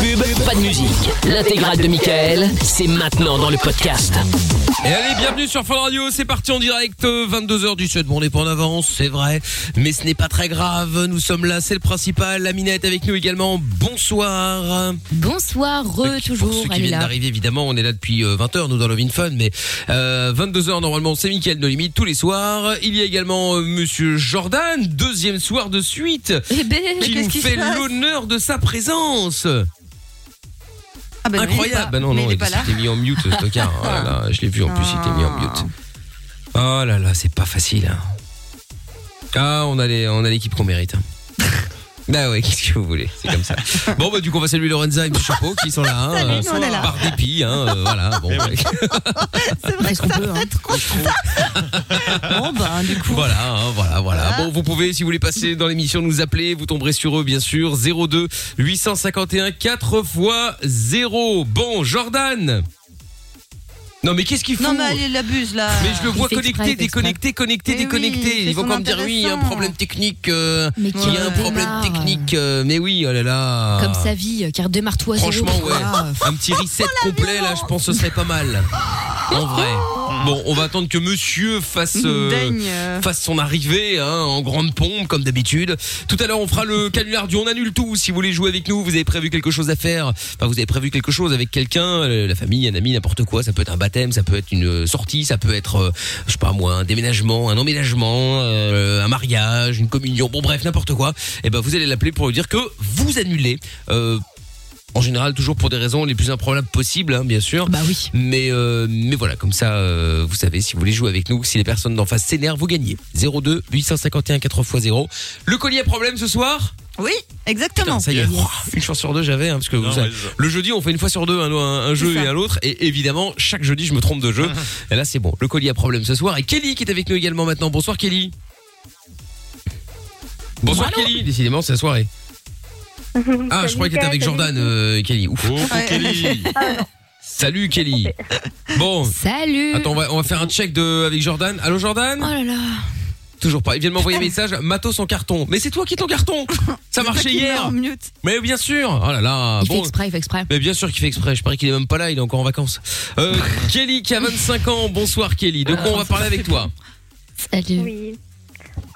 pub, pas de musique. L'intégrale de Michael, c'est maintenant dans le podcast. Et allez, bienvenue sur Fun Radio, c'est parti en direct, euh, 22h du sud. Bon, on n'est pas en avance, c'est vrai, mais ce n'est pas très grave, nous sommes là, c'est le principal. La minette avec nous également, bonsoir. Bonsoir, re, Pour toujours, ceux qui elle est viennent là. d'arriver, évidemment, on est là depuis 20h, nous dans Love in Fun, mais euh, 22h normalement, c'est Mickaël No Limite tous les soirs. Il y a également euh, Monsieur Jordan, deuxième soir de suite, Eh ben, qui qu'est-ce nous qui se fait passe l'honneur de sa présence. Ah Incroyable. Bah non, mais non, il est il pas là. s'était mis en mute, ce tocard. Oh là là, je l'ai vu en plus, il était mis en mute. Oh là là, c'est pas facile. hein. Ah, on a les- on a l'équipe qu'on mérite. hein. Bah ouais, qu'est-ce que vous voulez, c'est comme ça. Bon bah du coup on va saluer Lorenza et M. Chapeau qui sont là, hein, Salut, euh, nous, on est là. par dépit, hein, euh, voilà. Bon, C'est vrai que ça fait trop bon bah du coup. Voilà, hein, voilà, voilà. Bon, vous pouvez si vous voulez passer dans l'émission nous appeler, vous tomberez sur eux bien sûr. 02 851 4 x 0. Bon, Jordan. Non mais qu'est-ce qu'il faut Non, mais elle, elle abuse là. Mais je le vois connecté, déconnecté, connecté, Mais oui, déconnecté. il fait Ils vont son quand même dire oui, il y a un problème technique. euh, Mais il y a un qui problème démarre. technique. euh, mais oui, oh là là. Comme sa vie, euh, car démarre-toi zéro. Franchement, ouais. Ah, Un petit reset complet, là, je pense que ce serait pas mal. En vrai. Bon, on va attendre que monsieur fasse, euh, Daigne, euh. fasse son arrivée hein, en grande pompe, comme d'habitude. Tout à l'heure, on fera le canular du On annule tout. Si vous voulez jouer avec nous, vous avez prévu quelque chose à faire. Enfin, vous avez prévu quelque chose avec quelqu'un, euh, la famille, un ami, n'importe quoi. Ça peut être un baptême, ça peut être une euh, sortie, ça peut être, euh, je sais pas moi, un déménagement, un emménagement, euh, un mariage, une communion. Bon, bref, n'importe quoi. Et ben, vous allez l'appeler pour lui dire que vous annulez. euh, en général, toujours pour des raisons les plus improbables possibles, hein, bien sûr. Bah oui. Mais, euh, mais voilà, comme ça, euh, vous savez, si vous voulez jouer avec nous, si les personnes d'en face s'énervent, vous gagnez. 02 851 4x0. Le collier à problème ce soir Oui, exactement. Putain, ça y est. Une chance sur deux, j'avais, hein, parce que vous savez, le jeudi, on fait une fois sur deux un, un- un jeu et un l'autre. Et évidemment, chaque jeudi, je me trompe de jeu. et là, c'est bon. Le collier à problème ce soir. Et Kelly qui est avec nous également maintenant. Bonsoir, Kelly. Bonsoir, Kelly. Décidément, c'est la soirée. Ah, je croyais qu'elle était avec Jordan, euh, Kelly. Ouf. Oh, Kelly. Ah, Salut Kelly. Bon. Salut. Attends, on va, on va faire un check de, avec Jordan. Allô Jordan Oh là là. Toujours pas. Il vient de m'envoyer un message. Matos en carton. Mais c'est toi qui es ton carton. Ça toi marchait qui mets hier. en mute. Mais bien sûr. Oh là là. il fait Bon. exprès, il fait exprès. Mais bien sûr qu'il fait exprès. Je parie qu'il est même pas là. Il est encore en vacances. Euh, Kelly qui a 25 ans. Bonsoir Kelly. De quoi on va parler avec toi Oui.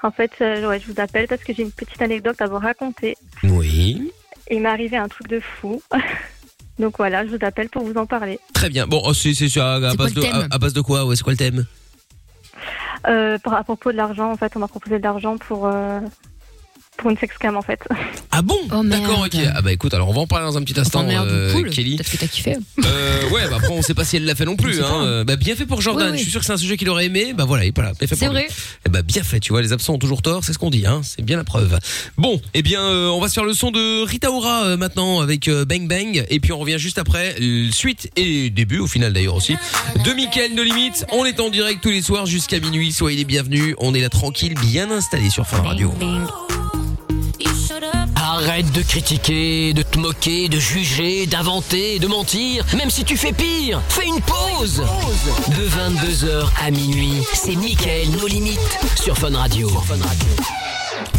En fait, euh, ouais, je vous appelle parce que j'ai une petite anecdote à vous raconter. Oui. Il m'est arrivé un truc de fou. Donc voilà, je vous appelle pour vous en parler. Très bien. Bon, oh, c'est c'est à, à base le de à, thème à base de quoi Ouais, c'est quoi le thème Euh, par- à propos de l'argent, en fait, on m'a proposé de l'argent pour, euh, pour une sexcam, en fait. Ah bon Oh, D'accord, ok. Ah bah écoute, alors on va en parler dans un petit instant, merde, euh, cool. Kelly. Peut-être que t'as kiffé. hein. Euh, ouais, bah après on sait pas si elle l'a fait non plus. Hein. Euh, Bah bien fait pour Jordan. Oui, oui. Je suis sûr que c'est un sujet qu'il aurait aimé. Bah voilà, il est pas là. Bien fait C'est pour lui. vrai. Eh bah bien fait. Tu vois, les absents ont toujours tort. C'est ce qu'on dit. Hein. C'est bien la preuve. Bon, eh bien euh, on va se faire le son de Rita Ora euh, maintenant avec euh, Bang Bang. Et puis on revient juste après euh, suite et début au final d'ailleurs aussi de Mickaël No Limite. On est en direct tous les soirs jusqu'à minuit. Soyez les bienvenus. On est là tranquille, bien installé sur Fun Radio. Arrête de critiquer, de te moquer, de juger, d'inventer, de mentir. Même si tu fais pire, fais une pause. De 22h à minuit, c'est Michael, nos limites, sur Fun Radio.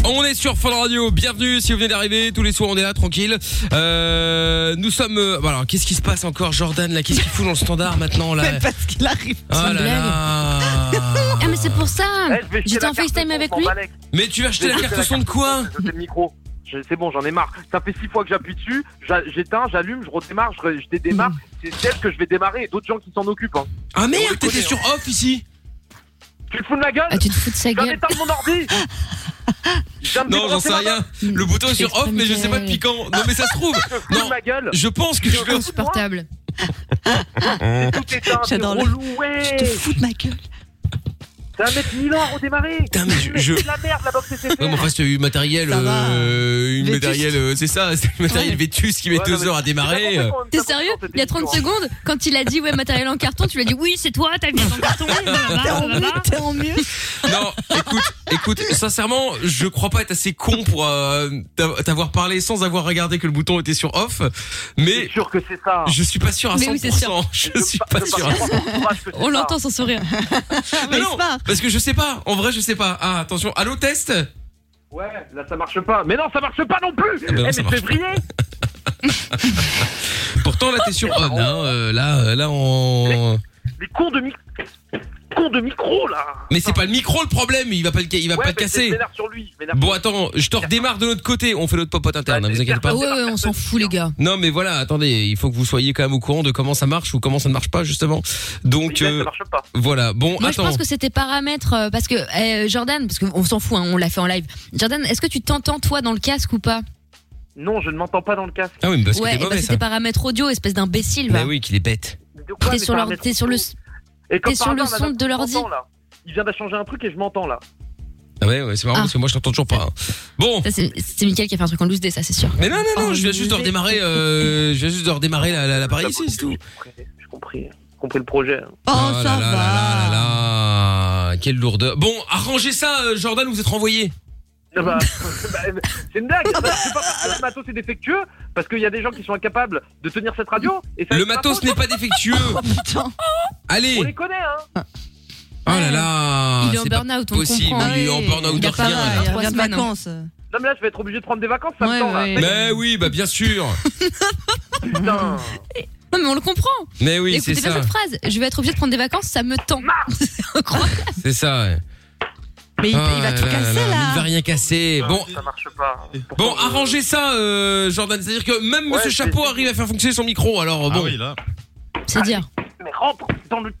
On est sur Fun Radio, bienvenue si vous venez d'arriver, tous les soirs on est là tranquille. Euh, nous sommes... euh, bon, alors qu'est-ce qui se passe encore Jordan là Qu'est-ce qu'il fout dans le standard maintenant là Mais Parce qu'il arrive. Oh C'est une là blague. là. Ah, mais c'est pour ça. jeter J'étais la en FaceTime avec lui. Mais tu vas acheter la carte son de quoi le micro. Je- C'est bon, j'en ai marre. Ça fait six fois que j'appuie dessus, j'a- j'éteins, j'allume, je redémarre, je, re- je démarre. C'est celle que je vais démarrer et d'autres gens qui s'en occupent. hein. Ah merde, t'étais sur off ici Tu te fous de ma gueule Ah, Tu te fous de sa gueule mon ordi Je viens de Non, j'en débrosser sais ma rien. main. Le bouton est sur off, mais je sais pas depuis quand. Non, mais ça se trouve. Non, je pense que je le. Insupportable. Tout est un, J'adore c'est le- relou, ouais. Je te fous de ma gueule. Ça va mettre mille ans à redémarrer. Putain, mais je- je- C'est de la merde la box CCP. Ouais, mais enfin, c'est du matériel. Ça va. euh, une Vétuste. matériel, euh, c'est ça, c'est le matériel Vétus qui met Ouais, non, deux mais heures à démarrer. T'es sérieux Il y a 30 secondes, quand il a dit ouais matériel en carton, tu lui as dit oui c'est toi, t'as mis en carton. T'es en mieux. Non, écoute, écoute, sincèrement, je crois pas être assez con pour euh, t'av- t'avoir parlé sans avoir regardé que le bouton était sur off, mais sûr que c'est ça. Je suis pas sûr à 100%. Mais oui, c'est sûr. Je suis pas sûr. à 100%. On l'entend sans sourire. Mais non, parce que je sais pas. En vrai, je sais pas. Ah, attention. Allô, test. Ouais, là ça marche pas. Mais non, ça marche pas non plus. Ah bah Ah, non, Eh, ça mais marche février Pourtant, là, t'es sur on, hein. euh, là, euh, là, on. Les cons de, mi- cons de micro, là Mais c'est pas le micro le problème, il va pas le, ca- il va Ouais, pas le mais c'est- je casser. m'énerve sur lui, je m'énerve Bon, sur lui. attends, je te redémarre de l'autre côté. On fait notre popote interne, hein, vous inquiétez pas. Ah ouais, ouais, on s'en fout, les gars. Non, mais voilà, attendez, il faut que vous soyez quand même au courant de comment ça marche ou comment ça ne marche pas, justement. Donc, euh, voilà, bon, Moi, attends. je pense que c'était paramètre euh, parce que euh, Jordan, parce qu'on s'en fout, hein, on l'a fait en live. Jordan, est-ce que tu t'entends toi dans le casque ou pas Non, je ne m'entends pas dans le casque. Ah oui, mais parce que Ouais, t'es eh ben, mauvais, c'était ça. paramètre audio, espèce d'imbécile. Mais va. oui, qu'il est bête. T'es quoi, mais sur leur- paramètre t'es sur le, Et comme t'es par sur le hasard, son madame, de je l'ordi. m'entends, là. Il vient d'achanger un truc et je m'entends, là. Ah ouais, ouais, c'est marrant Ah. parce que moi je t'entends toujours pas. hein. Bon. Ça, c'est c'est Mickaël qui a fait un truc en loose day, ça c'est sûr. Mais non, non, non, je viens juste de redémarrer, euh, je viens juste de redémarrer la- la- l'appareil ici, c'est tout. J'ai compris, j'ai compris le projet. Oh, ça va. quelle lourdeur. Bon, arrangez ça, euh, Jordan, vous êtes renvoyé. Ah bah, bah, c'est une blague. C'est pas parce que le matos est défectueux, parce qu'il y a des gens qui sont incapables de tenir cette radio. Et ça, Le c'est matos n'est pas défectueux. Allez. On les connaît, hein. Oh là là. Il est en c'est pas burn-out, on possible. comprend. Il est en Ouais. burn-out Il de a pas- rien. là. il a trois semaines, hein. Non, mais là, je vais être obligé de prendre des vacances, ça Ouais, me tend, là. ouais. Mais oui, bah bien sûr. Putain. Non, mais on le comprend. Mais oui, Écoutez c'est bien ça. cette phrase. Je vais être obligé de prendre des vacances, ça me tend. C'est incroyable. C'est ça. ouais. Mais il- Ah il va tout casser, mais là. Il va rien casser. Bon, Ça marche pas. Bon, arrangez ça, euh, Jordan. C'est-à-dire que même Monsieur Chapeau arrive à faire fonctionner son micro. Alors bon. Ah oui, là. C'est dire. Mais rentre dans le.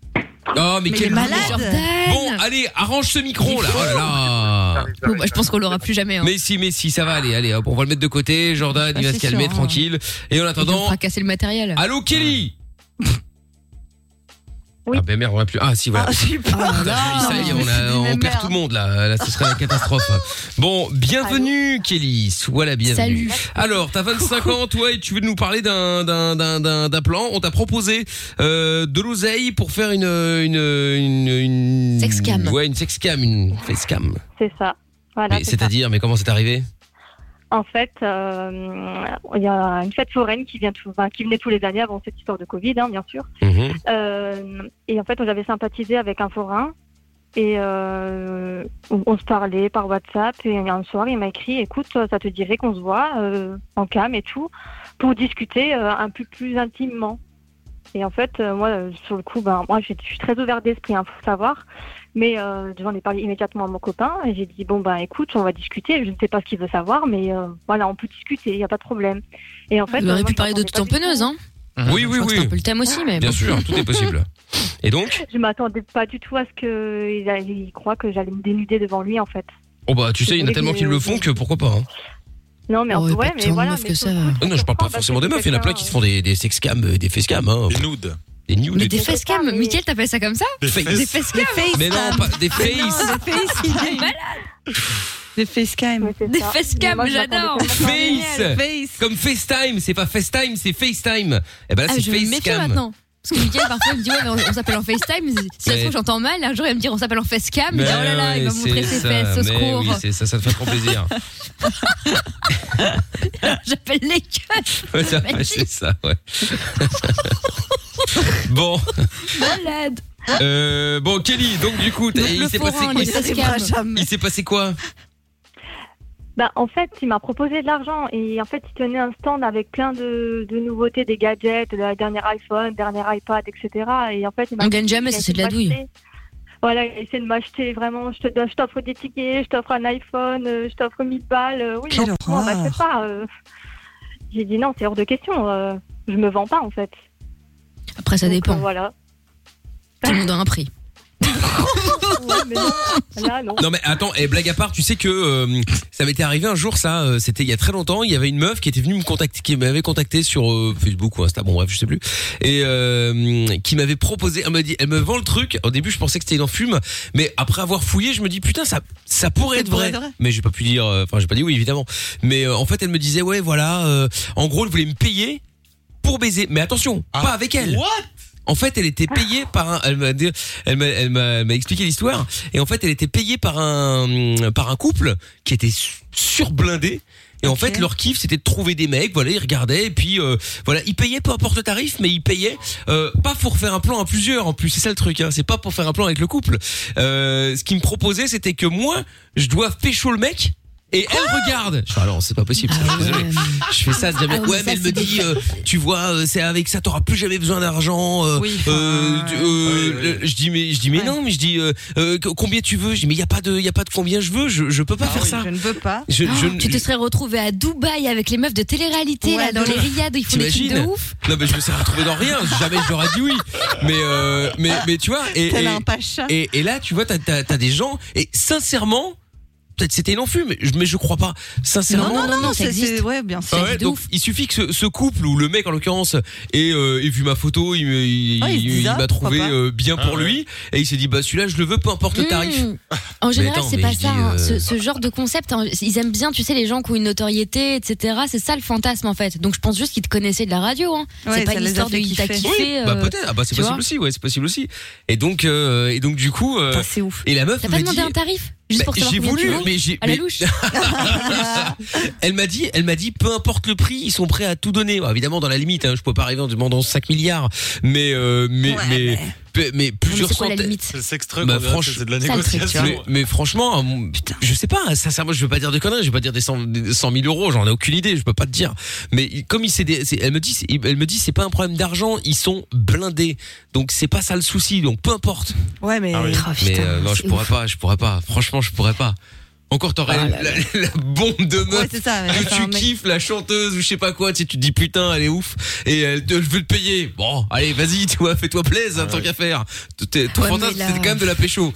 Oh, Mais mais, quel il est malade. lourd. Jordan. Bon, allez, arrange ce micro là. Oh là là. Bon, bah, je pense qu'on l'aura plus jamais. hein. Mais si, mais si, ça va aller. Allez, hop, on va le mettre de côté. Jordan, Bah, il va c'est se calmer sûr, hein. tranquille. Et en On attendant, fera casser le matériel. allô Kelly. Ah ben merde, on a plus. Ah si, voilà. Ah, Ah, ça y est, on, a- on perd tout le monde là. Là, ce serait la catastrophe. Ah Bon, bienvenue Kelly, sois la bienvenue. Salut. Alors, t'as 25 ans, toi, et tu veux nous parler d'un d'un d'un d'un d'un plan. On t'a proposé euh, de l'oseille pour faire une une une, une Sexcam. Ouais, une sexcam, une facecam. C'est ça. Voilà, mais c'est ça. c'est-à-dire, mais comment c'est arrivé En fait, euh, il y a une fête foraine qui, vient tout- enfin, qui venait tous les années avant cette histoire de Covid, hein, bien sûr. Mhm. Euh, et en fait, j'avais sympathisé avec un forain. Et euh, on, on se parlait par WhatsApp. Et un soir, il m'a écrit Écoute, ça te dirait qu'on se voit euh, en cam et tout, pour discuter euh, un peu plus intimement. Et en fait, euh, moi, euh, sur le coup, ben, moi, je je suis très ouvert d'esprit, il faut savoir. Mais euh, j'en ai parlé immédiatement à mon copain et j'ai dit bon ben écoute, on va discuter. Je ne sais pas ce qu'il veut savoir, mais euh, voilà, on peut discuter, il n'y a pas de problème. Et en fait, Il euh, aurait moi, pu je parler de m'attendais tout en pas du peneuse, tout. hein. Oui, oui, oui. Un peu le thème aussi, mais. Bien bon. sûr, tout est possible. Et donc Je m'attendais pas du tout à ce qu'il a- il croit que j'allais me dénuder devant lui en fait. Oh bah, tu sais, il y en a tellement qui le font que pourquoi pas. hein. Non mais en Oh, et bah, ouais, pas mais tant de voilà. meufs mais que sur le Ah non, je parle pas forcément des meufs. Il y en a plein qui se font des, des sexcams, euh, des facecams. Hein. Des nudes. Des nudes. Mais et des tout. facecams, Mickaël, t'appelles ça comme ça Des Des faces. facecams Mais non, pas Mais des non, faces. Des faces, il est malade. Des facecam. Des facecams, j'adore Face. Comme FaceTime, c'est pas FaceTime, c'est FaceTime. Et ben là, Ah, c'est je vais me méfier FaceCam. maintenant. Parce que Mickaël, parfois, il me dit, ouais, mais on, on s'appelle en FaceTime. Si ça se Mais- trouve, j'entends mal. Un jour, il va me dire, on s'appelle en FaceCam. Il me dit, Mais oh là là, il va ouais, me montrer c'est ses ça, fesses, au mais secours. Oui, c'est ça, ça te fait trop plaisir. J'appelle les keufs. Ouais, ça, ouais, c'est ça, ouais. bon, Malade. euh, bon, Kelly, donc du coup, t'as- Le- il le s'est passé forain, quoi il s'arrivera Il s'est passé quoi Bah, en fait, il m'a proposé de l'argent et en fait, il tenait un stand avec plein de, de nouveautés, des gadgets, de la dernière iPhone, dernier iPad, etc. Et en fait, il m'a On gagne jamais, ça, c'est de la douille. Voilà, il a essayé de m'acheter vraiment. Je te donne- je t'offre des tickets, je t'offre un iPhone, euh, je t'offre 1000 balles. euh, Oui, Quelle non, franchement, bah, horreur. c'est pas. euh. J'ai dit non, c'est hors de question. euh, je me vends pas en fait. Après, ça dépend. Voilà. Tout le monde a un prix. Ouais, mais non, là, non. Non mais attends, et blague à part, tu sais que euh, ça m'était arrivé un jour ça, euh, c'était il y a très longtemps, il y avait une meuf qui était venue me contacter qui m'avait contacté sur euh, Facebook ou Insta, bon bref, je sais plus et euh, qui m'avait proposé, elle m'a dit elle me vend le truc. Au début, je pensais que c'était une enfume, mais après avoir fouillé, je me dis putain ça ça pourrait être pourrait vrai. être vrai. Mais j'ai pas pu dire euh, enfin, j'ai pas dit oui évidemment. Mais euh, en fait, elle me disait ouais, voilà, euh, en gros, elle voulait me payer pour baiser, mais attention, Ah. pas avec elle. En fait, elle était payée par un. Elle m'a dit- elle m'a- elle m'a elle m'a expliqué l'histoire. Et en fait, elle était payée par un par un couple qui était su- surblindé. Et en fait, leur kiff, c'était de trouver des mecs. Voilà, ils regardaient et puis euh, voilà, ils payaient peu importe le tarif, mais ils payaient euh, pas pour faire un plan à plusieurs. En plus, c'est ça le truc. Hein, c'est pas pour faire un plan avec le couple. Euh, ce qu'ils me proposaient, c'était que moi, je dois pécho le mec Et elle regarde. Je fais, ah non, c'est pas possible. ça, je suis désolé. Je fais ça, je dis, Ah oui, ouais, ça, mais elle me c'est dit, euh, tu vois, euh, c'est avec ça, t'auras plus jamais besoin d'argent. euh, euh, tu- euh, le- Je dis, mais, je dis, mais non, mais je dis, euh, euh, co- combien tu veux Je dis, mais y a pas de, y a pas de combien je veux. Je, je peux pas Ah faire ça. Je ne veux pas. Je- Oh, je- tu te serais retrouvé à Dubaï avec les meufs de télé-réalité là, dans les riades où ils font des trucs de T'imagines ouf. Non mais je me serais retrouvé dans rien, jamais je leur ai dit oui. Mais euh, mais mais tu vois et Tel et, un pacha. et et là tu vois t'as t'as t'as des gens et sincèrement peut-être c'était une enfue mais je mais je crois pas sincèrement. Non, non, non, non, c'est- c'est. Ouais, bien sûr. Ah ouais, donc il suffit que ce, ce couple ou le mec en l'occurrence ait, euh, ait vu ma photo, il, me- il, Ouais, il se il- dit il ça, ah, m'a trouvé pourquoi pas. euh, bien pour lui et il s'est dit bah celui-là je le veux peu importe le tarif. Mmh. En Mais général, attends, c'est mais pas je ça. dis, hein. euh, Ce, ce genre de concept, hein, ils aiment bien, tu sais, les gens qui ont une notoriété, etc. C'est ça le fantasme en fait. Donc je pense juste qu'ils te connaissaient de la radio. hein. Ouais, c'est pas ça une les a histoire de fait il t'a kiffer. kiffé. Oui, bah euh, peut-être. Ah bah c'est tu possible vois. aussi, ouais, c'est possible aussi. Et donc euh, et donc du coup euh, Putain, C'est ouf. et la meuf Ah, T'as me pas dit demandé un tarif Juste Bah, pour savoir j'ai combien voulu, tu vaux mais j'ai À la mais- louche. Elle m'a dit, elle m'a dit, peu importe le prix, ils sont prêts à tout donner. Alors, évidemment, dans la limite, hein, je peux pas arriver en demandant 5 milliards, mais euh, mais, Ouais, mais mais mais Mais plusieurs c'est quoi la centaines. limite C'est le sextrait Bah, qu'on verra, franchement, c'est de la ça, le truc, négociation. Mais, mais franchement, hein, je sais pas, sincèrement, je veux pas dire de conneries, je vais pas dire des 100, des 100 000 euros, j'en ai aucune idée, je peux pas te dire. Mais il- comme il s'est, dé- c'est- elle me dit, c'est- elle me dit, c'est pas un problème d'argent, ils sont blindés, donc c'est pas ça le souci, donc peu importe. Ouais, mais. Ah oui. Oh, Mais putain, euh, non, c'est je pourrais pas, je pourrais pas. Franchement, je pourrais pas. Encore, t'aurais Ah la, la bombe de meuf Ouais, c'est ça. mais que c'est un tu mec- kiffes la chanteuse ou je sais pas quoi, tu, sais, tu te dis putain, elle est ouf et elle te, je veux te payer. Bon, allez, vas-y, tu vois, fais-toi plaisir, tant qu'à faire. T- t'es- Ton Ouais, fantasme, mais là- c'est quand même de la pécho.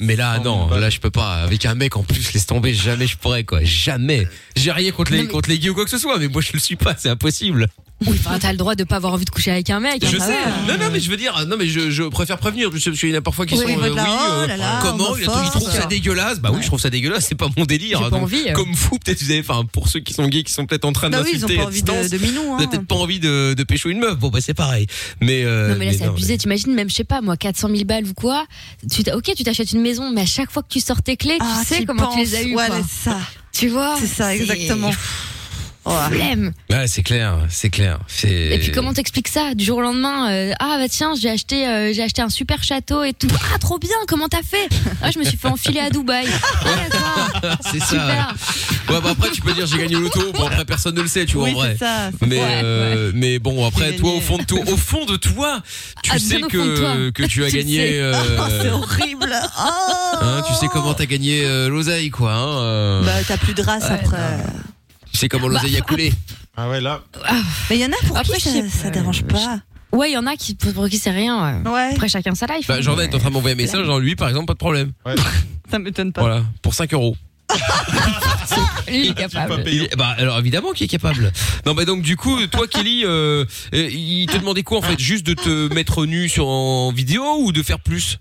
Mais là, Oh, non, bah. là, je peux pas. Avec un mec en plus, laisse tomber, jamais je pourrais, quoi. Jamais. J'ai rien contre les, Non, mais- contre les gays ou quoi que ce soit, mais moi, je le suis pas, c'est impossible. Oui, enfin, t'as le droit de pas avoir envie de coucher avec un mec. hein, ah, Je bah ça sais. va. Non, non, mais je veux dire, non, mais je, je préfère prévenir. Je sais, parce qu'il y en a parfois qui Oui, sont. euh, ils vont être là, oh là là, comment on il y a tout- Ils trouvent force. ça dégueulasse. Bah oui, je trouve ça dégueulasse. C'est pas mon délire. J'ai pas Donc, envie, euh. Comme vous, peut-être vous avez. Enfin, pour ceux qui sont gays, qui sont peut-être en train de Bah oui, ils ont m'insulter pas à envie distance, de, de minou, vous avez hein. peut-être pas envie de, de pécho une meuf. Bon, bah c'est pareil. Mais. euh, Non mais là c'est non, abusé, t'imagines même je sais pas moi 400 000 balles ou quoi, tu t'as- ok tu t'achètes une maison mais à chaque fois que tu sors tes clés Ah, tu sais t'y comment tu les penses. as eues Ouais, quoi. mais ça, tu vois c'est ça, exactement. Ouais. Flemme. Ouais, c'est clair, c'est clair. C'est. Et puis comment t'expliques ça du jour au lendemain euh, Ah bah tiens j'ai acheté euh, j'ai acheté un super château et tout. Ah trop bien comment t'as fait Ah je me suis fait enfiler à Dubaï. Ah, d'accord. C'est ça. Super. Ouais, bah après, tu peux dire j'ai gagné l'auto. Bon, après, personne ne le sait, tu vois, Oui, en vrai. c'est ça. Mais, Ouais, euh, mais bon, après, J'ai toi, au gagné. fond de toi, au fond de toi tu Ah, bien sais au fond de que, toi. que tu as Tu gagné. sais. euh, Oh, c'est horrible. Oh. hein, tu sais comment t'as gagné euh, l'oseille, quoi. hein, euh, Bah, t'as plus de race après. tu sais comment l'oseille a coulé. Ah ouais, là. Mais il y en a pour Après, qui je sais ça, ça dérange pas. Ouais il y en a qui pour, pour qui c'est rien. ouais. Ouais, Après chacun sa life. Bah, hein. Jordan est en train de m'envoyer un message. Genre, lui, par exemple, pas de problème. ça m'étonne pas. Voilà, pour 5 euros. Lui, il est capable. Il- bah, alors, évidemment qu'il est capable. Non, bah, donc, du coup, toi, Kelly, euh, euh, il te demandait quoi, en fait Juste de te mettre nu sur, en vidéo ou de faire plus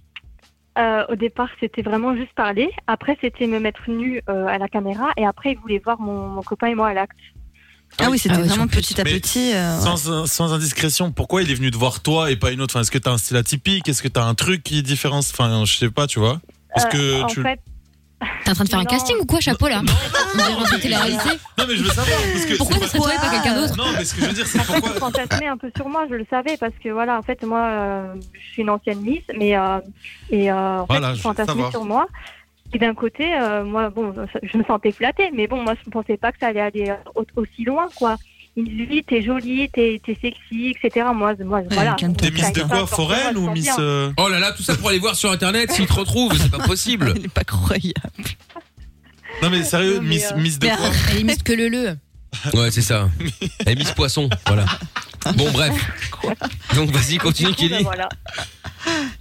Euh, au départ, c'était vraiment juste parler. Après, c'était me mettre nue euh, à la caméra. Et après, ils voulaient voir mon, mon copain et moi à l'acte. Ah oui, c'était Ah ouais, vraiment sur plus. petit à Mais petit. euh, ouais. Sans, sans indiscrétion, pourquoi il est venu te voir toi et pas une autre enfin, Est-ce que t'as un style atypique Est-ce que t'as un truc qui différence Enfin, je sais pas, tu vois. Est-ce Euh, que en tu. fait, T'es en train de faire un Non. casting ou quoi chapeau là On dirait un peu télé-réalité. Non, mais je veux savoir. Parce que Pourquoi c'est ça serait toi et pas quelqu'un d'autre pas- Non, mais ce que je veux dire, c'est pourquoi. ils fantasmaient un peu sur moi. Je le savais parce que voilà, en fait, moi, euh, je suis une ancienne Miss, mais euh, et euh, en Voilà, fait, je ils veux savoir. fantasmaient sur moi. Et d'un côté, euh, moi, bon, je me sentais flattée, mais bon, moi, je ne pensais pas que ça allait aller euh, au- aussi loin, quoi. Il me dit, t'es jolie, t'es t'es sexy, etc. Moi, moi, voilà. calme-toi. T'es Miss de quoi Forel ou Miss. euh, Oh là là, tout ça pour aller voir sur internet s'il te retrouve, c'est pas possible. Il est pas croyable. Non, mais sérieux, Non, mais, Miss, euh, miss de mais quoi Elle est mise que le le. Ouais, c'est ça. Elle mise poisson, voilà. Bon, bref. Donc, vas-y, continue, Du coup, ben, Kelly. voilà.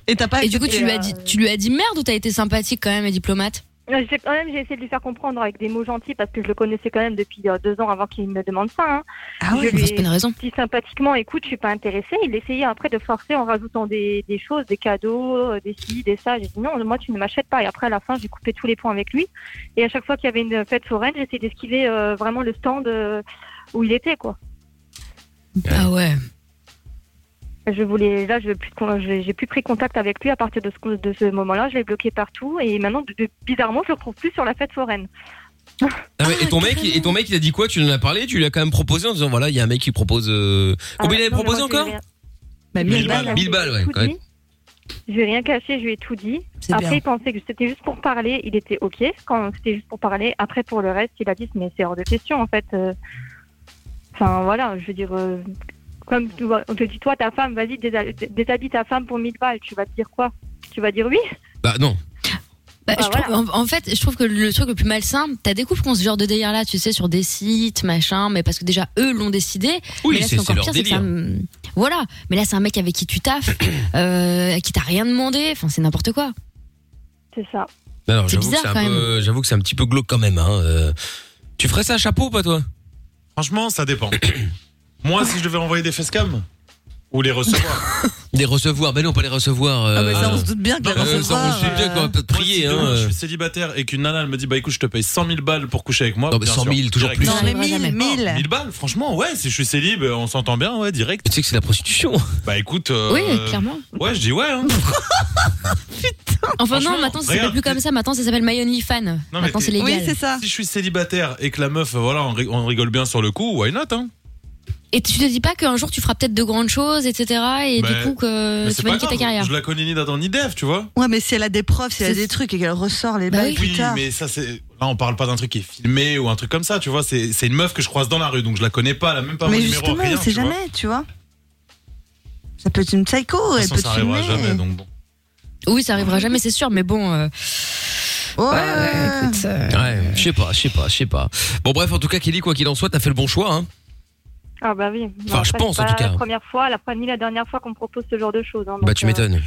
Et t'as pas. Et du coup, tu lui, euh, as dit, tu lui as dit merde ou t'as été sympathique quand même et diplomate Euh, j'ai- Quand même, j'ai essayé de lui faire comprendre avec des mots gentils parce que je le connaissais quand même depuis euh, deux ans avant qu'il me demande ça. Hein. Ah Je ouais. lui Enfin, C'est pas une raison. dit sympathiquement, écoute, je suis pas intéressée. Il essayait après de forcer en rajoutant des, des choses, des cadeaux, euh, des ci, des ça. J'ai dit non, moi tu ne m'achètes pas. Et après à la fin, j'ai coupé tous les points avec lui. Et à chaque fois qu'il y avait une fête foraine, j'essayais d'esquiver euh, vraiment le stand euh, où il était quoi. Ah ouais. Je voulais, là, je veux plus, de con- j'ai j'ai plus pris contact avec lui à partir de ce, de ce moment-là. Je l'ai bloqué partout et maintenant, de- de- bizarrement, je le retrouve plus sur la fête foraine. Ah ouais, et ton mec, carrément. et ton mec, il a dit quoi Tu lui en as parlé Tu lui as quand même proposé en disant voilà, il y a un mec qui propose. euh, Combien il avait Ah, non, mais proposé moi, je encore lui ai- Bah, mille mille balles. balles. hein. Mille balles, ouais, Tout quand de même. suite. Je lui ai rien caché, je lui ai tout dit. C'est Après, bien. il pensait que c'était juste pour parler, il était OK. Quand c'était juste pour parler, après, pour le reste, il a dit Mais c'est hors de question, en fait. euh. Enfin, voilà, je veux dire. euh, Comme tu vois, on te dit, toi, ta femme, vas-y, désha- déshabille ta femme pour 1000 balles. Tu vas te dire quoi Tu vas dire oui Bah non. Bah, Bah, je trouve- voilà. en, en fait, je trouve que le truc le plus malsain, t'as des couples qui ont ce genre de délire là, tu sais, sur des sites, machin, mais parce que déjà eux l'ont décidé. Oui, mais là, c'est- c'est leur c'est que ça délire. me- Voilà, mais là c'est un mec avec qui tu taffes, euh, à qui t'as rien demandé, enfin c'est n'importe quoi. C'est ça. Non, non, C'est j'avoue que bizarre, c'est un quand peu- j'avoue que c'est un petit peu glauque quand même. hein, euh. Tu ferais ça à chapeau ou pas toi Franchement, ça dépend. Moi, si je devais envoyer des facecams ou les recevoir. Des recevoir, ben non, pas les recevoir. euh, Ah, mais ça, on euh, se doute bien que les euh, ça, recevoir, on se doute bien euh, qu'on va peut-être prier. Moi, si demain, hein, je euh. suis célibataire et qu'une nana elle me dit bah écoute je te paye 100 000 balles pour coucher avec moi. Non, mais 100 000, toujours plus. Non, Non, mais 1000, 1000. balles, franchement, ouais, si je suis célib, euh, on s'entend bien, ouais, direct. Tu sais que c'est la prostitution. Bah écoute. euh, Oui, clairement. Ouais, je dis ouais. hein. Enfin non, franchement, maintenant ça s'appelle regarde, plus comme ça, maintenant ça s'appelle My Only Fan. Non, mais maintenant t'es- c'est légal. Si je suis célibataire et que la meuf, euh, voilà, on ri- on rigole bien sur le coup, why not, hein Et tu te dis pas qu'un jour tu feras peut-être de grandes choses, etc. Et Mais- du coup que Bah, mais tu c'est vas pas niquer ta grave, carrière. Je la connais ni d'Adam ni d'Eve, tu vois. Ouais, mais si elle a des preuves, si elle a C'est- des trucs et qu'elle ressort les balles plus oui, tard. mais ça c'est. Là, on parle pas d'un truc qui est filmé ou un truc comme ça, tu vois. C'est c'est une meuf que je croise dans la rue, donc je la connais pas, elle a même pas Mais mon justement, numéro, rien. on sait tu vois. jamais, tu vois. Ça peut être une psycho, De toute elle façon, peut ça te arrivera filmer. jamais, donc bon. Oui, ça arrivera jamais, c'est sûr, mais bon. euh, Ouais, écoute, euh, Ah, Ouais, je sais pas, je sais pas, je sais pas. Bon bref, en tout cas, Kelly, quoi qu'il en soit, t'as fait le bon choix. Hein. Ah, bah oui. Enfin, Non, je ça, pense, c'est en pas tout cas. La première fois, la, ni la dernière fois qu'on me propose ce genre de choses. hein. Bah Donc, tu euh, m'étonnes.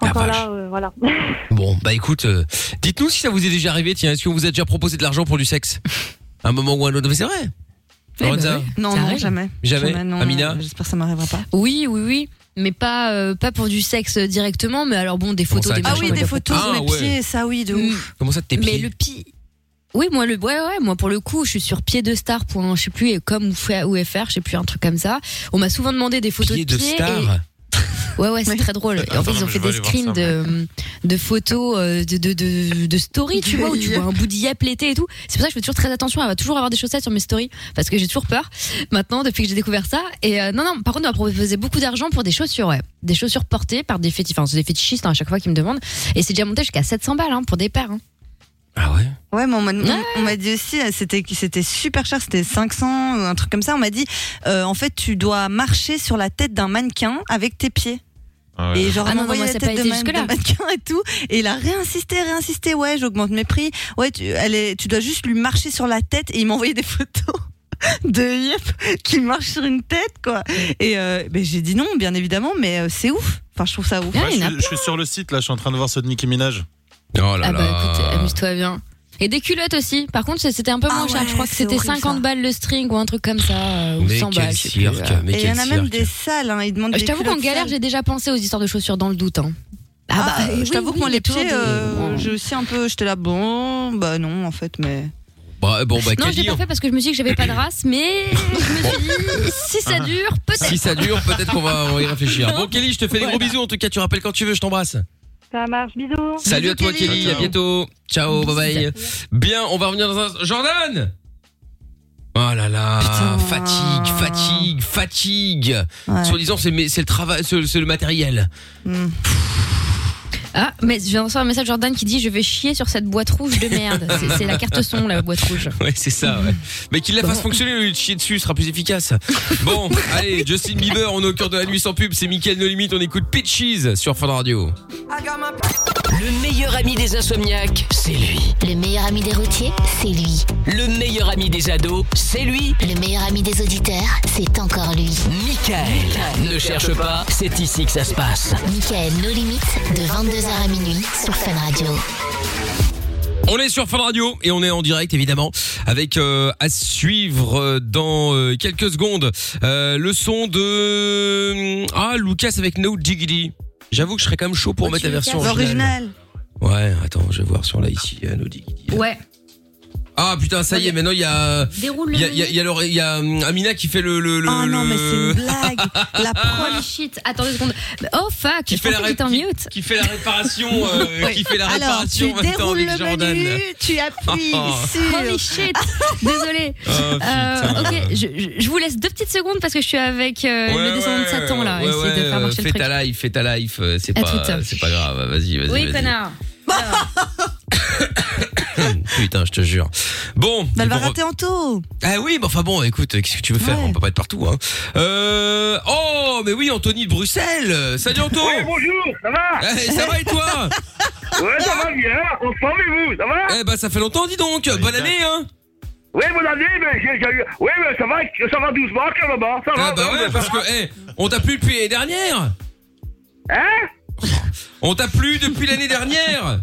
Ah, Encore La là, euh, voilà. Bon, bah écoute, euh, dites-nous si ça vous est déjà arrivé. Tiens, est-ce qu'on vous a déjà proposé de l'argent pour du sexe À un moment ou à un autre. Mais c'est vrai. Eh ben Lorenza Non, non, jamais. Jamais. non, euh, Amina J'espère que ça m'arrivera pas. Oui, oui, oui. Mais pas, euh, pas pour du sexe directement, mais alors bon, des Comment photos, ça, des Ah machins, oui, on des va photos pas- de mes Ah ouais. pieds, ça oui, de ouf. Comment ça de tes Mais pieds le pied. Oui, moi, le, ouais, ouais, moi, pour le coup, je suis sur pied de star, point, je sais plus, et comme ou fa- ou FR, je sais plus, un truc comme ça. On m'a souvent demandé des photos Pieds de de pieds. star. et- Ouais, ouais, c'est très drôle. Et en Attends, fait, ils non, ont mais fait je vais des aller voir screens ça, de, de photos, euh, de, de, de, de stories, tu vois, où tu vois un bout de yep l'été et tout. C'est pour ça que je fais toujours très attention à toujours avoir des chaussettes sur mes stories, parce que j'ai toujours peur maintenant, depuis que j'ai découvert ça. Et euh, non, non, par contre, on m'a proposé beaucoup d'argent pour des chaussures, ouais. Des chaussures portées par des, féti- enfin, c'est des fétichistes hein, à chaque fois qui me demandent. Et c'est déjà monté jusqu'à 700 balles hein, pour des paires. hein. Ouais, mais on m'a on- on m'a dit aussi, euh, c'était c'était super cher, c'était 500 ou un truc comme ça. On m'a dit, euh, en fait, tu dois marcher sur la tête d'un mannequin avec tes pieds. Et genre, Ah non, elle m'a non, envoyé moi, la ça a pas tête de été ma- jusque-là. de mannequin et tout. Et il a réinsisté, réinsisté. Ouais, j'augmente mes prix. Ouais, tu, elle est, tu dois juste lui marcher sur la tête. Et il m'a envoyé des photos de Yep qui marche sur une tête, quoi. Et euh, ben, j'ai dit non, bien évidemment, mais euh, c'est ouf. Enfin, je trouve ça ouf. Ah, Ouais, je, suis- je suis sur le site, là, je suis en train de voir ceux de Nicki Minaj. Oh Ah bah écoute, amuse-toi bien. Et des culottes aussi. Par contre, c'était un peu Ah moins cher. Je crois que c'était 50 balles le string ou un truc comme ça. euh, Ou Mais 100 quel balles. je sais plus, cirque, euh. mais Et il y en a quel même cirque. des salles, hein, ils demandent Je des t'avoue qu'en culottes galère, sales. j'ai déjà pensé aux histoires de chaussures dans le doute. hein. Ah, bah, euh, je oui, t'avoue que oui, moi, il y a les toujours pieds, des- euh, je sais un peu, j'étais là, bon, bah non, en fait, mais. Bah, bon, bah non, je l'ai Kelly. pas fait parce que je me suis dit que j'avais pas de race, mais je me suis dit, si ça dure, peut-être. Ah. Si ça dure, peut-être qu'on va, on va y réfléchir. Bon, Kelly, je te fais des gros bisous. En tout cas, tu rappelles quand tu veux, je t'embrasse. Ça marche, bisous. Salut à toi, Kelly. À bientôt. Ciao, bye bye. Bien, on va revenir dans un. Jordan Oh là là, fatigue, fatigue, fatigue. Ouais. Soi-disant, c'est mais c'est le travail, c'est c'est le matériel. Hmm. Ah, mais je viens de recevoir un message de Jordan qui dit Je vais chier sur cette boîte rouge de merde. C'est- C'est la carte son, la boîte rouge. Ouais, c'est ça, ouais. Mais qu'il la fasse fonctionner, au lieu de chier dessus, ce sera plus efficace. Bon, allez, Justin Bieber, on est au cœur de la nuit sans pub, c'est Mickaël No Limite, on écoute Pitches sur Fun Radio. Ah, Le meilleur ami des insomniaques, c'est lui. Le meilleur ami des routiers, c'est lui. Le meilleur ami des ados, c'est lui. Le meilleur ami des auditeurs, c'est encore lui. Michael. Ne cherche pas, c'est ici que ça se passe. Michael, nos limites, de 22h à minuit sur Fun Radio. On est sur Fun Radio et on est en direct évidemment avec euh, à suivre euh, dans euh, quelques secondes euh, le son de ah Lucas avec No Diggity. J'avoue que je serais quand même chaud Bah, pour mettre la version originale. L'original. Ouais, attends, je vais voir sur là ici euh, No Diggity. Ouais. Ah putain, ça y est, maintenant il y a. Déroule Il le y a, il y a- il y a leur- il y a, hum, Amina qui fait le. le, le Ah non, mais c'est une blague. La Holy shit, attendez une seconde. Oh fuck, je pensais fait la que j'étais en mute. Qui fait la réparation, euh, Oui. qui fait la Alors, réparation tu en même temps déroules avec le Jordan. menu, tu appuies Oh. sur. Holy shit, désolé. Oh, putain. Euh, ok, je, je- je vous laisse deux petites secondes parce que je suis avec euh, Ouais, le descendant de Satan là. ouais, essayer de ouais, faire marcher euh, le fais truc. ta life, fais ta life, euh, c'est À pas, toute. euh, c'est pas grave, vas-y, vas-y. Oui, vas-y. connard. Bah, Putain, je te jure. Bon. Bah, Elle va bon, rater en taux. Ah oui, mais enfin bon, écoute, qu'est-ce que tu veux faire On peut pas être partout, hein. Euh... Oh, mais oui, Anthony de Bruxelles. Salut Anto. Ouais, bonjour, ça va Eh, ça va et toi Ouais, ça va bien, on s'en et vous, ça va Bah, Eh ben, ça fait longtemps, dis donc. Bonne année, hein Ouais, bonne année, mais j'ai, j'ai eu- Ouais, mais ça va, ça va doucement, carrément, ça va. Ah bah ça va, ouais, ça parce que, va. eh, on t'a plus depuis l'année dernière. Hein On t'a plus depuis l'année dernière.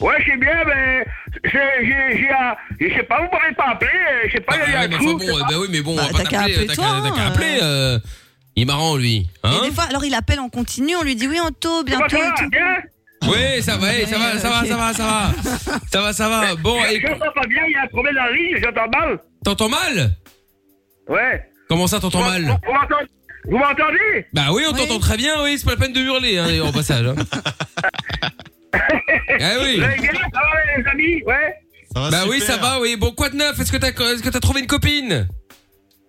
Ouais, je sais bien, mais... J'ai, j'ai, j'ai, un- je sais pas, vous m'avez pas appelé, euh, je sais pas, il y a eu Ouais, un mais coup. enfin bon, eh ben oui, mais bon, on Bah, va t'as pas qu'à t'appeler. appeler T'as toi, qu'à t'as qu'à euh. appeler. euh, Il est marrant, lui. Hein Et des fois, alors il appelle en continu, on lui dit oui, en taux, bientôt. ça hein va, et tout. Oui, ça va, eh, ça va, ça va, ça va, ça va. Ça va, ça va. Bon, Je- et- J'entends pas bien, il y a un problème dans la ligne, j'entends mal. t'entends mal Ouais. Comment ça, t'entends mal Vous m'entendez Vous m'entendez Bah oui, on Oui. t'entend très bien, oui, c'est pas la peine de hurler, hein, au passage. hein. ah oui. Vous allez bien, ça va, les amis Ouais bah oui, ça va, oui. Bon, quoi de neuf Est-ce que t'as est-ce que t'as trouvé une copine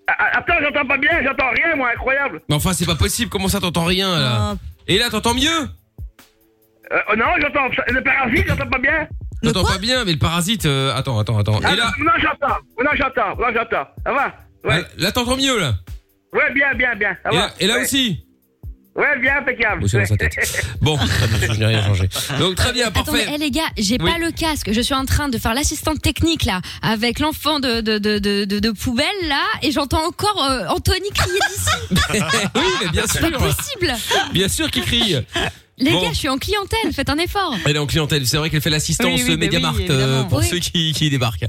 Ah, Attends, j'entends pas bien, j'entends rien, moi, incroyable. Mais enfin, c'est pas possible, comment ça t'entends rien, là Et là, t'entends mieux Euh, oh non, j'entends le parasite, j'entends pas bien. T'entends pas bien, mais le parasite... euh, attends, attends, attends. Ah, Et là, Ah, Non, j'entends, non, j'entends, non, j'entends. Ça va là t'entends mieux, là Ouais, bien, bien, bien. Ça Et va. là, et là Ouais. aussi Ouais, bien, impeccable. Aussi dans sa tête. Bon, très bien, je n'ai rien changé. Donc, très bien, Attendez, Ah, parfait. eh, les gars, j'ai Oui. pas le casque. Je suis en train de faire l'assistante technique là, avec l'enfant de, de, de, de, de- de poubelle là, et j'entends encore euh, Anthony crier d'ici. oui, mais bien C'est pas sûr. possible. Bien sûr qu'il crie. Les Bon. gars, je suis en clientèle, faites un effort. Elle est en clientèle, c'est vrai qu'elle fait l'assistance Oui, oui, mais Mediamart oui, euh, évidemment. pour Oui. Ah ceux qui, qui débarquent.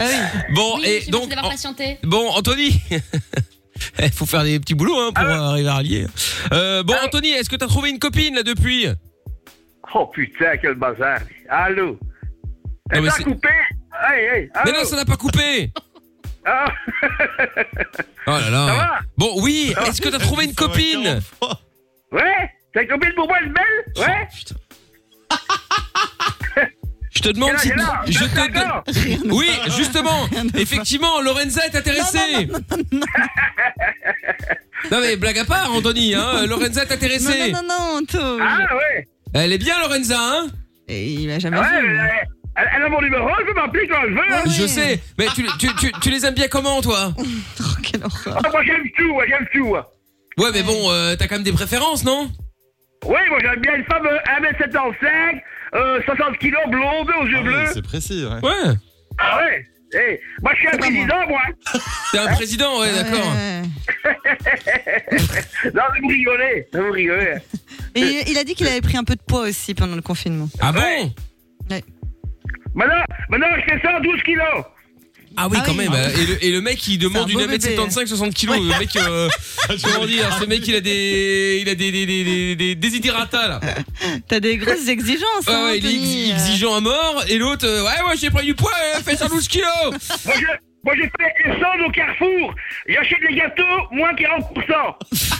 Bon, Oui, et merci donc. d'avoir en- patienté. Bon, Anthony Il faut faire des petits boulots Ah hein, pour euh, arriver à rallier. Euh, bon, Anthony, est-ce que t'as trouvé une copine là depuis Oh putain, quel bazar. Allô Non, mais Ça a c'est- coupé Hey, hey, Mais allô non, ça n'a pas coupé Ah, Oh là Ça là va Bon, oui, Ça va est-ce que t'as trouvé une copine Ouais Ta copine pour moi, elle est belle Ouais Je te demande Quel si. âge elle a Je D'accord. Rien te. de Oui, pas. justement Rien de pas. Effectivement, Lorenza est intéressée non, mais blague à part, Anthony, hein, Lorenza est intéressée Non, non, non, Anto. Ah ouais Elle est bien, Lorenza, hein Il m'a jamais Ouais, elle, elle- elle a mon numéro, elle peut m'appeler quand elle veut. hein. Je sais, mais tu, tu, tu, tu les aimes bien comment, toi Ah, moi j'aime tout, moi j'aime tout. moi. Ouais, mais bon, euh, t'as quand même des préférences, non Oui, moi j'aime bien une femme euh, 1m75, euh, 60 kg, blonde, aux yeux bleus. C'est précis, ouais. Ouais. Ah ouais Eh, Moi je suis un président, moi Hein T'es un président, ouais, d'accord. Non, mais vous rigolez, vous rigolez. Et il a dit qu'il avait pris un peu de poids aussi pendant le confinement. Ah bon Maintenant, maintenant je fais 112 kilos. Ah oui, Ah quand oui. même. Ah oui. Et le, et le mec, il demande C'est un une beau 1m75, 60 kg. Le mec, euh, comment dire Ce mec, il a des, il a des, des, des, des, des desiderata, là. T'as des grosses exigences. Ah hein, ouais, il est Anthony. ex- exigeant à mort. Et l'autre, euh, ouais, ouais, j'ai pris du poids, euh, fais 112 kg. Moi, je, moi, j'ai fait essence au Carrefour. J'achète des gâteaux, moins 40%.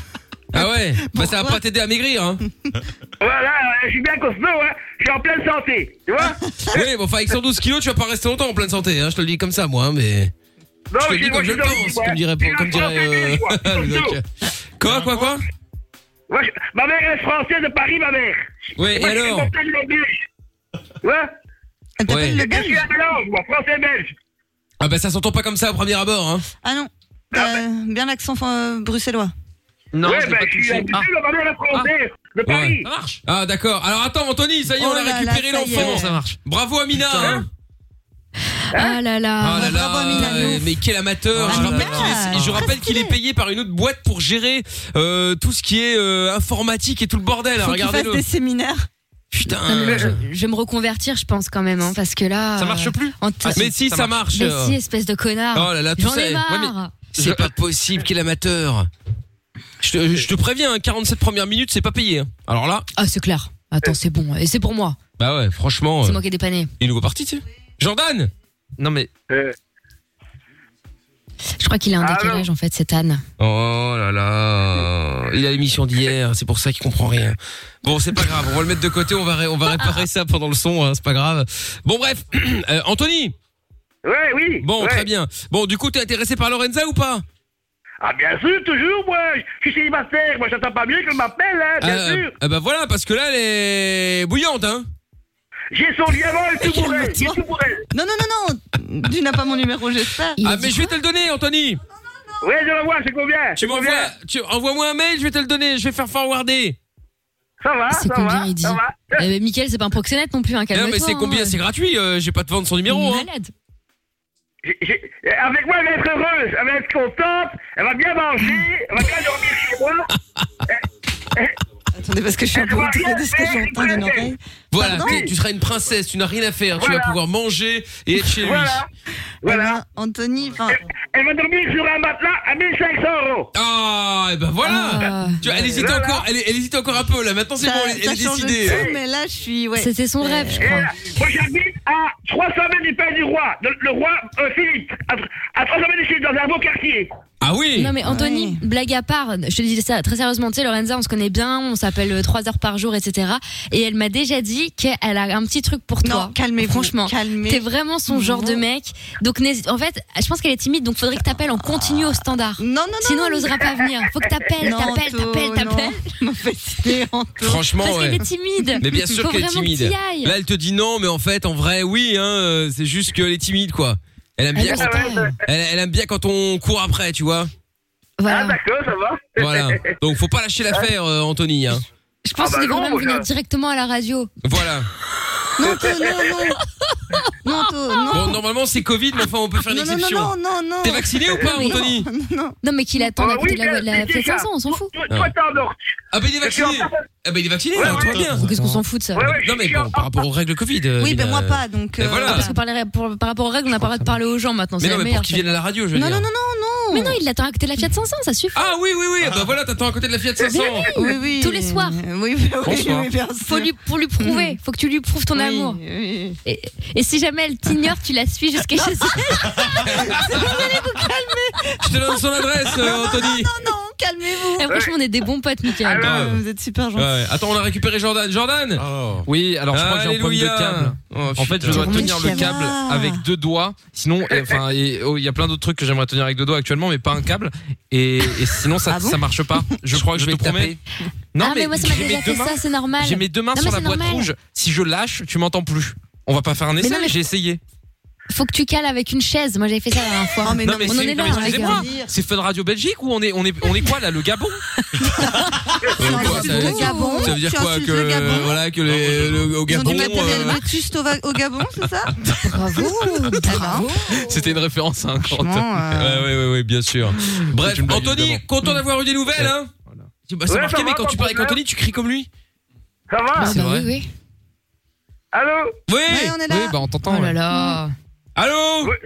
Ah ouais, bah ça va pas t'aider à maigrir, hein. Voilà, euh, je suis bien costaud, hein. Je suis en pleine santé, tu vois Oui, bon, enfin, avec 112 kilos, tu vas pas rester longtemps en pleine santé, hein. Je te le dis comme ça, moi, hein, mais. Non, je te mais le dis moi, comme je je le suis dans le pense, vide, comme dirait, ouais. comme Je suis dans le dirait, vide, euh, le moi. Je suis dans le doc. Quoi, quoi, quoi? Moi, je- ma mère est française de Paris, ma mère. Ouais, moi, et je suis alors français de Belge. Ouais Elle t'appelle Ouais. le Je suis un mélange, moi, français-belge. Ah bah ça s'entend pas comme ça au premier abord, hein. Ah non, Euh, bien l'accent euh, bruxellois. Non, ouais, je l'ai ben, pas je suis touché. habitué, Ah. ma mère est française de Paris. Ah d'accord. Alors attends Anthony, ça y est, Oh on a là là, récupéré ça y est. l'enfant. Ça marche. Bravo Amina. hein. Ah là là. Ah là là, euh, mais quel amateur Je rappelle qu'il est, je rappelle qu'il est payé par une autre boîte pour gérer euh, tout ce qui est euh, informatique et tout le bordel. hein, Faut qu'il fasse Regardez-le. des séminaires. Putain. Non, mais moi, je, je vais me reconvertir, je pense quand même, hein, parce que là. Ça marche euh, plus en- Ah, si, Mais si, ça ça marche. marche, Mais euh. si, espèce de connard. Oh là là, tout Ah, J'en ça. ai est- ouais, mais marre. c'est pas possible, quel amateur. Je te, je te préviens, hein, 47 premières minutes, c'est pas payé. hein. Alors là, Ah, c'est clair. Attends, c'est bon. Et c'est pour moi. bah ouais, franchement, C'est euh, moi qui ai dépanné. il est nouveau parti, tu sais. Jordan. Non mais. Je crois qu'il a un décalage en fait, cette Anne. Oh là là, il a l'émission d'hier, c'est pour ça qu'il comprend rien. Bon, c'est pas grave, on va le mettre de côté, on va ré- on va réparer ça pendant le son, hein, c'est pas grave. Bon bref, Euh, Anthony. Ouais, oui. Bon, ouais. très bien. Bon, du coup, t'es intéressé par Lorenza ou pas Ah, bien sûr, toujours, moi. Je suis célibataire. Moi, j'attends pas mieux qu'on m'appelle, hein, bien Euh, sûr. euh, bah voilà, parce que là, elle est bouillante, hein. J'ai son lien avant, elle est tout bourrée. Elle est tout bourrée. Non, non, non, non. Tu n'as pas mon numéro, j'espère. Ah, mais je vais te le donner, Anthony. Oui, je le vois, c'est combien Tu m'envoies, tu envoies-moi un mail, je vais te le donner, je vais faire forwarder. Ça Ah, va, C'est combien il dit Eh ben, Mickaël, c'est pas un proxénète non plus, hein, un Non, mais c'est hein. combien C'est gratuit, euh, j'ai pas de vendre son numéro, hein. Malade. J'ai- j'ai- euh, Avec moi, elle va être heureuse, elle va être contente, elle va bien manger, elle va bien Euh, dormir chez moi. Attendez, parce que je suis un peu rien outrée de ce que faire, j'entends d'une oreille. Voilà, Pardon t'es- tu seras une princesse, tu n'as rien à faire, tu vas pouvoir manger et être chez lui. Voilà. Voilà. Anthony, enfin. Elle va dormir sur un matelas à 1500 euros. Ah, et ben voilà. Tu vois, elle hésitait Voilà. encore, elle, elle hésitait encore un peu là. Maintenant c'est Ça- bon, elle, elle ça est change décidée. tout, mais là, je suis. Ouais. C'était son rêve, je Et crois. là, moi, j'habite à 300 mètres du palais du roi, de- le roi euh, Philippe, à, à 300 mètres de chez lui, dans un beau quartier. Ah oui. Non mais Anthony, blague à part, je te dis ça très sérieusement, tu sais Lorenza, on se connaît bien, on s'appelle euh, trois heures par jour, etc. Et elle m'a déjà dit qu'elle a un petit truc pour toi. Non, calmez-vous. Franchement, calmez. t'es vraiment son genre de mec. Donc n'hésite. En fait, je pense qu'elle est timide, donc faudrait que t'appelles en continu au standard. Non, non, non. Sinon, elle non, osera pas venir. Faut que t'appelles, Non, t'appelles, Anto, t'appelles, t'appelles. non. Me faites idée, Anto. Franchement, Parce qu'elle ouais. est timide. Mais bien sûr Faut qu'elle est vraiment que timide. t'y ailles. Là, elle te dit non, mais en fait, en vrai, oui. Hein, euh, c'est juste qu'elle est timide, quoi. Elle aime Elle bien, ose quand, pas. elle, elle aime bien quand on court après, tu vois. Ah, Voilà. d'accord, ça va. Voilà. Donc, faut pas lâcher l'affaire, euh, Anthony. Hein. Je pense Ah bah qu'il devrait non, même venir moi, je- directement à la radio. Voilà. Non, Anto, non, non. Non, Anto, non. Bon, normalement, c'est Covid, mais enfin, on peut faire une Non, non, non, exception. non, non, non. T'es vacciné ou pas, Oui. Anthony Non mais qu'il attend Ah à côté oui, de la, la mais fête déjà. 500, on s'en fout. Toi, Ah. toi, t'endors. Ah, bah, il est vacciné. Ah, bah, il est vacciné, Ouais, là, ouais. tout va bien. Qu'est-ce qu'on s'en fout de ça Ouais, ouais, Non, je mais suis bon, en- par rapport aux règles Covid. euh, Oui, il ben a- moi pas, donc. Ben euh, voilà. Parce que par, les- pour- par rapport aux règles, on n'a pas le droit de parler aux gens maintenant. Mais C'est non, la mais pour meilleure. qu'il vienne à la radio, je veux Non, dire. non, non, non, non. Mais non, il l'attend à côté de la Fiat 500, ça suffit. Ah oui, oui, oui, bah voilà, t'attends à côté de la Fiat 500. Oui, oui. Tous les soirs. Oui, oui, oui, Bonsoir. oui, bien sûr. Faut lui, pour lui prouver, faut que tu lui prouves ton Oui, amour. oui. Et, et si jamais elle t'ignore, tu la suis jusqu'à chez elle. Je te donne son adresse, euh, Anthony. Non, non, calmez-vous. Et Eh, Franchement, on est des bons potes, Michael. Alors, Ah, Vous êtes super gentils. Ouais, Attends, on a récupéré Jordan. Jordan Oh. Oui, alors je crois que j'ai un problème de Alléluia. câble. Oh, En fait, putain. je dois Jérôme tenir le Chabat. câble avec deux doigts. Sinon, et, enfin, et- oh, il y a plein d'autres trucs que j'aimerais tenir avec deux doigts actuellement, mais pas un câble. Et, et sinon, ça, Ah bon ça marche pas. Je crois que je, je vais te le taper. promets. Non, ah, mais, moi, ça m'a j'ai déjà mes fait deux mains- ça, c'est normal. J'ai mes deux mains Non, sur mais la c'est boîte normal. rouge. Si je lâche, tu m'entends plus. On va pas faire un non, essai. mais- J'ai essayé. Faut que tu cales avec une chaise. Moi, j'avais fait ça la dernière fois. Oh, mais Non, non, mais on en c'est- est là, non, mais hein, les excusez-moi. gars. C'est Fun Radio Belgique ou on est on est on est quoi là, le Gabon Euh, Tu quoi, insultes ça- le Gabon. Ça veut dire tu quoi insultes que le Gabon. euh, voilà que les, le- au Ils ont Gabon du matériel euh, vétuste au, va- au Gabon, c'est ça Bravo. Bravo. C'était une référence à un grand. Franchement, ouais, euh, ouais, ouais, ouais, bien sûr. Bref, une blague, Anthony, évidemment. content d'avoir eu des nouvelles, hein Bah, ça Ouais, marquait, ça mais va, quand pas tu parles avec problème. Anthony, tu cries comme lui. Ça Ah, va c'est bah vrai. Oui, oui. Allô Oui ouais, on est là. Oui, bah on t'entend. Oh là ouais. là. Mmh. Allô Ouais.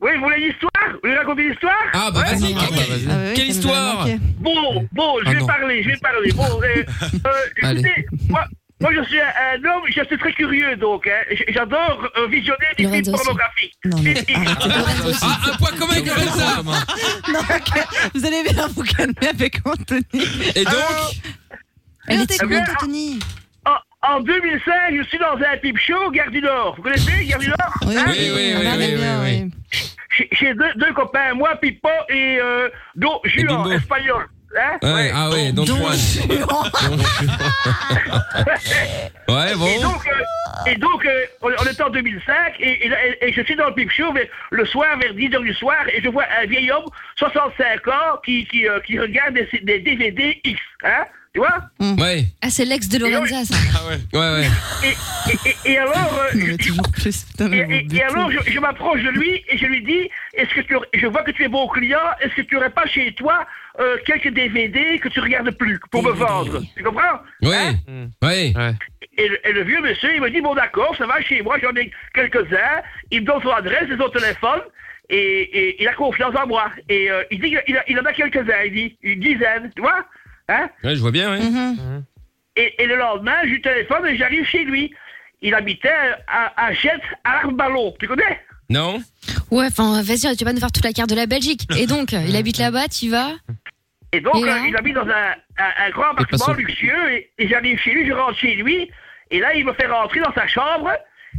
Oui, vous voulez l'histoire Vous voulez raconter l'histoire Ah, bah Ouais. vas-y, Ah, bah, vas-y. Ah, bah oui, Quelle ça nous a histoire manqué. Bon, bon, je Ah vais non. parler, je vais parler. Bon, euh, euh, Allez. écoutez, moi, moi je suis un, un homme, je suis très curieux donc. hein. J- J'adore euh, visionner des films Lorenzo aussi. pornographiques. Non, mais- Des films. Ah, un point commun avec ça Non, ok. Vous allez bien vous calmer avec Anthony. Et donc Alors, Elle Non, est t'es timide. cool, Anthony. en, en 2005, je suis dans un pipe show, Gare du Nord. Vous connaissez Gare du Nord Hein oui, oui, on oui, va oui, bien, oui, oui. J'ai j'ai deux, deux copains, moi, Pipo et euh, Do Juan, Bimbo. espagnol. Hein Ouais, Ah ouais, donc Juan. Ouais, Et bon. donc, euh, et donc euh, on, on est en 2005 et, et là, et- et je suis dans le pipe show vers- le soir vers 10h du soir et je vois un vieil homme, 65 ans, qui, qui, euh, qui regarde des, des DVD X. Hein tu vois Ouais, Ah, c'est l'ex de Lorenza, ça. Ah ouais, ouais. et, et, et- et alors, euh, Non, mais je- toujours plus. Putain, et, mais vous et- et détestez. alors je, je m'approche de lui et je lui dis, est-ce que tu, aurais- je vois que tu es bon client, est-ce que tu n'aurais pas chez toi euh, quelques DVD que tu regardes plus pour me vendre Tu comprends Ouais, ouais. Ouais. Et le, et le vieux monsieur, il me dit, bon d'accord, ça va chez moi, j'en ai quelques-uns. Il me donne son adresse et son téléphone. Et, et il a confiance en moi. Et euh, il dit qu'il a- il en a quelques-uns, il dit, une dizaine, tu vois hein Ouais, je vois bien, ouais. et, et le lendemain, je lui téléphone et j'arrive chez lui. Il habitait à, à Jette, à l'Arbalo. Tu connais Non Ouais, enfin, vas-y, tu vas nous faire toute la carte de la Belgique. Et donc, il habite là-bas, tu y vas. Et donc, Et euh, là il habite dans un, un- un grand appartement passons. luxueux. Et, et j'arrive chez lui, je rentre chez lui. Et là, il me fait rentrer dans sa chambre.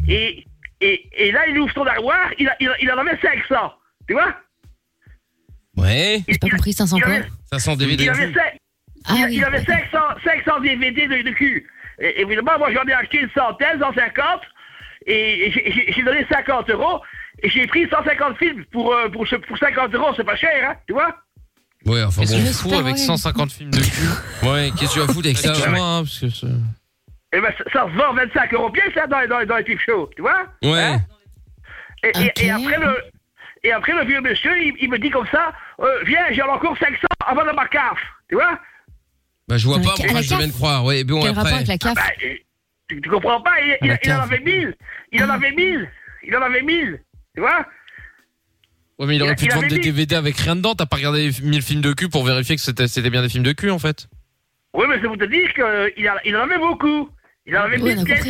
Et, et, et là, il ouvre son armoire. Il, a- il, a- il en avait 500. Tu vois Ouais. J'ai pas compris, 500 quoi. 500 Il DVD. avait, cinq- Ah il- il avait 500, 500 DVD de, de cul. Et- évidemment, moi, j'en ai acheté une centaine, 150. Et j'ai- j'ai j'ai donné 50 euros. Et j'ai pris 150 films pour, euh, pour, ce- pour 50 euros. C'est pas cher, hein, tu vois Ouais, enfin Qu'est-ce bon. que tu fous avec 150 films de cul Ouais, qu'est-ce que tu vas foutre avec ça Excuse-moi, ouais. hein, parce que c'est- Eh ben, ça, ça se vend 25 euros pièce là, dans, les- dans, les- dans les types shows, tu vois Hein? Ouais. et, et- et après le et après le vieux monsieur, il, il me dit comme ça, euh, viens, j'ai encore 500 avant de ma CAF, tu vois Bah, je vois Avec- pas à la pourquoi je devais CAF. le croire. Ouais, bon, après. Ah bah, euh, tu, tu comprends pas il, il- À la il en CAF. avait 1000, il en avait 1000, il en avait 1000, tu vois Ouais, mais il Il aurait a- pu il te vendre avait des mis- DVD avec rien dedans. T'as pas regardé les 1000 films de cul pour vérifier que c'était c'était bien des films de cul en fait. Oui, mais c'est pour te dire qu'il en, il en avait beaucoup. Il en avait 1000 pièces.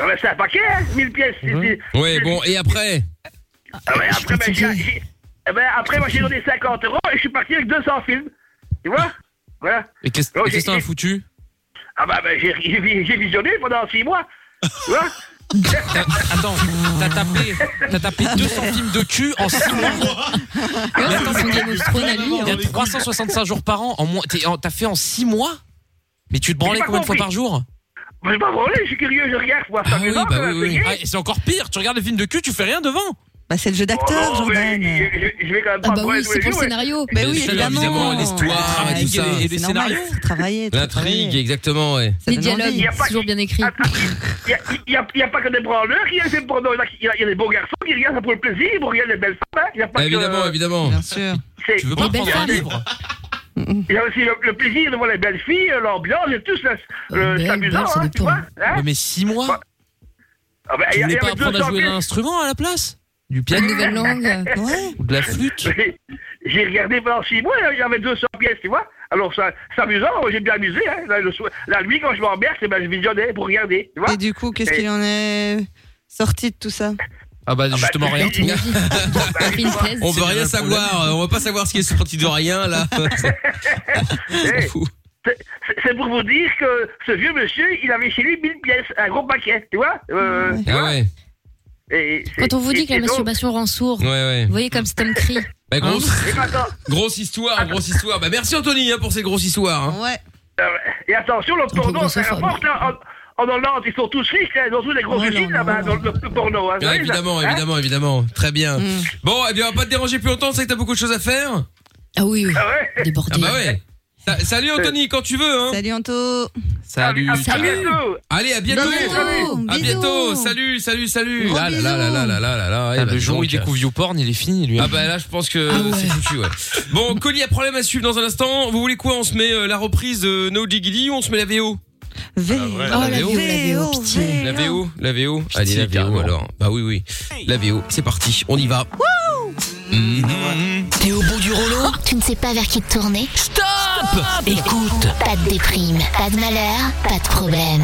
Ah bah, c'est un paquet, hein, 1000 pièces. c'est- c'est- Ouais, bon, et après Ah ouais, après, ben, j'ai- j'ai- eh ben, après, moi, j'ai donné 50 euros et je suis parti avec 200 films. Tu vois Voilà. Et qu'est-ce Oh, et j'ai- qu'est-ce que t'en as foutu Ah bah, ben, j'ai j'ai vi- j'ai visionné pendant 6 mois. Tu vois Attends, t'as tapé, t'as tapé 200 films de cul en 6 mois. Ah Mais attends, c'est- hein. Il y a 365 jours par an. en moins- t'es- en- T'as fait en 6 mois Mais tu te branlais J'ai pas combien de fois compris. par jour Mais je m'en branlais, je suis curieux, je regarde. Moi, Ah oui, bah oui, oui. Ah, et c'est encore pire. Tu regardes les films de cul, tu fais rien devant. Bah, c'est le jeu d'acteur, Jordan. Oh, Je, vais quand même Ah pas bah prendre oui, tous c'est pour les le jours, ouais. scénario. Bah oui, Alors, évidemment, évidemment. l'histoire et tout Ah, ça. et les- et les C'est normal, scénarios. faut travailler. faut L'intrigue, travailler. exactement, ouais. Ça Les donne envie. dialogues, c'est toujours bien écrit. Il y a- Il n'y a, il y a pas que des branleurs qui regardent des pornos. Il y a- Il y, a- il y a des beaux garçons qui regardent ça pour le plaisir, ils regardent des belles femmes. hein. Il y a Eh, pas Évidemment, que... évidemment. Bien sûr. C'est- Tu veux pas Les belles prendre un femmes. livre Il y a aussi le, le plaisir de voir les belles filles, euh, l'ambiance et tout, ça, le- c'est amusant, hein, tu vois hein Mais 6 mois Ah bah, il y a- Tu il voulais y pas avait apprendre à 200 jouer filles. un instrument à la place Du piano Ou de la flûte J'ai- J'ai regardé pendant 6 mois, hein, il y avait 200 pièces, tu vois Alors, ça- c'est amusant, j'ai bien amusé. Hein. La, le soir- la nuit, quand je m'emmerde, eh ben, je visionnais pour regarder, tu vois Et du coup, qu'est-ce qu'il en est sorti de tout ça Ah bah justement rien. On veut rien savoir, euh, on va pas savoir ce qui est sorti de rien là. Eh, c'est- c'est- C'est pour vous dire que ce vieux monsieur, il avait chez lui 1000 pièces, un gros paquet, tu vois Euh, tu vois Ah ouais. Et c'est- Quand on vous et- dit que la et donc- masturbation rend sourd, Ouais, ouais. vous voyez comme cet homme crie. Bah, grosse, Hein Et maintenant- grosse histoire, grosse histoire. Bah, merci Anthony hein, pour ces grosses histoires. hein. Ouais. Euh, Et attention, le porno, ça rapporte. hein. En, en Hollande, ils sont tous riches, hein, ils ont tous des grosses usines là-bas, dans le, le porno. Hein, Ah, évidemment, évidemment, évidemment. Très bien. Bon, eh bien, on va pas te déranger plus longtemps, c'est que t'as beaucoup de choses à faire. Ah oui, oui. Ah bah ouais. Sa- salut Anthony, quand tu veux. Hein. Salut Anto. Salut. À- à Salut. bientôt. Allez, à bientôt. Bisous. À Bisous. bientôt. Salut, salut, salut. Gros Ah là là là là là là là là. Eh Ah, bah, le dis jour où il donc, découvre YouPorn, il est fini lui. hein. Ah bah là je pense que c'est foutu ouais. Bon colis à problème à suivre dans un instant. Vous voulez quoi On se met euh, la reprise de No Diggity ou on se met la VO VO. Ah, la VO, VO, pitié. La VO, la VO. Allez la VO alors. Bah oui oui. La VO, c'est parti, on y va. Mhm. Hmm. T'es au bout du rouleau Tu ne sais pas vers qui te tourner Stop, Écoute Pas de déprime, pas de malheur, pas de problème.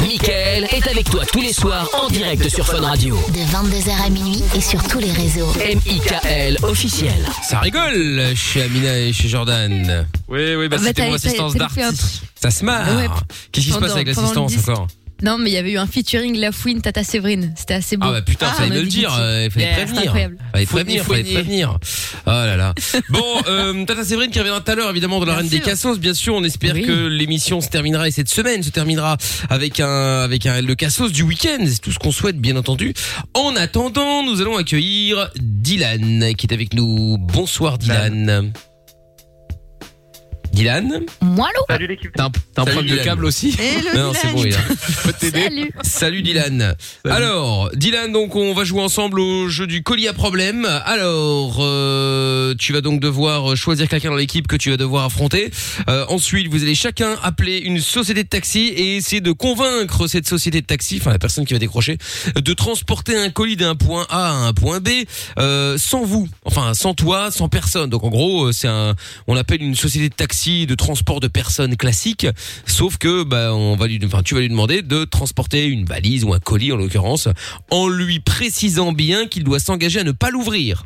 Mickaël est avec toi tous les soirs en direct sur Fun Radio. De 22h à minuit et sur tous les réseaux. M.I.K.L. officiel. Ça rigole chez Amina et chez Jordan. Oui oui, bah Ah bah, c'était t'as- mon assistance t'as- t'as d'Arty. fait un Bah Ça se marre. Ouais. Qu'est-ce qui se passe Pendant- avec pendant le l'assistance disque. encore Non, mais il y avait eu un featuring Lafouine, Tata Séverine. C'était assez beau. Ah bah putain, fallait me le dire, euh, il fallait Yeah, c'est prévenir. incroyable. Fallait Faut prévenir, nier, fallait faut nier. prévenir. Oh là là. Bon, euh, Tata Séverine qui reviendra tout à l'heure évidemment dans la Reine des Cassos, bien sûr, on espère que l'émission se terminera et cette semaine se terminera avec un avec un le Cassos du week-end, c'est tout ce qu'on souhaite bien entendu. En attendant, nous allons accueillir Dylan qui est avec nous. Bonsoir Dylan. Dylan Moi, l'eau Salut l'équipe. T'as un, t'as un Salut, problème de Dylan. câble aussi Hello, Non, c'est Dylan. bon, il a- Salut. Salut Dylan. Alors, Dylan, donc on va jouer ensemble au jeu du colis à problème. Alors, euh, tu vas donc devoir choisir quelqu'un dans l'équipe que tu vas devoir affronter. Euh, ensuite, vous allez chacun appeler une société de taxi et essayer de convaincre cette société de taxi, enfin la personne qui va décrocher, de transporter un colis d'un point A à un point B euh, sans vous, enfin sans toi, sans personne. Donc en gros, euh, c'est un, on appelle une société de taxi outil de transport de personnes classique, sauf que bah, on va lui, enfin, tu vas lui demander de transporter une valise ou un colis en l'occurrence, en lui précisant bien qu'il doit s'engager à ne pas l'ouvrir.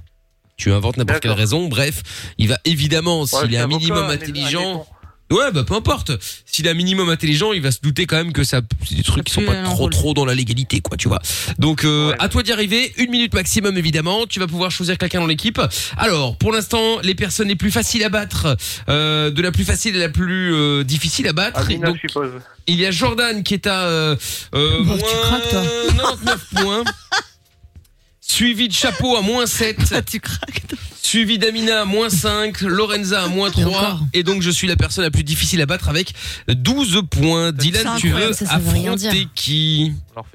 Tu inventes n'importe quelle raison, bref, il va évidemment, s'il est un minimum intelligent. Ouais, bah peu importe. S'il est un minimum intelligent, il va se douter quand même que ça, c'est des trucs qui sont pas trop trop dans la légalité, quoi, tu vois. Donc euh, à toi d'y arriver, une minute maximum évidemment. Tu vas pouvoir choisir quelqu'un dans l'équipe. Alors pour l'instant, les personnes les plus faciles à battre, euh, de la plus facile à la plus euh, difficile à battre. Amina, Donc, Ah, je suppose. il y a Jordan qui est à euh, euh, Bon, moins 99 points. Suivi de Chapeau à moins 7. Suivi d'Amina à moins 5, Lorenza à moins 3. Et donc, je suis la personne la plus difficile à battre avec 12 points. Dylan, tu veux incroyable, ça, ça veut rien affronter dire. qui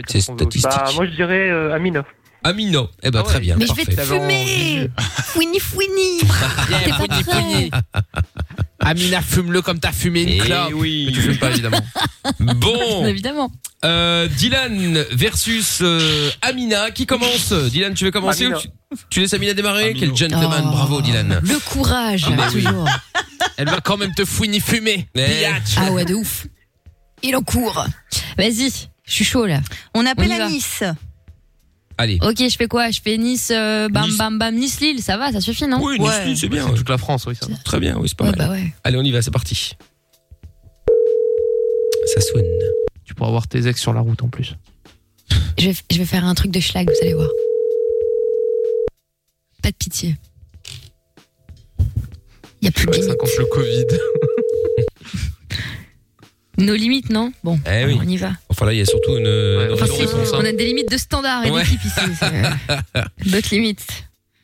C'est statistique. Bah, moi je dirais euh, Amina. Amina, eh Ah ben très bien. Mais je vais parfait. te fumer Fouini, fouini T'es pas prêt Amina, fume-le comme t'as fumé une clope. Eh oui. Tu fumes pas, évidemment. Bon, Évidemment euh, Dylan versus euh, Amina. Qui commence Dylan, tu veux commencer Amina. ou tu, tu laisses Amina démarrer Quel gentleman, bravo Dylan. Le courage, Ah, bah oui. toujours Oh. Elle va quand même te fouiner fumer. Biatch. Ah ouais, de ouf Il en court Vas-y, je suis chaud là. On appelle y à va. Nice. Allez. Ok, je fais quoi Je fais Nice, euh, bam, bam, bam, Nice-Lille, ça va, ça suffit, non Oui, Nice, Nice, c'est bien. toute la France, oui, ça. Très bien, oui, c'est pas Ouais, mal. bah ouais. Allez, on y va, c'est parti. Ça sonne. Tu pourras voir tes ex sur la route en plus. Je vais, je vais faire un truc de schlag, vous allez voir. Pas de pitié. Il y a plus de Ça contre le Covid. Nos limites, non Bon, Eh oui. on y va. Enfin là, il y a surtout une. une hein. Enfin, raison, si, ça. on a des limites de standard et Ouais. d'équipe ici. c'est- Oh. D'autres limites.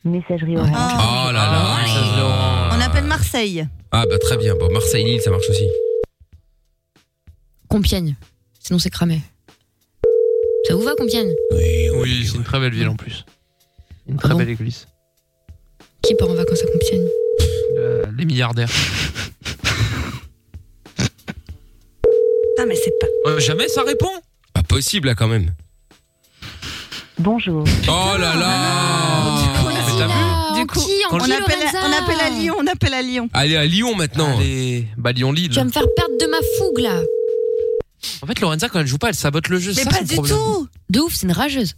Messagerie Oh là Oh, là. On appelle Marseille. Ah bah très bien. Bon, Marseille-Lille, ça marche aussi. Compiègne. Sinon, c'est cramé. Ça vous va, Compiègne Oui, c'est une très belle ville en plus. Une très belle église. Qui part en vacances à Compiègne Euh, les milliardaires. Putain, mais c'est pas. Oh, jamais ça répond. Pas possible là quand même. Bonjour. Oh là Ah là. Mais t'as vu Du coup, en on, qui, appelle à, on Lorenza appelle à Lyon. On appelle à Lyon. Allez à Lyon maintenant. Allez, bah Lyon-Lille. Tu vas me faire perdre de ma fougue, là. En fait, Lorenza, quand elle joue pas, elle sabote le jeu. c'est ça, son problème. De ouf, c'est une rageuse.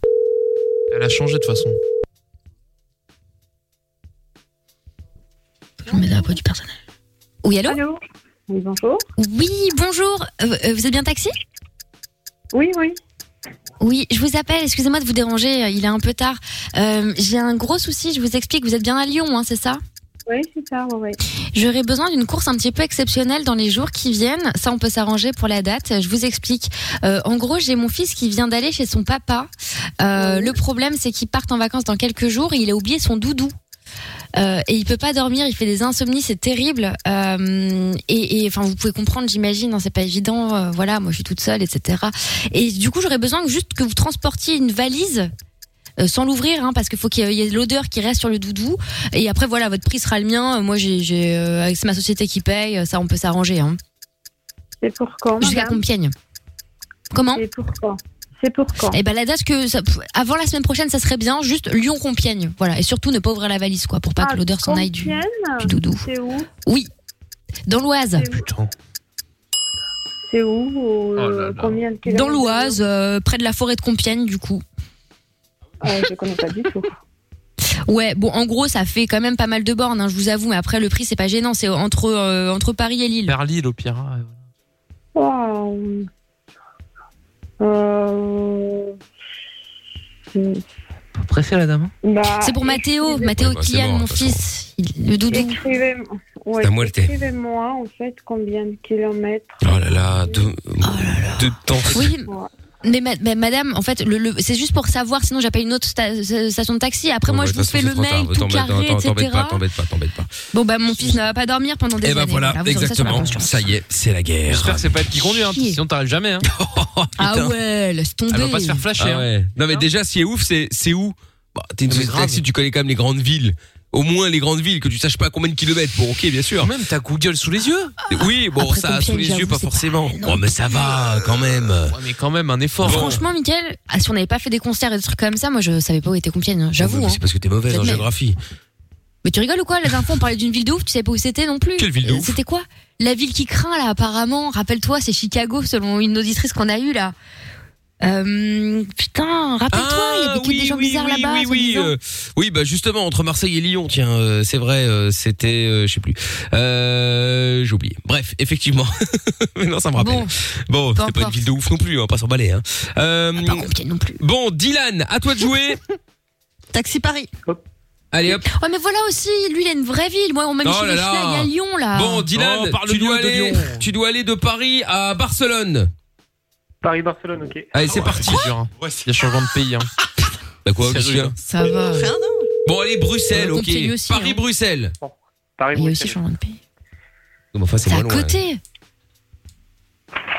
Elle a changé de toute façon. Je me mets dans la peau du personnel. Oui, allô Oui, bonjour. Oui, bonjour. Euh, euh, vous êtes bien taxi Oui, oui. Oui, je vous appelle. Excusez-moi de vous déranger. euh, Il est un peu tard. Euh, J'ai un gros souci. Je vous explique. Vous êtes bien à Lyon, hein, c'est ça Oui, c'est ça, oui. J'aurais besoin d'une course un petit peu exceptionnelle dans les jours qui viennent. Ça, on peut s'arranger pour la date. Je vous explique. Euh, en gros, j'ai mon fils qui vient d'aller chez son papa. Euh, Le problème, c'est qu'il part en vacances dans quelques jours et il a oublié son doudou. Euh, et il peut pas dormir, il fait des insomnies, c'est terrible. Euh, et et, enfin, vous pouvez comprendre, j'imagine, hein, c'est pas évident. euh, voilà, moi je suis toute seule, etc. Et du coup, j'aurais besoin que juste que vous transportiez une valise euh, sans l'ouvrir, hein, parce qu'il faut qu'il y ait l'odeur qui reste sur le doudou. Et après, voilà, votre prix sera le mien. Euh, Moi, j'ai, j'ai, euh, c'est ma société qui paye. euh, Ça, on peut s'arranger. Hein. C'est pour quand Jusqu'à madame Compiègne. Comment C'est pour quand C'est pour quand Et ben la date que ça- avant la semaine prochaine, ça serait bien. Juste Lyon Compiègne, voilà. Et surtout, ne pas ouvrir la valise, quoi, pour Ah, pas que l'odeur s'en aille Oh du. Compiègne doudou. C'est où Oui, dans l'Oise. C'est où Oh Au- euh, Combien de Dans kilomètres l'Oise, euh, près de la forêt de Compiègne, du coup. Euh, Je connais pas du tout. Ouais, bon, en gros, ça fait quand même pas mal de bornes, hein, je vous avoue. Mais après, le prix, c'est pas gênant. C'est entre, euh, entre Paris et Lille. Vers Lille au pire. hein. Oh. Euh... Faut presser la dame. hein. bah, C'est pour Mathéo, Mathéo Ouais, bah, c'est Kylian, bon, de mon toute façon. fils. Il- Le doudou. Écrivez-moi, ouais, C'est à moitié. écrivez-moi, en fait combien de kilomètres. Oh là là, deux, deux temps. Oui. Mais, ma- mais madame, en fait, le, le- c'est juste pour savoir, sinon j'appelle une autre sta- euh, station de taxi. Après, moi, Bon, je bah, vous de toute façon, fais c'est le trop tard. mail tout T'embête- carré, t'embête- etc. T'embête pas, t'embête pas, t'embête pas. Bon, bah, mon fils ne va pas dormir pendant des Et années. Ah, ben voilà, vous aurez ça sur la exactement. conscience. Ça y est, c'est la guerre. Oh, J'espère que c'est pas elle qui conduit, hein, Chier. sinon t'arrives jamais. Hein. Ah ouais, laisse tomber. Elle va pas se faire flasher. hein. Ah ouais. Non mais déjà, ce qui est ouf, c'est c'est où bah, T'es une société de taxi, tu connais quand même les grandes villes. Au moins les grandes villes, que tu saches pas à combien de kilomètres. Bon, ok, bien sûr. Même t'as Google sous les yeux. Oui, bon, Après, ça, Compiègne, sous les yeux, j'avoue, pas c'est pas forcément. mal non Bon, mais ça va, quand même. mais quand même, un effort. Franchement, Mickaël, ah, si on n'avait pas fait des concerts et des trucs comme ça, moi, je savais pas où était Compiègne, hein, j'avoue. C'est Ah, parce que t'es mauvaise en Peut-être, mais- géographie. Mais tu rigoles ou quoi La dernière fois, on parlait d'une ville de ouf, tu savais pas où c'était non plus. Quelle ville de Euh, ouf C'était quoi La ville qui craint, là, apparemment. Rappelle-toi, c'est Chicago, selon une auditrice qu'on a eue, là. Euh, putain, rappelle-toi, il y a des, des gens bizarres là-bas. Ah oui, oui, soi-disant. euh, oui, bah justement entre Marseille et Lyon, tiens, euh, c'est vrai, euh, c'était, euh, je sais plus, euh, j'ai oublié. Bref, effectivement, mais non, ça me rappelle. Bon, c'était pas une ville de ouf non plus, on va pas s'emballer. Hein. Euh, Ah, Bon, Dylan, à toi de jouer. Taxi Paris. Allez hop. Ouais, mais voilà aussi, lui, il a une vraie ville. Moi, on m'a mis Oh chez là les là. Schlag à Lyon, là. Oh, Bon, Dylan, Oh, tu dois aller, tu dois aller de Paris à Barcelone. Paris-Barcelone, ok. Ah Allez, c'est parti. Il y a changement de pays. Hein. Bah quoi, qu'est-ce qu'il y a Ça va. Bon, allez, Bruxelles, Euh, ok. Compiègne aussi, hein. Paris-Bruxelles. Paris-Bruxelles. Il y a aussi changement de pays. Non, mais enfin, c'est C'est à moins loin. côté.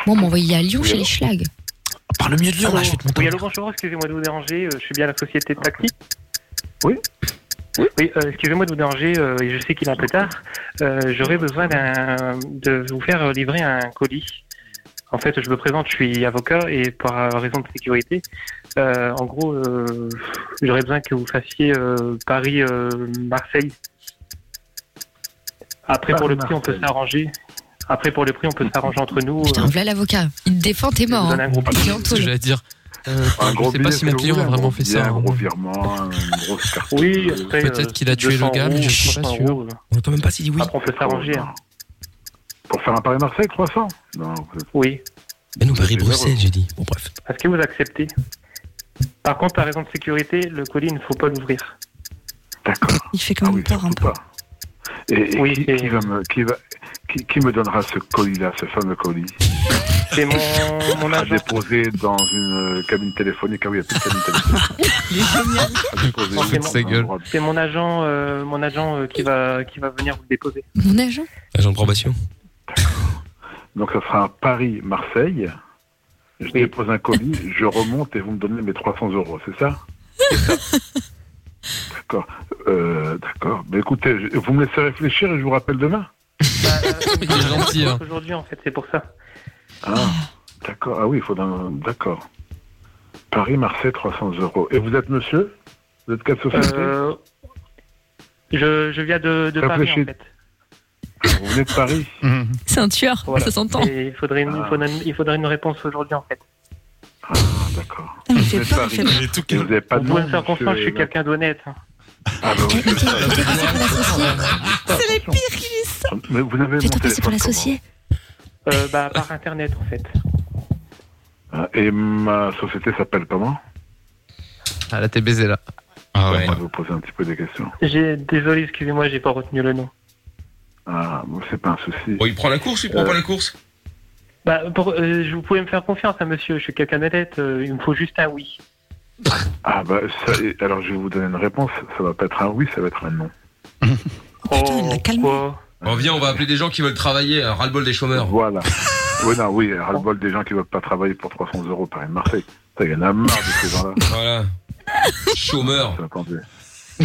Moi, on m'a envoyé à Lyon chez les Schlag. Parle mieux de Lyon, là, Ah, je vais te Oui, allô, bonjour, excusez-moi de vous déranger, euh, je suis bien à la société de taxi. Oui Oui, oui euh, excusez-moi de vous déranger, euh, et je sais qu'il est un peu tard. Euh, J'aurais besoin d'un- de vous faire livrer un colis. En fait, je me présente, je suis avocat et pour raison de sécurité, euh, en gros, euh, j'aurais besoin que vous fassiez euh, Paris-Marseille. Après, pour le prix, on peut s'arranger. Après, pour le prix, on peut s'arranger entre nous. Putain, euh, voilà l'avocat. Il te défend, t'es mort. hein. Il est en taule. j'allais dire. Un gros sais pas billet, si ma c'est client où, a un vraiment gros fait billet, ça, Un hein. gros virement, une grosse carte. Oui, après, Peut-être euh, qu'il a tué le 200 gars, mais je suis euros, pas 300 sûr. euros. hein. On entend même pas s'il dit oui. Après, on peut s'arranger. hein. Pour faire un Paris-Marseille, 300 Non. Oui. Mais non, Paris-Bruxelles, j'ai dit. Bon, bref. Est-ce que vous acceptez Par contre, par raison de sécurité, le colis, il ne faut pas l'ouvrir. Il fait Ah quand même peur un peu. Et, et qui, qui va me, qui, va, qui, qui me donnera ce colis-là, ce fameux colis C'est mon, mon agent. déposé dans une euh, cabine téléphonique. Ah oui, il n'y a plus de cabine téléphonique. À déposer Non, c'est dans mon- un endroit. C'est mon agent, euh, mon agent euh, qui va qui va venir vous le déposer. Mon agent Agent de probation. Donc ça sera un Paris-Marseille. Je dépose un colis, je remonte et vous me donnez mes 300 euros, c'est ça D'accord. Euh, D'accord. Mais écoutez, je- vous me laissez réfléchir et je vous rappelle demain. Il est gentil. hein. Aujourd'hui, en fait, c'est pour ça. Ah, d'accord. Ah oui, il faut d'un... D'accord. Paris-Marseille, 300 euros. Et vous êtes monsieur Vous êtes quelle société Euh, je, je viens de, de Paris, en Réfléchis. fait. Vous venez de Paris C'est un tueur, Voilà. ça s'entend. Et Il faudrait une, il faudrait une- il faudrait une réponse aujourd'hui, en fait. Vous êtes de Paris. Et vous n'avez pas de Vous pouvez nom me faire confiance, je suis monsieur- quelqu'un d'honnête. C'est les pires qui Mais vous avez mon téléphone l'associer euh, bah, Par Internet, en fait. comment Ah, Et ma société s'appelle comment Ah là, t'es baisé là. Ah ouais. On va vous poser un petit peu des questions. J'ai désolé, excusez-moi, j'ai pas retenu le nom. Ah, bon, c'est pas un souci. Euh, Bon, il prend la course, il prend pas la course Euh, Bah, pour, euh, je- vous pouvez me faire confiance, hein, monsieur. Je suis quelqu'un d'honnête. euh, il me faut juste un oui. Ah bah, ça, et- alors je vais vous donner une réponse. Ça va pas être un oui, ça va être un non. Oh, Bon, viens, on va appeler des gens qui veulent travailler, euh, ras-le-bol des chômeurs. Voilà. oui, non, oui, ras-le-bol des gens qui veulent pas travailler pour 300 euros Paris-Marseille. Ça, il y en a marre de ces gens-là. Voilà. Chômeur. Attendez.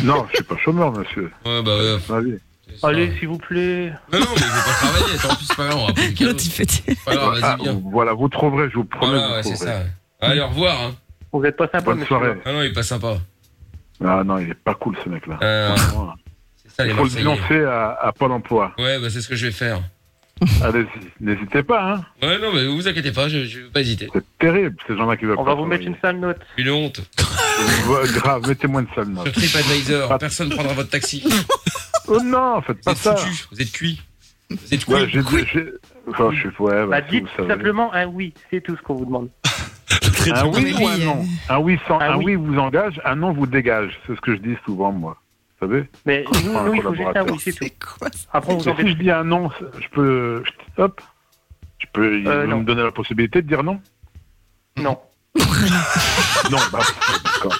Non, je suis pas chômeur, monsieur. Ouais, bah ouais. Allez, s'il vous plaît. Non, non, mais je vais pas travailler, tant pis, c'est pas grave, on va appeler quelqu'un d'autre. Pas grave, Ah, vas-y, viens. voilà, vous trouverez, je vous promets. Voilà, ouais, vous c'est trouverez. ça. Allez, au revoir. Hein. Vous êtes pas sympa, Bonne monsieur. soirée. Ah non, il est pas sympa. Ah non, il est pas cool, ce mec-là. Euh, Franchement, C'est ça, les il faut le Marseillais. dénoncer à, à Pôle emploi. Ouais, bah c'est ce que je vais faire. Allez-y, n'hésitez pas, hein. Ouais, non, mais vous inquiétez pas, je, je vais pas hésiter. C'est terrible, ces gens-là qui veulent On pas va vous mettre travailler. Sale note. Une honte. Ouais, grave, mettez-moi une sale note. Sur TripAdvisor, personne prendra votre taxi. Oh non, faites pas Vous êtes ça. foutus, vous êtes cuits. Vous êtes Ouais, cuits. j'ai j'ai- Enfin, je suis. Ouais, Bah, bah, si dites vous savez. simplement un oui. C'est tout ce qu'on vous demande. Ah Un oui ou un Oui, non Un oui, sans, un oui vous engage, un non vous dégage. C'est ce que je dis souvent, moi. Vous savez Mais Je nous, prends un nous, il faut juste un Ah oui, collaborateur. c'est tout. Après, on vous Mais si embête. je dis un non, je peux. Hop Je peux. il Euh, vous non. me donner la possibilité de dire non Non. non, bah, d'accord.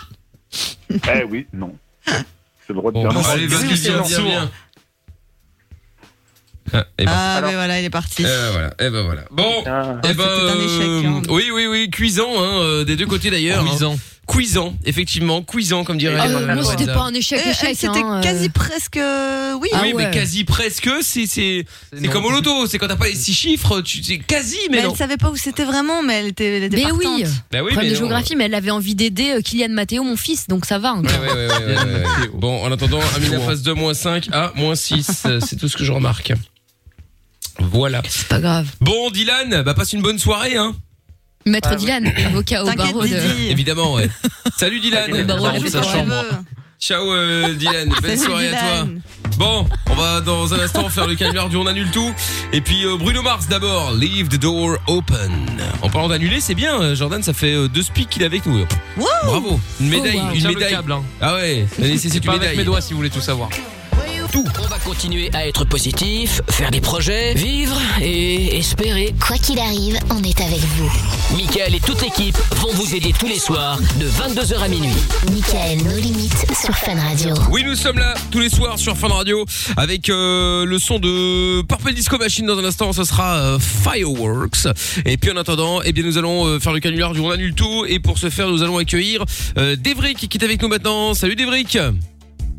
Eh oui, non. C'est le droit de Bon, bah, dire non. allez, vas-y, viens, viens, viens. Ah, et ben. Ah, mais voilà, il est parti. Euh, voilà. Eh ben voilà. Bon, Ah. eh ben, C'était un échec, euh, hein. oui, oui, oui, cuisant, hein, euh, des deux côtés d'ailleurs. hein. Cuisant, effectivement, cuisant comme dirait. Ah, euh, moi, c'était Lorenza. pas un échec, Eh, eh, échec. c'était hein, euh. quasi presque. euh, Oui, Ah Oui, mais quasi presque, c'est c'est c'est comme au loto, c'est quand t'as pas les six chiffres, tu c'est quasi Mais mais, Ben, non. elle savait pas où c'était vraiment, mais elle était, elle était Mais oui. partante. Bah oui, Problème de non. géographie, mais elle avait envie d'aider euh, Kylian Matteo, mon fils, donc ça va. encore. Ouais, ouais, ouais, ouais, ouais, ouais, ouais. Bon, en attendant, Amina passe de moins 5 à moins 6. euh, C'est tout ce que je remarque. Voilà. C'est pas grave. Bon, Dylan, bah passe une bonne soirée, hein. Maître Dylan, avocat au barreau de. Évidemment, ouais. Salut Dylan. Bah, Rentre ouais, dans sa ouais. chambre. Ciao euh, Dylan, belle Salut, soirée à toi. Dylan. Bon, on va dans un instant faire le canular du on annule tout. Et puis euh, Bruno Mars d'abord, Leave the Door Open. En parlant d'annuler, c'est bien, euh, Jordan, ça fait euh, deux speaks qu'il est avec nous. Bravo, une médaille, une wow. Oh, Tiens le médaille. câble, hein. Ah ouais, la nécessité C'est pas avec mes doigts, si vous voulez tout savoir. Tout. On va continuer à être positif, faire des projets, vivre et espérer. Quoi qu'il arrive, on est avec vous. Michael et toute l'équipe vont vous aider tous les soirs de 22h à minuit. Michael, nos limites sur Fun Radio. Oui, nous sommes là tous les soirs sur Fun Radio avec euh, le son de Purple Disco Machine dans un instant, ce sera euh, Fireworks. Et puis en attendant, eh bien nous allons euh, faire le canular du on annule tout et pour ce faire, nous allons accueillir euh, Devrick qui est avec nous maintenant. Salut Devrick.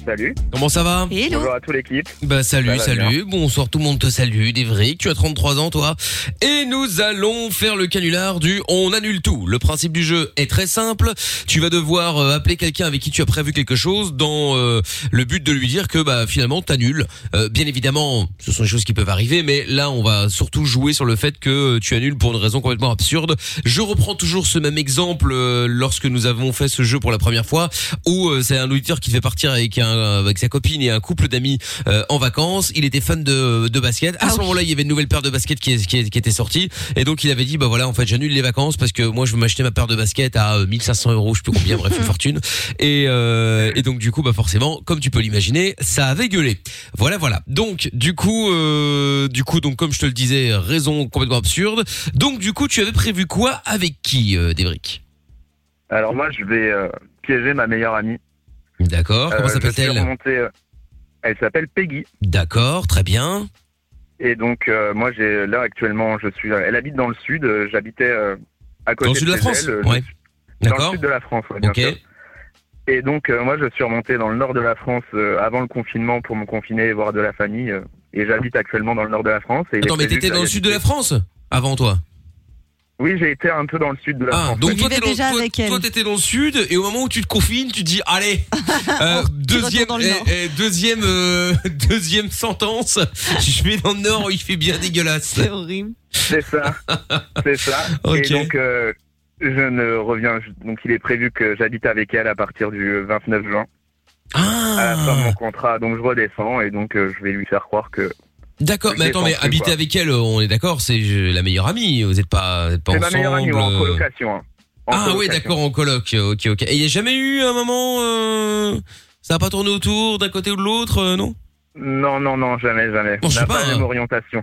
Salut. Comment ça va Bonjour à toute l'équipe. Bah salut, Ça va bien. salut, bonsoir tout le monde te salue, Devrick, tu as 33 ans toi. Et nous allons faire le canular du on annule tout. Le principe du jeu est très simple, tu vas devoir euh, appeler quelqu'un avec qui tu as prévu quelque chose dans euh, le but de lui dire que bah finalement t'annules. Euh, bien évidemment, ce sont des choses qui peuvent arriver mais là on va surtout jouer sur le fait que euh, tu annules pour une raison complètement absurde. Je reprends toujours ce même exemple euh, lorsque nous avons fait ce jeu pour la première fois où euh, c'est un auditeur qui devait partir avec un avec sa copine et un couple d'amis euh, en vacances. Il était fan de, de basket. À ce moment-là, il y avait une nouvelle paire de baskets qui, est- qui, est- qui était sortie et donc il avait dit bah voilà en fait j'annule les vacances parce que moi je veux m'acheter ma paire de baskets à euh, 1500 euros, je sais plus combien, bref une fortune. Et, euh, et donc du coup bah forcément comme tu peux l'imaginer ça avait gueulé. Voilà voilà. Donc du coup euh, du coup donc comme je te le disais raison complètement absurde. Donc du coup tu avais prévu quoi avec qui euh, Débrick Alors moi, je vais euh, piéger ma meilleure amie. D'accord. Comment Euh, je s'appelle-t-elle suis remonté, euh, Elle s'appelle Peggy. D'accord, très bien. Et donc euh, moi, j'ai là actuellement, je suis. Elle habite dans le sud. euh, J'habitais euh, à côté Dans le sud de la chez France elle, euh, Ouais. Dans le D'accord. sud de la France, ouais, bien Ok. sûr. Et donc euh, moi, je suis remonté dans le nord de la France euh, avant le confinement pour me confiner et voir de la famille. euh, et j'habite actuellement dans le nord de la France. Et il Attends, est mais prévu t'étais que dans le j'aille sud de la France avant toi. Oui, j'ai été un peu dans le sud de la Ah, France. donc oui. toi t'es dans, toi- toi, t'étais dans le sud et au moment où tu te confines, tu te dis allez euh, deuxième dans le eh, nord. eh, deuxième euh, deuxième sentence, je vais dans le nord où il fait bien dégueulasse. C'est horrible. C'est ça, c'est ça. Ok. Et donc, euh, je ne reviens. je- Donc, il est prévu que j'habite avec elle à partir du 29 juin. À la Ah. fin de mon contrat, donc je redescends et donc euh, je vais lui faire croire que. D'accord, Je mais attends, défends mais plus, habiter quoi. avec elle, on est d'accord, c'est euh, la meilleure amie, vous êtes pas, vous êtes pas C'est ensemble. ma meilleure amie, ouais, en euh. colocation. hein. En ah oui, colocation. d'accord, en coloc, euh, ok, ok. Et il y a jamais eu un moment, euh, ça a pas tourné autour d'un côté ou de l'autre, euh, non Non, non, non, jamais, jamais. Bon, je sais On n'a pas, pas la hein. même orientation.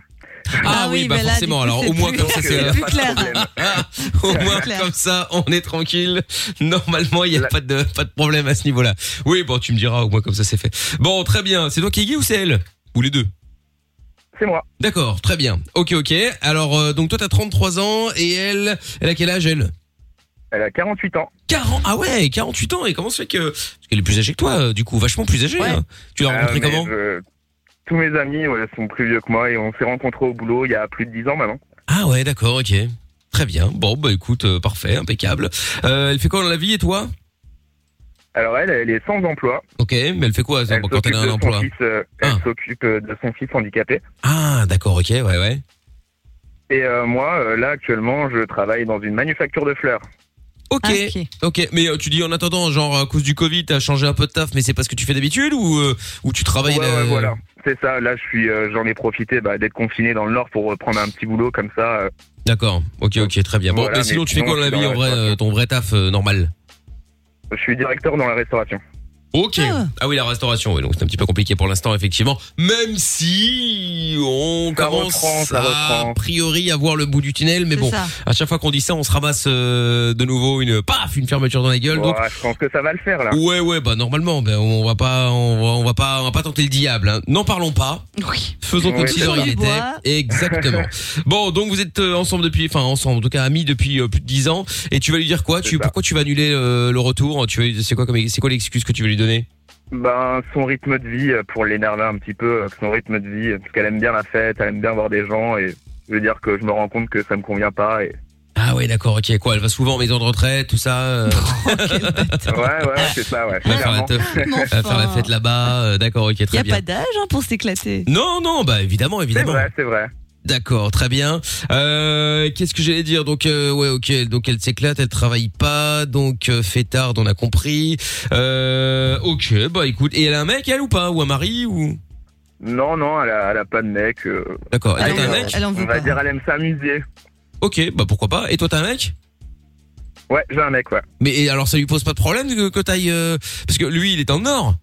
Ah oui, bah forcément. alors au moins comme ça, c'est Donc, euh, pas de problème. au moins comme ça, on est tranquille. Normalement, il n'y a pas de pas de problème à ce niveau-là. Oui, bon, tu me diras au moins comme ça, c'est fait. Bon, très bien. C'est toi qui es gay ou c'est elle ou les deux C'est moi. D'accord, très bien. Ok, ok. Alors euh, donc toi, t'as 33 ans et elle, elle a quel âge elle Elle a 48 ans. 40 Ah ouais, 48 ans. Et comment se fait que parce qu'elle est plus âgée que toi, euh, du coup, vachement plus âgée. hein. Tu l'as Ah, rencontrée mais comment je- Tous mes amis ouais, sont plus vieux que moi et on s'est rencontrés au boulot il y a plus de 10 ans maintenant. Ah ouais, d'accord, ok. Très bien. Bon, bah écoute, euh, parfait, impeccable. Euh, elle fait quoi dans la vie et toi Alors elle, elle est sans emploi. Ok, mais elle fait quoi ça, Elle quand elle s'occupe a de un son emploi fils, euh, Elle s'occupe euh, de son fils handicapé. Ah, d'accord, ok, ouais, ouais. Et euh, moi, euh, là actuellement, je travaille dans une manufacture de fleurs. Ok, ok. Mais euh, tu dis en attendant, genre à cause du Covid, t'as changé un peu de taf, mais c'est pas ce que tu fais d'habitude ou euh, ou tu travailles Ouais, là- ouais, voilà. C'est ça. Là, je suis, euh, j'en ai profité bah, d'être confiné dans le Nord pour reprendre un petit boulot comme ça. euh. D'accord. Ok, ok, très bien. Bon, Voilà, mais sinon mais tu fais quoi dans sinon, la je suis vie dans en la vrai, euh, ton vrai taf euh, normal Je suis directeur dans la restauration. Ok. Ah. oui, la restauration, oui, donc c'est un petit peu compliqué pour l'instant, effectivement. Même si on Ça commence reprend, ça à, reprend. a priori à voir le bout du tunnel, mais C'est bon, ça. à chaque fois qu'on dit ça, on se ramasse euh, de nouveau une paf, une fermeture dans la gueule. donc, Ouais, je pense que ça va le faire là. Ouais ouais bah normalement ben on va pas on va, on va pas on va pas tenter le diable hein. n'en parlons pas oui faisons comme Oui, si c'est de rien ça. n'était exactement bon donc vous êtes euh, ensemble depuis enfin ensemble en tout cas amis depuis euh, plus de 10 ans et tu vas lui dire quoi tu pourquoi tu vas annuler euh, le retour tu vas- c'est quoi comme c'est quoi l'excuse que tu vas lui donner Ben, son rythme de vie, euh, pour l'énerver un petit peu, euh, son rythme de vie, euh, parce qu'elle aime bien la fête, elle aime bien voir des gens, et je veux dire que je me rends compte que ça me convient pas. Et... ah ouais d'accord ok quoi elle va souvent en maison de retraite tout ça euh, Oh, Ouais, ouais, c'est ça, ouais. elle va faire la, clairement. teuf, elle va enfin. faire la fête là-bas euh, d'accord ok Il y très a bien pas d'âge hein, pour s'éclater. Non, non, bah évidemment, évidemment. C'est vrai, c'est vrai. D'accord, très bien. Euh, Qu'est-ce que j'allais dire Donc, euh, ouais, ok. Donc, elle s'éclate, elle travaille pas, donc euh, fêtarde, on a compris. Euh, ok, bah écoute, et elle a un mec, elle ou pas, ou un mari ou Non, non, elle a, elle a pas de mec. euh, D'accord. Elle, on- a un mec. On va dire, elle aime s'amuser. Ok, bah pourquoi pas. Et toi, t'as un mec Ouais, j'ai un mec, ouais. Mais et alors, ça lui pose pas de problème que, que t'ailles, euh, parce que lui, il est en Nord.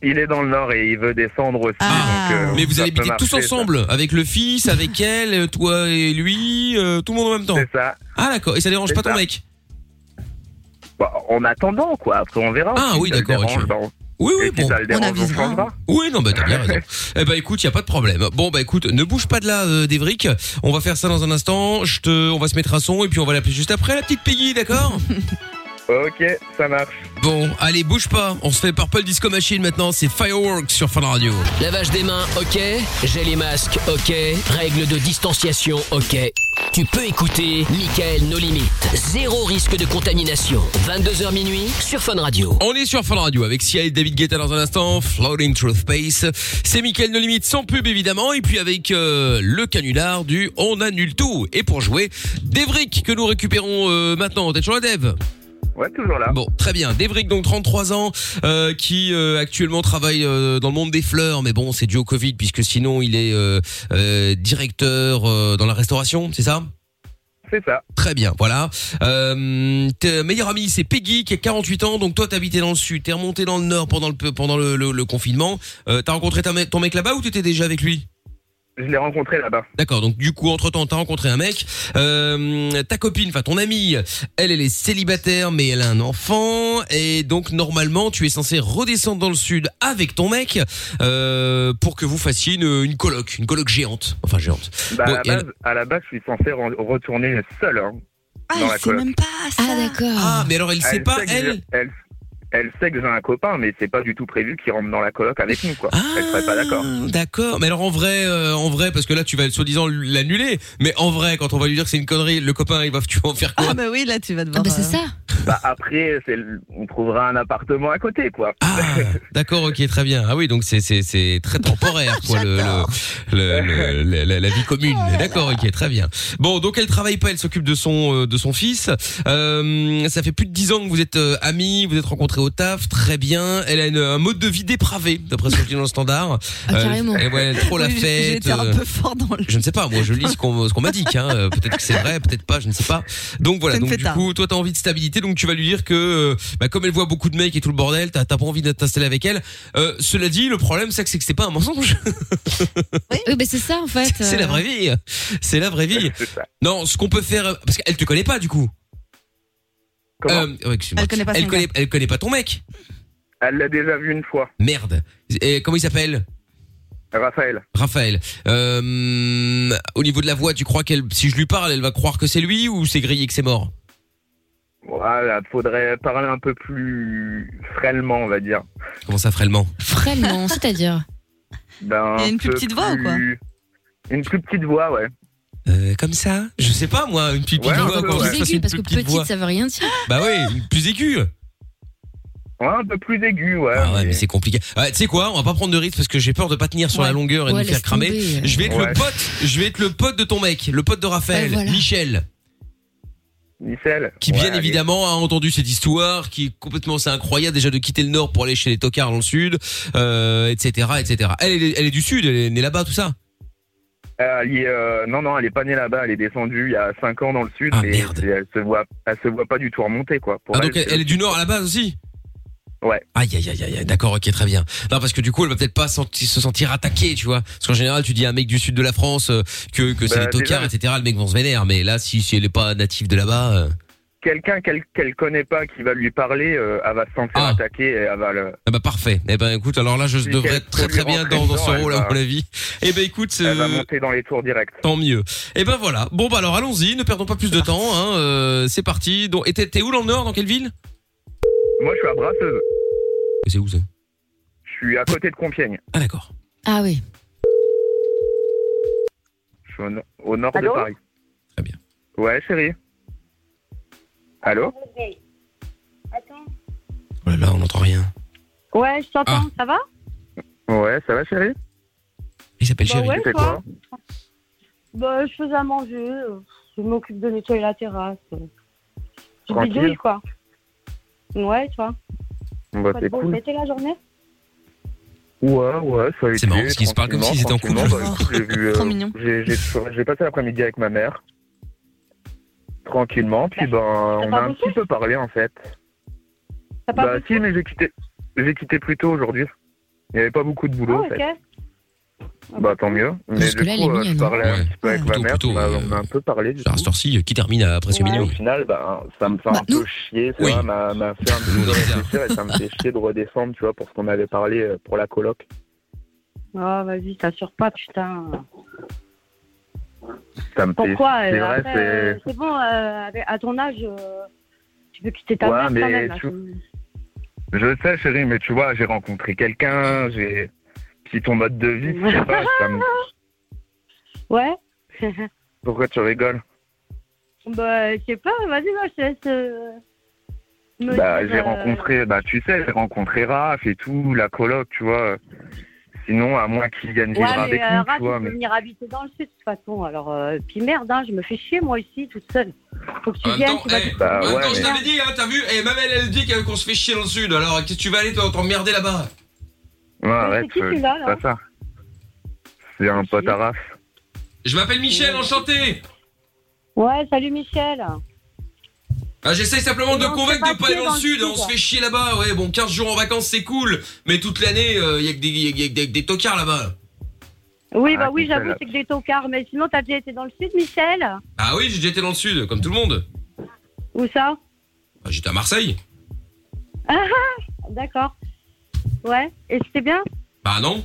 Il est dans le Nord et il veut descendre aussi. donc, euh, Mais vous ça allez peut habiter tous marcher, ça. ensemble, avec le fils, avec elle, euh, toi et lui, euh, tout le monde en même temps. C'est ça. Ah d'accord. Et ça dérange C'est pas ton ça. mec Bah, en attendant, quoi. Après, on verra. Ah Si oui, ça le d'accord, ok. dérange, ben, Oui, oui, et si bon. ça le dérange, on changera. Oui, non, bah t'as bien raison. eh bah écoute, y a pas de problème. Bon bah écoute, ne bouge pas de là, euh, Dévric. On va faire ça dans un instant. Je te, on va se mettre un son et puis on va l'appeler juste après la petite Peggy, d'accord Ok, ça marche. Bon, allez, bouge pas. On se fait Purple Disco Machine maintenant. C'est Fireworks sur Fun Radio. Lavage des mains, ok. J'ai les masques, ok. Règles de distanciation, ok. Tu peux écouter Michael No Limites. Zéro risque de contamination. 22h minuit sur Fun Radio. On est sur Fun Radio avec Sia et David Guetta dans un instant, Floating Truth Space. C'est Mickaël No Limite sans pub évidemment et puis avec euh, le canular du On annule tout. Et pour jouer, Devric que nous récupérons euh, maintenant. T'es toujours là Dev Ouais, toujours là. Bon, très bien. Devric, donc 33 ans, euh, qui euh, actuellement travaille euh, dans le monde des fleurs, mais bon, c'est dû au Covid, puisque sinon il est euh, euh, directeur euh, dans la restauration, c'est ça C'est ça. Très bien, voilà. Euh, ta meilleure amie, c'est Peggy, qui a 48 ans. Donc toi, t'habitais dans le sud, t'es remonté dans le nord pendant le pendant le, le- le confinement. Euh, t'as rencontré ta me- ton mec là-bas ou t'étais déjà avec lui Je l'ai rencontré là-bas. D'accord. Donc du coup, entre temps, t'as rencontré un mec. Euh, ta copine, enfin ton amie, elle, elle est célibataire, mais elle a un enfant. Et donc normalement, tu es censé redescendre dans le sud avec ton mec euh, pour que vous fassiez une, une coloc, une coloc géante. Enfin géante. Bah, Bon, à, la et elle- base, à la base, je suis censé re- retourner seul. hein, Ah, dans la coloc. pas ça. Ah d'accord. Ah, mais alors elle sait pas, que elle j'ai- elle elle sait que j'ai un copain, mais c'est pas du tout prévu qu'il rentre dans la coloc avec nous, quoi. elle serait pas d'accord. Ah. D'accord, mais alors en vrai, euh, en vrai, parce que là tu vas soi-disant l'annuler, mais en vrai, quand on va lui dire que c'est une connerie, le copain il va tu vas en faire quoi Ah bah oui, là tu vas devoir. Ah bah c'est ça. Bah, après, c'est le- on trouvera un appartement à côté, quoi. Ah, D'accord, ok, très bien. Ah oui, donc c'est c'est c'est très temporaire quoi le, le, bah, le- le- la, la vie commune. Oh D'accord, ok, très bien. Bon, donc elle travaille pas, elle s'occupe de son euh, de son fils. Euh, ça fait plus de dix ans que vous êtes euh, amis, vous êtes rencontrés au taf, très bien. Elle a une- un mode de vie dépravé, d'après ce que je dis dans le standard. Euh, elle- ouais, elle aime trop la Ah, Oui, fête. J'ai été un euh, peu fort dans le. je ne sais pas, moi je lis ce qu'on ce qu'on m'a dit, hein. Euh, peut-être que c'est vrai, peut-être pas, je ne sais pas. Donc voilà, C'est une donc du fêtarde. coup, toi t'as envie de stabilité, donc tu vas lui dire que, euh, bah, comme elle voit beaucoup de mecs et tout le bordel, t'as t'as pas envie de t'installer avec elle. Euh, cela dit, le problème c'est que c'est que c'est pas un mensonge, Oui, mais c'est ça en fait. c'est la euh. vraie vie, c'est la vraie vie. Non, ce qu'on peut faire, euh, parce qu'elle te connaît pas du coup. Euh, ouais, excuse-moi. Elle connaît pas elle son connaît, gars. elle connaît pas ton mec. Elle l'a déjà vu une fois. Merde. Et comment il s'appelle Raphaël. Raphaël. Euh, au niveau de la voix, tu crois qu'elle, si je lui parle, elle va croire que c'est lui ou c'est grillé que c'est mort Voilà, faudrait parler un peu plus frêlement, on va dire. Comment ça frêlement Frêlement, c'est-à-dire. Ben, Il y a une un plus peu petite voix ou quoi Une plus petite voix, ouais. Euh, comme ça Je sais pas moi, une petite Ouais, un voix. peu, comment ouais. Plus ça se passe, aiguë, une parce que plus petite petite, voix ça veut rien dire. Bah oui, une plus aiguë. Ouais, un peu plus aiguë, ouais. Ah ouais, mais c'est compliqué. Ah, tu sais quoi, on va pas prendre de risque parce que j'ai peur de pas tenir sur la longueur et de Ouais, me faire laisse cramer. tomber. Je vais être Ouais. le pote, je vais être le pote de ton mec, le pote de Raphaël, Ouais, Bah, voilà. Michel, Michel. qui Ouais, bien allez. évidemment a entendu cette histoire, qui est complètement, c'est incroyable déjà de quitter le nord pour aller chez les tocards dans le sud, euh, etc., etc. Elle, elle, est- elle est du sud, elle est née là-bas, tout ça. Euh, elle y est, euh, non, non, elle est pas née là-bas, elle est descendue il y a 5 ans dans le sud, et, et elle se voit, elle se voit pas du tout remonter, quoi. Pour Ah, donc elle, c'est- elle est du nord à la base aussi. Ouais. Aïe, aïe, aïe, aïe, aïe, d'accord, ok, très bien. Non, parce que du coup, elle va peut-être pas senti- se sentir attaquée, tu vois. Parce qu'en général, tu dis à un mec du sud de la France euh, que, que c'est Bah, des tocards, déjà. etc. Le mec vont se vénère. Mais là, si, si elle est pas native de là-bas, euh, Quelqu'un qu'elle qu'elle connaît pas qui va lui parler, euh, elle va se sentir attaquée et elle va le. ah bah parfait. Eh ben écoute, alors là, je Si devrais elle être très peut lui très bien rentrer dans, dans ce dedans, elle rôle, à va- mon avis. Eh ben écoute, Elle va euh, monter dans les tours direct. Tant mieux. Et ben voilà. Bon bah alors allons-y. Ne perdons pas plus de temps. Hein. Euh, c'est parti. Donc, et t'es t'es où dans le Nord Dans quelle ville Moi, je suis à Brasseuse. C'est où ça Je suis à côté de Compiègne. Ah d'accord. Ah oui. Je suis au, no- au nord Allô de Paris. Très bien. Ouais, chérie. Allô Oh là là, on n'entend rien. Ah. Ouais, je t'entends, ça va Ouais, ça va, chérie Il s'appelle Bah Chéri. ouais, toi. Bah, je faisais à manger, euh, je m'occupe de nettoyer la terrasse. euh. Je Tranquille. bidouille, quoi. Ouais, toi. Bah, Pas de c'est bon, cool. c'était la journée Ouais, ouais, ça a été. C'est marrant parce qu'ils se parlent comme s'ils étaient en couple. tranquillement. Bah, écoute, j'ai vu, euh, Trop mignon. j'ai- J'ai j'ai passé l'après-midi avec ma mère. Tranquillement, puis ben, on Bah, a pas un bossé petit peu parlé en fait. T'as pas bah, bossé si, mais j'ai quitté, j'ai quitté plus tôt aujourd'hui. Il n'y avait pas beaucoup de boulot Ah, en ok. fait. Bah, tant mieux. Mais Parce que du là, coup, elle est euh, je mignonne, parlais hein. un petit peu avec ma mère, plutôt, on, a, euh, on a un peu parlé. Du À cette heure-ci, qui termine à presque Et minuit. au final, bah, ça me fait un peu chier, ça Oui. m'a m'a fait un peu de réfléchir et ça me fait chier de redescendre, tu vois, pour ce qu'on avait parlé euh, pour la coloc. Ah, vas-y, t'assures pas, putain. Ça me fait- Pourquoi C'est euh, vrai, après, c'est. euh, c'est bon, euh, avec- à ton âge, euh, tu peux quitter ta Ouais, mère mais quand même. là, tu- c'est- Je sais, chérie, mais tu vois, j'ai rencontré quelqu'un, j'ai. Si ton mode de vie, je sais pas, ça me- Ouais. Pourquoi tu rigoles bah, je sais pas, vas-y, bah, je te laisse. euh, me Bah, dire, j'ai euh, rencontré, bah, tu sais, j'ai rencontré Raph et tout, la coloc, tu vois. Sinon, à moins qu'il vienne vivre Ouais, avec mais euh, nous, Raph, tu il vois. peut mais- venir habiter dans le sud, de toute façon. Alors, euh, puis merde, hein, je me fais chier, moi, ici, toute seule. Faut que tu En même viennes, temps, tu vas eh, Bah, en même ouais, temps, je mais- t'avais dit, hein, t'as vu, et même elle, elle dit que- qu'on se fait chier dans le sud, alors qu'est-ce que tu vas aller, toi, t'emmerder là-bas Ouais, arrête, qui euh, celui-là, c'est là pas ça. C'est un pote à Raph. Je m'appelle Michel, enchanté Ouais, salut Michel. ah, J'essaye simplement de Non, convaincre c'est de pas pas aller chier dans le dans sud, hein, le on sud. se fait chier là-bas, ouais, bon, 15 jours en vacances, c'est cool, mais toute l'année, il y a que des, y a- y a que des, des tocards là-bas. Oui, Ah, bah oui, Michel, j'avoue, euh. là. c'est que des tocards. Mais sinon, t'as déjà été dans le sud, Michel Ah oui, j'ai déjà été dans le sud, comme tout le monde. Où ça Bah, J'étais à Marseille. Ah, ah, d'accord. Ouais, et c'était bien Bah non.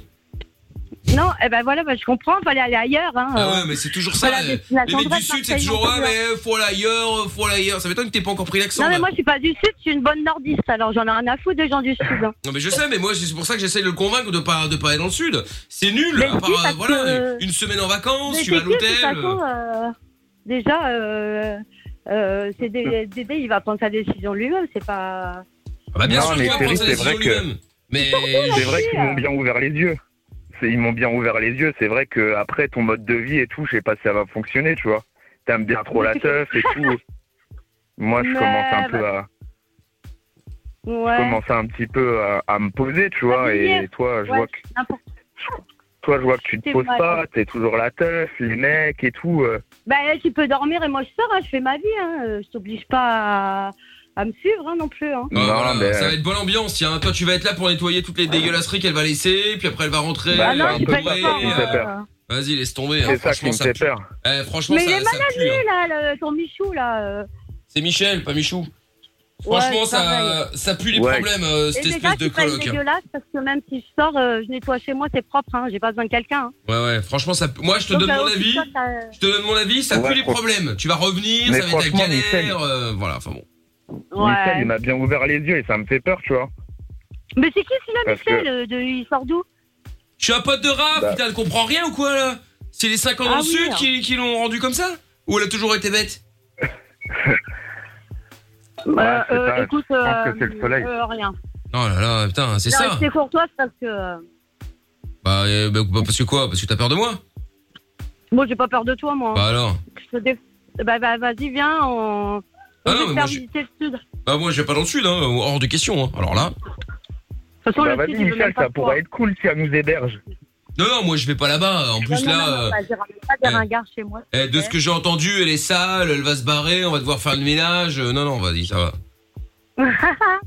Non, eh ben voilà, bah, je comprends, fallait aller ailleurs. Hein, Ah euh. ouais, mais c'est toujours ça. Voilà, euh, destination les mecs du droite, sud, c'est Marseille, toujours, ouais, Montpellier. mais euh, faut aller ailleurs, faut aller ailleurs. Ça m'étonne que t'aies pas encore pris l'accent. Non, mais là. moi, je suis pas du sud, je suis une bonne nordiste, alors j'en ai rien à foutre des gens du sud. hein. Non mais je sais, mais moi c'est pour ça que j'essaye de le convaincre de pas de pas aller dans le sud. C'est nul. Mais à part, si, euh, parce voilà, que- une semaine en vacances, Mais tu vas à c'est qui, de toute l'hôtel. façon, euh, déjà, euh, euh, c'est Hum. des- Dédé, il va prendre sa décision lui-même, c'est pas. Ah bah bien Non, sûr, mais qu'il va Thierry, prendre sa c'est vrai décision que- lui-même. Mais C'est vrai je- qu'ils m'ont bien ouvert les yeux. C'est- Ils m'ont bien ouvert les yeux. C'est vrai que après ton mode de vie et tout, je sais pas si ça va fonctionner, tu vois. T'aimes bien trop la teuf et tout. Moi, je Ouais, commence un bah, peu à, je Ouais. commence un petit peu à, à me poser, tu vois. Et venir. toi, je Ouais, vois que, n'importe- toi, je vois que tu te C'est poses vrai, pas. ouais. T'es toujours la teuf, les mecs et tout. euh. Bah, là, tu peux dormir et moi, je sors, hein, je fais ma vie, hein, euh, je t'oblige pas à, à me suivre hein, non plus. Hein. Ah, voilà, mais- euh, Ah. Ça va être bonne ambiance, tiens. Toi, tu vas être là pour nettoyer toutes les dégueulasseries qu'elle va laisser, puis après elle va rentrer. Bah, elle non, va c'est pas entourer, ça qui me fait peur. euh, Vas-y, laisse tomber. C'est hein. ça qui Franchement, me fait pue. peur. Eh, franchement, Mais ça, il est ça mal à pue, lui, hein. là, le- ton Michou, là. euh. C'est Michel, pas Michou. Ouais, Franchement, c'est ça, pareil. ça pue les Ouais. problèmes, euh, cette Et espèce déjà, de c'est pas une coloc. hein. dégueulasse parce que même si je sors, euh, je nettoie chez moi, c'est propre, hein, j'ai pas besoin de quelqu'un. hein. Ouais, ouais, franchement, ça pue. Moi, je te Donc, donne euh, mon au avis. TikTok, euh, Je te donne mon avis, ça Ouais, pue les franch- problèmes. Tu vas revenir, Mais ça va être la franchement, Michel- galère. euh, voilà, enfin bon. Michel, Ouais. il m'a bien ouvert les yeux et ça me fait peur, tu vois. Mais c'est qui celui-là, Parce Michel que- euh, de- Il sort d'où Je suis un pote de Raph, Bah. putain, elle comprend rien ou quoi là C'est les 5 ans dans Ah le oui, sud hein. qui, qui l'ont rendu comme ça Ou elle a toujours été bête Ouais, c'est Euh, ça, je Écoute, pense euh, que c'est le soleil. euh, rien. Non Oh là là, putain, c'est Non, ça C'est courtois parce que. euh, bah, euh, bah, bah, parce que quoi Parce que t'as peur de moi Moi, j'ai pas peur de toi, moi. Bah alors Je te dé- Bah, bah, vas-y, viens, on. on Ah va non, mais faire moi, j'ai- visiter le sud. De toute Bah moi je vais pas dans le sud, hein, hors de question. hein. Alors là... façon, Bah, le vas-y, sud, il veut Michel, même pas ça de pourrait toi. être cool si elle nous héberge. Non, non, moi je vais pas là-bas. En plus Non, non, là... non, euh, non, bah, j'ai pas des ringards chez moi. eh, de ce que j'ai entendu, elle est sale, elle va se barrer, on va devoir faire le ménage. euh, non, non, vas-y, ça va.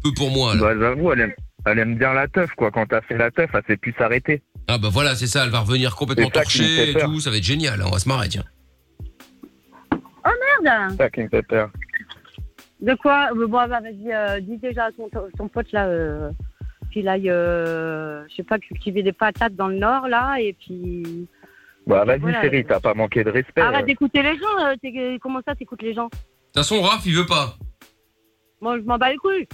Peu pour moi. Bah, j'avoue, elle aime, elle aime bien la teuf, quoi. Quand t'as fait la teuf, elle sait plus s'arrêter. Ah bah voilà, c'est ça, elle va revenir complètement C'est ça qui me fait torchée et peur. tout, ça va être génial, hein, on va se marrer, tiens. Oh merde Ça qui me fait peur. De quoi Euh, Bon, bah, vas-y, euh, dis déjà à ton, ton pote là euh, qu'il aille, euh, je sais pas, cultiver des patates dans le nord là, et puis. Bah, vas-y, Voilà. chérie, t'as pas manqué de respect. Arrête euh. d'écouter les gens, euh, t'es- comment ça t'écoutes les gens De toute façon, Raph, il veut pas. Moi, je m'en bats les couilles.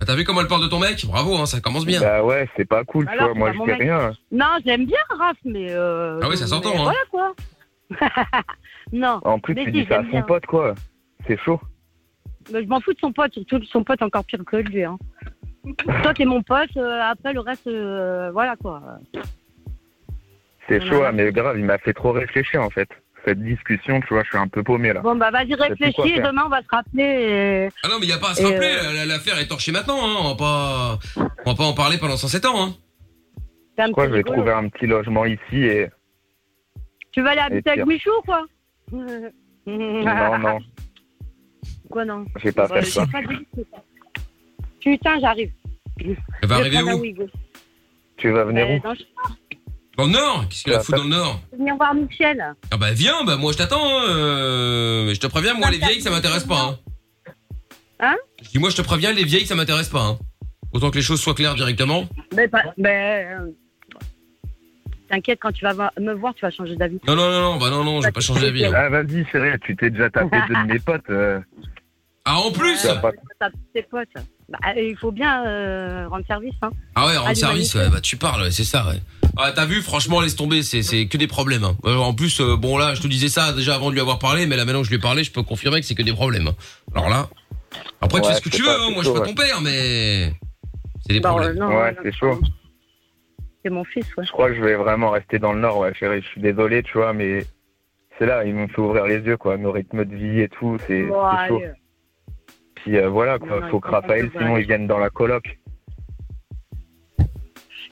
Ah, T'as vu comment elle parle de ton mec Bravo, hein, ça commence bien. Bah ouais, c'est pas cool, Alors, c'est pas mon mec. hein. Non, j'aime bien Raph, mais. euh, Ah oui, ça s'entend, mais hein. Voilà quoi. non. En plus, mais tu si, dis ça à j'aime son bien. pote, quoi. C'est chaud. Mais je m'en fous de son pote, surtout que son pote est encore pire que lui. Hein. Toi, t'es mon pote, euh, après le reste, euh, voilà quoi. C'est Voilà. chaud, hein, mais grave, il m'a fait trop réfléchir, en fait. Cette discussion, tu vois, je suis un peu paumé, là. Bon, bah vas-y, sais plus quoi réfléchis, et faire. demain on va se rappeler. Ah non, mais y a pas à se Et, rappeler, euh, la- la- l'affaire est torchée maintenant, hein. on, va pas... on va pas en parler pendant 107 ans. Hein. Et... euh, un Quoi, petit je vais rigolo. trouver un petit logement ici et... Tu vas aller habiter Et avec pire. Michou ou quoi Non, non, Quoi, non j'ai pas Ouais, fait ça. c'est pas du tout ça. Putain, j'arrive. Elle va Je arriver prends la où Ouigo. Tu vas venir Ah, Euh, où dans le- Dans le Nord Qu'est-ce qu'elle a foutu dans le Nord Je vais venir voir Michel. Ah bah viens, bah moi je t'attends, hein, euh, mais je te préviens, moi les vieilles ça m'intéresse pas. Hein. Hein Je dis moi je te préviens, les vieilles ça m'intéresse pas. Hein. Autant que les choses soient claires directement. Mais pas. Mais. euh, T'inquiète, quand tu vas voir- me voir, tu vas changer d'avis. Non, non, non, non, bah non, non, je vais pas changer d'avis. hein. Ah, vas-y, chérie, tu t'es déjà tapé deux de mes potes. Ah, en plus Tu vas pas- T'as tes potes. Bah, euh, il faut bien euh, rendre service. Hein. Ah ouais, rendre Allez, service, ouais, bah tu parles, ouais, c'est ça, ouais. Ah, t'as vu, franchement, laisse tomber, c'est c'est que des problèmes. hein. Euh, En plus, euh, bon là, je te disais ça déjà avant de lui avoir parlé, mais là maintenant que je lui ai parlé, je peux confirmer que c'est que des problèmes. hein. Alors là, après tu Ouais, fais ce que c'est tu veux, pas- hein, c'est moi je suis chaud, pas ton père, mais c'est des Bah, euh, problèmes. non, ouais, non, c'est chaud. C'est mon fils, ouais. Je crois que je vais vraiment rester dans le Nord, ouais, chérie. Je suis désolé, tu vois, mais c'est là, ils m'ont fait ouvrir les yeux, quoi. Nos rythmes de vie et tout, c'est Bon, c'est chaud. allez. Puis euh, voilà, quoi. Non, non, faut ils que sont pas Raphaël, chaud, sinon ouais. ils viennent dans la coloc.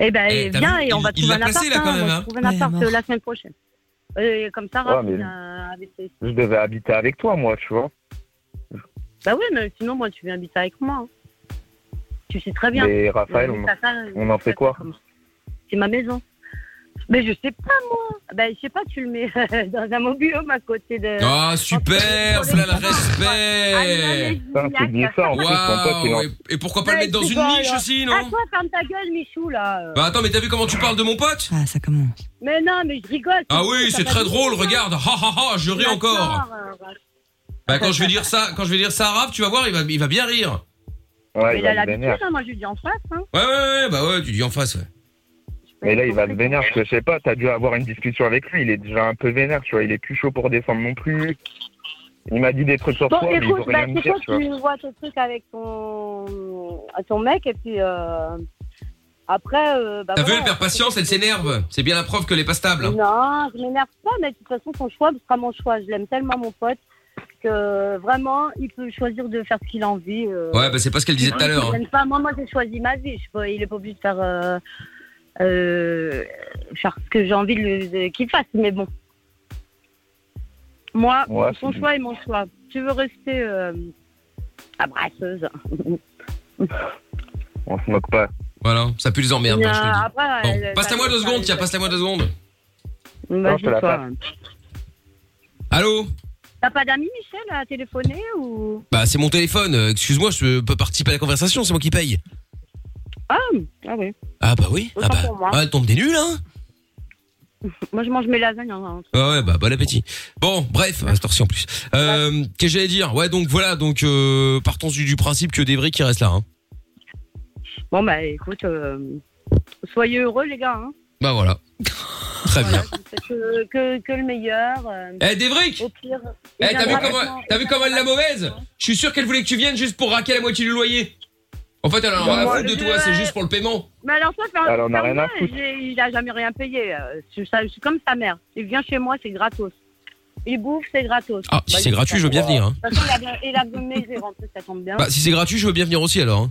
Eh ben, Eh, t'as viens vu, et on il- va il trouver un l'a appart. placé, là, quand hein. même, On va hein. trouver un appart euh, la semaine prochaine. Euh, comme ça, Ouais, Raph, mais- euh, avec ses- Je devais habiter avec toi, moi, tu vois. Bah oui, mais sinon, moi, tu viens habiter avec moi. hein. Tu sais très bien. Mais Raphaël, Euh, on, ta femme, on en fait quoi C'est ma maison. Mais je sais pas, moi. Ben, je sais pas, tu le mets dans un mobilhome à côté de. Ah super, là le respect. Putain, tu dis ça, en plus, ton pote, il en- Waouh, et- et pourquoi pas le mettre dans une niche aussi, Ah, non toi, ferme ta gueule, Michou, là. euh. Bah attends, mais t'as vu comment tu parles de mon pote Ah, ça commence. Mais non, mais je rigole. c'est Ah tout, oui, ça c'est va très bien. drôle, regarde. Ha ha ha, je ris encore. D'accord, euh, voilà. Bah quand je vais dire ça, quand je vais dire ça à Raph, tu vas voir, il va, il va bien rire. Ouais, Mais il a l'habitude, hein, moi, je lui dis en face. Hein. Ouais, ouais, ouais, bah ouais, tu dis en face, ouais. Mais là, il va se vénère, parce que je sais pas, t'as dû avoir une discussion avec lui, il est déjà un peu vénère, tu vois, il est plus chaud pour descendre non plus. Il m'a dit des trucs sur Bon, toi, mais il veut écoute, bah, rien me c'est dire, quoi, tu vois. tu vois ton truc avec ton, à ton mec, et puis euh, après, euh, bah, T'as vu, voilà. elle perd patience, elle s'énerve. C'est bien la preuve qu'elle est pas stable. hein. Non, je m'énerve pas, mais de toute façon, son choix sera mon choix. Je l'aime tellement, mon pote, que vraiment, il peut choisir de faire ce qu'il a envie. euh. Ouais, bah c'est pas ce qu'elle disait tout à l'heure. Je hein. l'aime pas. Moi, moi j'ai choisi ma vie. Je, sais pas, il est pas obligé de faire, euh, euh, faire ce que j'ai envie de lui- de- qu'il fasse, mais bon. Moi, Ouais, son c'est- choix est mon choix. Tu veux rester euh, à brasseuse On se moque pas. Voilà, ça pue les emmerdes. hein, je te le dis. Après, Bon, elle- passe-la-moi deux secondes, tiens, passe-la-moi deux secondes. Non, je te la toi. passe. Allô T'as pas d'amis, Michel, à téléphoner ou Bah c'est mon téléphone, euh, excuse-moi, je peux participer à la conversation, c'est moi qui paye. Ah, ah oui. Ah bah oui, ah Autant bah, pour moi. ah, elle tombe des nuls, hein Moi, je mange mes lasagnes. hein. Ah ouais, bah bon appétit. Bon, bref, à cette heure-ci en plus. Euh, Qu'est-ce que j'allais dire Ouais, donc voilà, donc euh, partons du, du principe que des vrais qui restent là. Hein. Bon, bah écoute, euh, soyez heureux, les gars. hein. Bah voilà. Très bien. Faites, euh, que, que le meilleur. euh, Eh, Dévric Au pire. Eh, il t'as vu viendra comment, maintenant. t'as vu comment elle l'a mauvaise Je suis sûr qu'elle voulait que tu viennes juste pour raquer la moitié du loyer. En fait, elle en a rien à foutre de toi, c'est juste pour le paiement. Mais alors, toi, faire Elle en a rien à foutre. Il a jamais rien payé. euh, Je je suis comme sa mère. Il vient chez moi, c'est gratos. Il bouffe, c'est gratos. Ah, si Bah, c'est il- gratuit, je veux bien venir. hein. De toute façon, il a bien- il a bien maigri en plus, ça tombe bien. Bah, si c'est gratuit, je veux bien venir aussi alors. hein.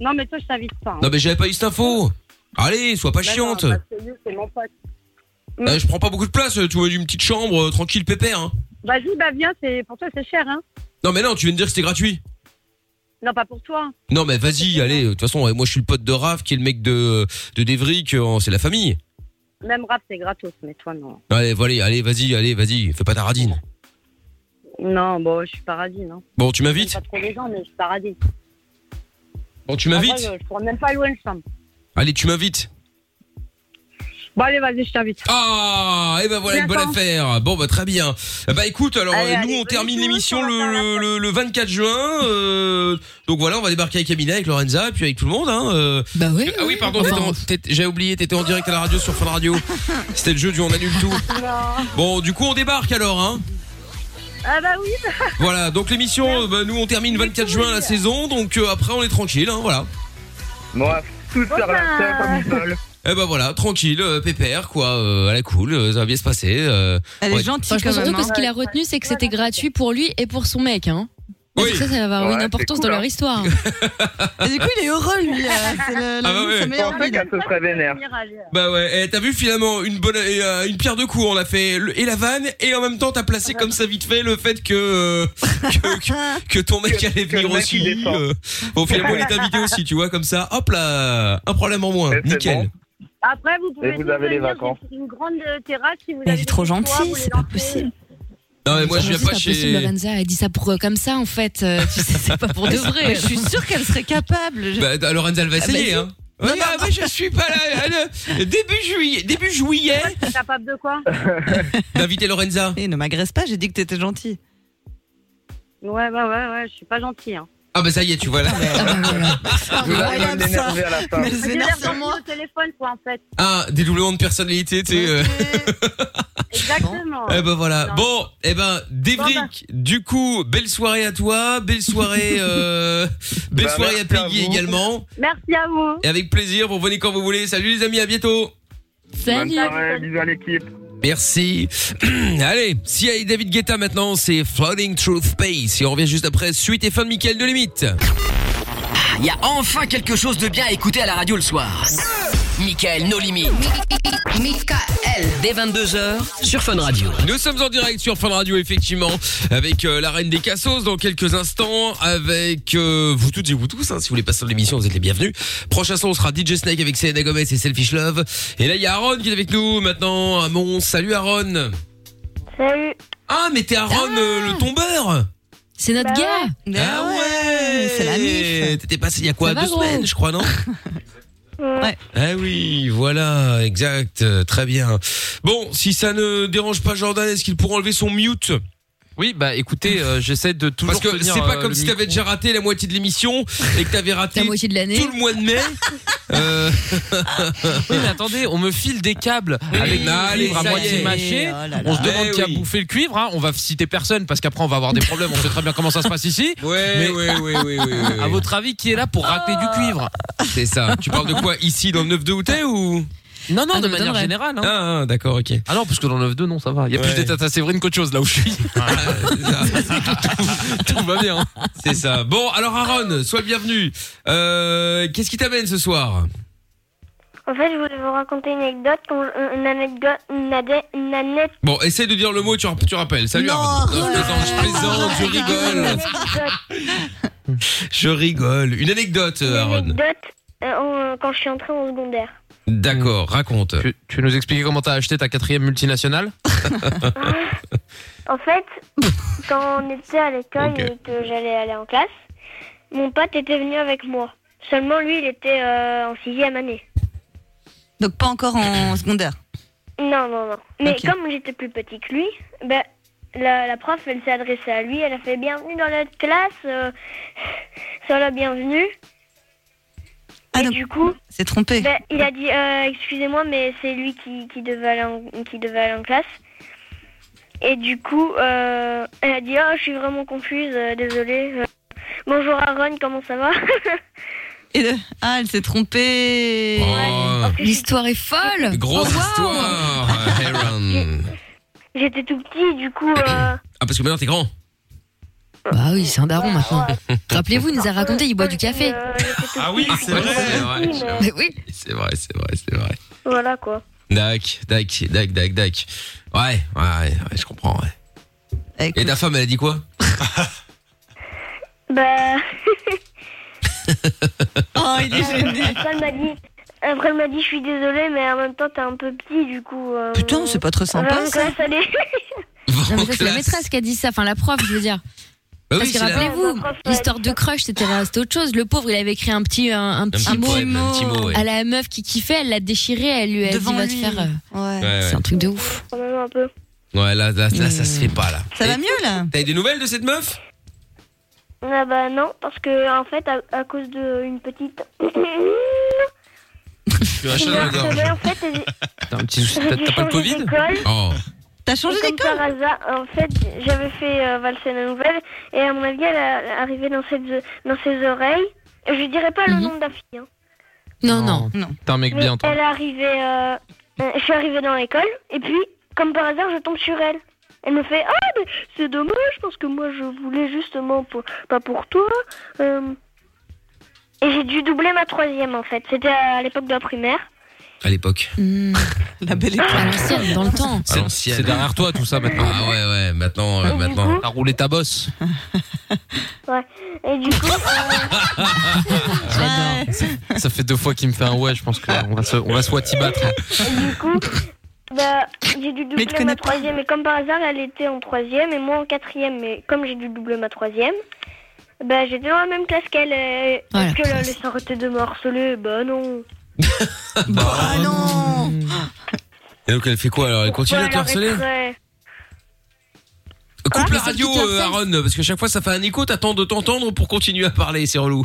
Non, mais toi, je t'invite pas. hein. Non, mais j'avais pas eu cette info. Allez, sois pas Bah non, chiante. parce que lui, c'est mon pote. Euh, je prends pas beaucoup de place, tu vois, une petite chambre, euh, tranquille, pépère. hein. Vas-y, bah viens, c'est pour toi c'est cher, hein. Non, mais non, tu viens de dire que c'était gratuit. Non, pas pour toi. Non, mais vas-y, allez. euh, De toute façon, moi, je suis le pote de Raph, qui est le mec de, de Devrick. euh, C'est la famille. Même rap, c'est gratos, mais toi, non. Allez, voilà, allez, vas-y, allez, vas-y. Fais pas ta radine. Non, bon, je suis paradis, non. Bon, tu m'invites Pas trop les gens, mais je suis paradis. Bon, tu En m'invites vrai, Je, je pourrais même pas louer une chambre. Allez, tu m'invites. Bon, allez, vas-y, je t'invite. Ah, et ben voilà une bonne affaire. Bon, bah très bien. Bah écoute, alors Allez, euh, allez, nous on bonne termine l'émission le, le, le 24 juin. euh, donc voilà, on va débarquer avec Amina, avec Lorenza, et puis avec tout le monde. Hein, bah oui. Ah oui, pardon, t'étais en- t'étais- j'ai oublié, t'étais en direct à la radio sur Fun Radio. C'était le jeu du on annule tout. Bon, du coup on débarque alors. Hein. Ah bah oui. Voilà, donc l'émission, euh, bah, nous on termine 24 juin la saison, donc euh, après on est tranquille, hein, voilà. Bon, tout sur la tête, hein, comme ils veulent. Eh ben voilà, tranquille, euh, pépère, quoi, euh, à la cool, euh, ça va bien se passer. euh, ouais. Enfin, je pense surtout que ce qu'il a retenu, c'est que c'était gratuit pour lui et pour son mec. Hein. Parce que ça, ça va avoir une importance dans hein. leur histoire. Et du coup, il est heureux, lui. euh, C'est le, Ah bah ouais. sa meilleure Je pensais vie. qu'elle se serait vénère. Bah ouais, eh, t'as vu finalement une bonne et, euh, une pierre de coups, on l'a fait le- et la vanne et en même temps t'as placé comme ça vite fait le fait que euh, que, que- que ton mec allait venir mec, aussi. il descend. euh. bon finalement il est invité aussi, tu vois comme ça, hop là, un problème en moins, nickel. Après, vous pouvez. Et vous tous avez les venir, vacances. j'ai une grande euh, terrasse si vous avez. est trop gentil, c'est pas possible. Non mais moi je viens C'est pas pas possible, chez. Lorenza a dit ça pour euh, comme ça en fait. euh, tu sais, c'est pas pour de Ah, vrai. Mais je suis sûre qu'elle serait capable. Je- Bah Lorenza elle va Ah, essayer bah, hein. Ouais, ah, moi je suis pas là. euh, le- Début juillet, début juillet. Capable de quoi D'inviter Lorenza. Et Eh, ne m'agresse pas, j'ai dit que t'étais gentil. Ouais, bah ouais, ouais, je suis pas gentille. Hein. Ah bah ça y est, tu vois là. Incroyable, Je vais ça. m'énerver à la fin. Mais c'est énerve sur moi au téléphone, quoi, en fait. Ah, dédoublement de personnalité, tu sais. euh. Ah, Exactement. Eh ben voilà. Bon, eh ben Débrick, du coup, belle soirée à toi, belle soirée, euh, belle Bah, soirée à merci à Peggy vous. également. Merci à vous. Et avec plaisir, vous revenez quand vous voulez. Salut les amis, à bientôt. Bonne soirée, bisous à l'équipe. Merci. Allez, si et David Guetta maintenant, c'est Floating Through Space. Et on revient juste après suite et fin de Michael de Limite. Il Ah, y a enfin quelque chose de bien à écouter à la radio le soir. Michael, nos limites. Michael. Dès 22h sur Fun Radio. Nous sommes en direct sur Fun Radio, effectivement, avec euh, la reine des cassos dans quelques instants, avec euh, vous toutes et vous tous. hein, si vous voulez passer de l'émission, vous êtes les bienvenus. Prochain son, on sera DJ Snake avec Selena Gomez et Selfish Love. Et là, il y a Aaron qui est avec nous maintenant à Mons. Salut Aaron Salut. Ah, mais t'es Aaron euh, le tombeur C'est notre Bah gars. Ah ouais c'est la mif T'étais passé il y a quoi Ça va, Deux gros semaines, je crois, non Ouais. Ah oui, voilà, exact, euh, très bien. Bon, si ça ne dérange pas Jordan, est-ce qu'il pourra enlever son mute Oui, bah écoutez, euh, j'essaie de toujours Parce que tenir, c'est pas euh, comme le si t'avais micro. déjà raté la moitié de l'émission et que t'avais raté La moitié de l'année. tout le mois de mai. Euh, Oui, mais attendez, on me file des câbles Oui, avec des allez, cuivres à ça y moitié est. mâché. Oh là là. On se Eh demande qui a oui. bouffé le cuivre. hein. On va citer personne parce qu'après on va avoir des problèmes. On sait très bien comment ça se passe ici. Ouais, ouais, ouais, ouais, ouais, ouais. À votre avis, qui est là pour racler du cuivre C'est ça. Tu parles de quoi ici dans le 9-2 où t'es ou Non, non, Ah, de non, manière non, ouais. générale. hein. Ah, ah, d'accord, ok. Ah non, parce que dans le 9-2, non, ça va. Il y a plus d'état à Séverine qu'autre chose là où je suis. Ah, Tout va hein. bien. C'est ça. Bon, alors Aaron, sois le bienvenu. Euh, Qu'est-ce qui t'amène ce soir En fait, je voulais vous raconter une anecdote, une une anecdote, une ade- une anecdote. Bon, essaye de dire le mot, tu, rap- tu rappelles. Salut Aaron. Non, je plaisante, je plaisante, je rigole. Je rigole. Une anecdote, euh, Aaron. Anecdote, euh, en- quand je suis entrée en secondaire. D'accord, raconte. Tu, tu veux nous expliquer comment t'as acheté ta quatrième multinationale En fait, quand on était à l'école Ok. et que j'allais aller en classe, mon pote était venu avec moi. Seulement lui, il était euh, en sixième année. Donc, pas encore en secondaire. Non, non, non. Mais Ok. comme j'étais plus petit que lui, ben, la, la prof, elle s'est adressée à lui. Elle a fait bienvenue dans notre classe. Euh, sois la bienvenue. et du coup, Ah, c'est trompé. Ben, il a dit euh, excusez-moi, mais c'est lui qui, qui devait aller en, qui devait aller en classe. Et du coup, euh, elle a dit oh, je suis vraiment confuse, euh, désolée. Euh, bonjour Aaron, comment ça va Et le- Ah, elle s'est trompée. L'histoire est folle. Oh. Grosse Oh, wow. histoire, euh, Aaron. J'étais tout petit, du coup. euh, Ah, parce que maintenant t'es grand. Bah oui, c'est un daron maintenant. Rappelez-vous, il nous a raconté, il boit du café. euh, Ah oui, c'est vrai. C'est vrai, Mais oui. c'est vrai, c'est vrai, c'est vrai. voilà quoi. Dac, dac, dac, dac, dac. Ouais, ouais, ouais, ouais, je comprends, Bah, ouais. Et ta femme, elle a dit quoi Bah, Oh, il est gêné. Après, elle m'a dit, après, elle m'a dit, je suis désolée, mais en même temps, t'es un peu petit, du coup. euh, Putain, c'est pas trop on va sympa en ça. classe, allez. Non, mais ça, c'est la maîtresse qui a dit ça, enfin la prof, je veux dire. Bah oui, Parce que c'est la- rappelez-vous, l'histoire de crush, c'était c'était autre chose. Le pauvre, il avait écrit un petit, un, un petit, petit mot, poème, un petit mot, ouais. à la meuf qui kiffait, elle l'a déchiré, elle lui a Devant dit va lui. te faire. euh, C'est un truc de ouf. euh, Un peu. Ouais, là, là, là, ça se fait pas, là. Ça va mieux là T'as eu des nouvelles de cette meuf Ah bah non, parce que en fait, à, à cause d'une petite. Tu as un chat dans la gorge. en fait, j'ai- T'as un petit souci- t'as- j'ai t'as pas le changé Covid d'école. Oh. T'as changé d'école Par hasard, en fait, j'avais fait euh, valser la nouvelle et à mon avis, elle est arrivée dans, cette, dans ses oreilles. Je dirais pas Mhm. le nom de la fille. hein. Non, non, non. T'es un mec Mais bien, toi. elle est arrivée. euh, euh, je suis arrivée dans l'école et puis, comme par hasard, je tombe sur elle. Elle me fait Ah, mais c'est dommage parce que moi je voulais justement pour- pas pour toi. euh. Et j'ai dû doubler ma troisième en fait. C'était à l'époque de la primaire. À l'époque. Hmm, La belle école. À l'ancienne, Ah, dans le temps. C'est l'ancienne. C'est derrière toi, tout ça, maintenant. Ah ouais, ouais, maintenant, Oh, euh, maintenant. T'as roulé ta bosse. Ouais. Et du coup. euh, J'adore. Ça fait deux fois qu'il me fait un ouais, je pense qu'on va se, on va se y battre. hein. Du coup, bah, j'ai dû doubler ma troisième. Et comme par hasard, elle était en troisième et moi en quatrième. Mais comme j'ai dû doubler ma troisième, bah, j'étais dans la même classe qu'elle. et- Oh, la Est-ce que là, le sort était de me harceler Bah non. Bah non Et donc, elle fait quoi alors Elle continue à te Pourquoi elle harceler arrêterait Coupe la radio, euh, Aaron, parce que chaque fois ça fait un écho, t'attends de t'entendre pour continuer à parler, c'est relou.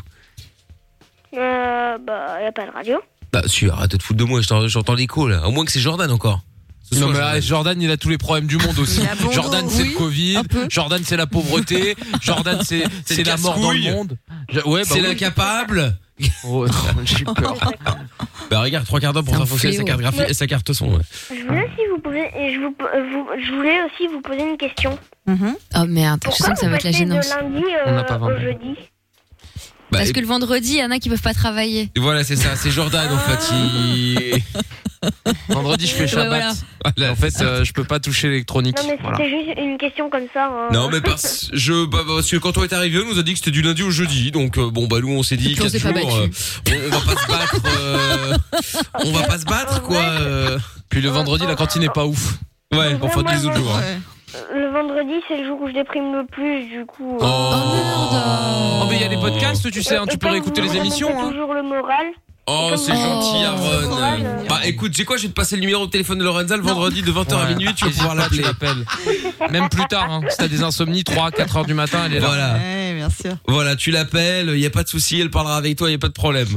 euh, Bah, elle a pas de radio. Bah, si, arrête de te foutre de moi, je t'en- j'entends l'écho là. Au moins que c'est Jordan encore. Non, mais là, Jordan, il a tous les problèmes du monde aussi. Jordan, c'est le Covid. Jordan, c'est la pauvreté. Jordan, c'est C'est c'est le la mort dans casse-couille. le monde. Je- Ouais, bah c'est oui. l'incapable. Oh, non, j'ai peur. bah, regarde, trois quarts d'heure pour C'est un faire fonctionner sa fléau. carte, graphique, Mais- sa carte son. ouais. Bah, Je voulais Ah. aussi vous poser, et je, vous, euh, vous- je voulais aussi vous poser une question. Oh merde, je Pourquoi sens que ça vous va être la passez de gênance. lundi On euh, n'a pas vingt au minutes. jeudi Bah, Parce et- que le vendredi, il y en a qui peuvent pas travailler. Voilà, c'est ça, c'est Jordan en fait. il- Vendredi, je fais Ouais, Shabbat. En fait, euh, je peux pas toucher l'électronique. Non, mais c'était Voilà. juste une question comme ça. hein. Non mais parce, je, bah, parce que quand on est arrivé, on nous a dit que c'était du lundi au jeudi, donc euh, bon bah nous on s'est dit puis on quatre s'est pas jours, battu. euh, on, on va pas se battre, euh, on va pas se battre quoi. euh. Puis le vendredi, la cantine est pas ouf. Ouais, bon, enfin, moi, des moi, autres jours. hein. euh, Le vendredi, c'est le jour où je déprime le plus, du coup. euh, Oh, mais il y a les podcasts, tu sais, hein, et tu peux comme réécouter Euh, vous les me émissions. remontez hein. toujours le moral. Oh, c'est gentil, Aaron. Bah, écoute, j'ai quoi Je vais te passer le numéro de téléphone de Lorenza le vendredi de 20h à Ouais. minuit. Tu vas N'hésite pouvoir pas, tu l'appeler. Même plus tard, hein, si t'as des insomnies, 3 4 heures du matin, elle est là. Voilà. Ouais, bien sûr. Voilà, tu l'appelles. Il y a pas de souci. Elle parlera avec toi. Il y a pas de problème.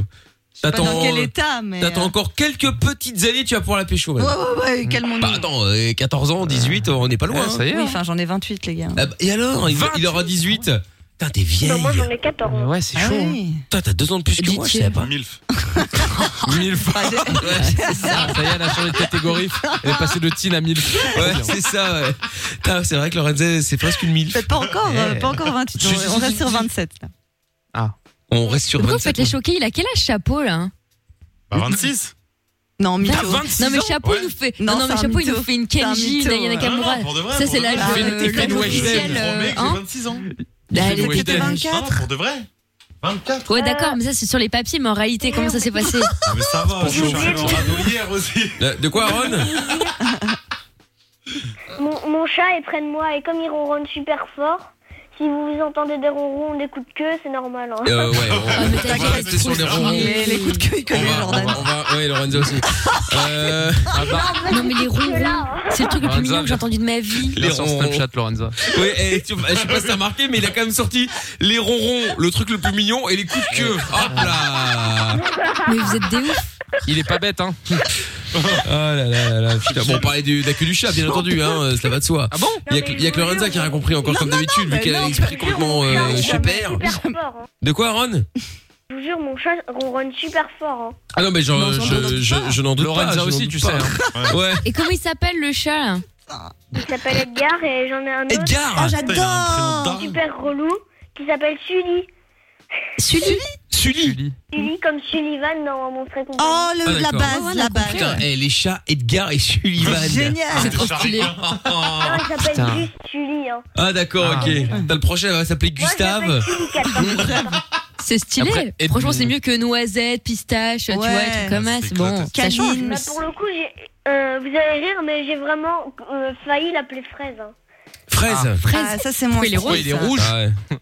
Pas dans T'attends. euh, quel état, mais. euh, T'attends encore quelques petites années. Tu vas pouvoir la pécho. Ouais, ouais, ouais, quel monde. Bah, attends, euh, 14 ans, 18, on n'est pas loin. hein. Oui, enfin, j'en ai 28, les gars. Ah bah, Et alors il, il aura 18. Putain, t'es vieille. Non, moi, j'en ai 14. Ouais, c'est Ah chaud. hein. Putain, t'as deux ans de plus que moi. Je savais pas. Milf. Milf. Ah, c'est ça. Ça y est, elle a changé de catégorie. Elle est passée de teen à milf. Ouais, c'est ça. Ouais. Putain, C'est vrai que Lorenza, c'est presque une mille. Peut-être pas encore, euh, Eh. pas encore 28. Je- je- On, on reste je- sur 27. Là. On reste sur Pourquoi vous 27. faites les choquer Il a quel âge chapeau là hein Bah, 26 Non, mytho. Non mais chapeau il nous fait non, Non, non, mais c'est un chapeau il mytho. nous fait une C'est un Kenji, mytho, Diana Ah ouais. Nakamura. Non, non, pour de vrai, Ça pour c'est de l'âge vrai. euh, Ah, mais l'âge Ken Weston, officiel. je euh, promets que j'ai hein 26 ans. Bah, elle Ken était Weston. 24. Non, pour de vrai 24 Ouais d'accord mais ça c'est sur les papiers mais en réalité comment ça s'est passé Ah, Mais ça va, je suis J'ai allé en oublié. rando hier aussi. Euh, De quoi, Aaron Mon, mon chat est près de moi et comme il ronronne super fort, si vous entendez des ronrons, des coups de queue, c'est normal. hein. Euh, ouais, Ah, on, on va rester sur les ronds. Mais les coups de queue, ils On connaissent va, Jordan. on va, on va- ouais, Lorenzo aussi. Euh, Non mais les ronrons, hein. c'est le truc le plus Lorenza, mignon que j'ai entendu de ma vie. Les Là, sur ronds. Snapchat, Lorenza. oui, eh, tu- je sais pas si t'as remarqué, mais il a quand même sorti les ronrons, le truc le plus mignon et les coups de queue. Eh. Hop là Mais vous êtes des ouf. Il est pas bête, hein. Oh là là là là, putain. Bon, on parlait du, de la queue du chat, bien entendu, hein, euh, ça va de soi. Ah bon Il y a, que- il y a que Lorenza qui a rien compris encore, comme d'habitude, bah vu qu'elle a l'esprit complètement euh, Il ronronne chépère. super fort. hein. De quoi, Aaron Je vous jure, mon chat ronronne super fort. hein. Ah non, mais je, Non, je, j'en doute je, je n'en doute pas. Lorenza j'en aussi, doute tu pas. sais, hein. Ouais. Et comment il s'appelle le chat là Il s'appelle Edgar et j'en ai un autre. Edgar Ah, Oh, j'adore Putain, il a un prénom de dingue. Super relou qui s'appelle Sully. Sully Sully. Sully comme Sullivan dans mon très compagnie. Oh, le- Ah, la d'accord. base, la base. Putain, eh, les chats Edgar et Sullivan. Génial. Ah, Ah, C'est des trop chats. stylé. Non, Ah, il s'appelle oh, putain. juste Sully. Hein. Ah. Ah d'accord, ok. Ah, T'as le prochain, elle va s'appeler Moi, je Gustave. l'appelle Sully Cat, par contre. C'est stylé. Après, et- Franchement, c'est mieux que noisette, pistache, tu vois, Ouais. trucs comme ça. C'est bon, ça Canine. change. Bah, pour le coup, j'ai- euh, vous allez rire, mais j'ai vraiment euh, failli l'appeler fraise. hein. Fraise. Ah, ça c'est moi. Pourquoi il est rouge Ah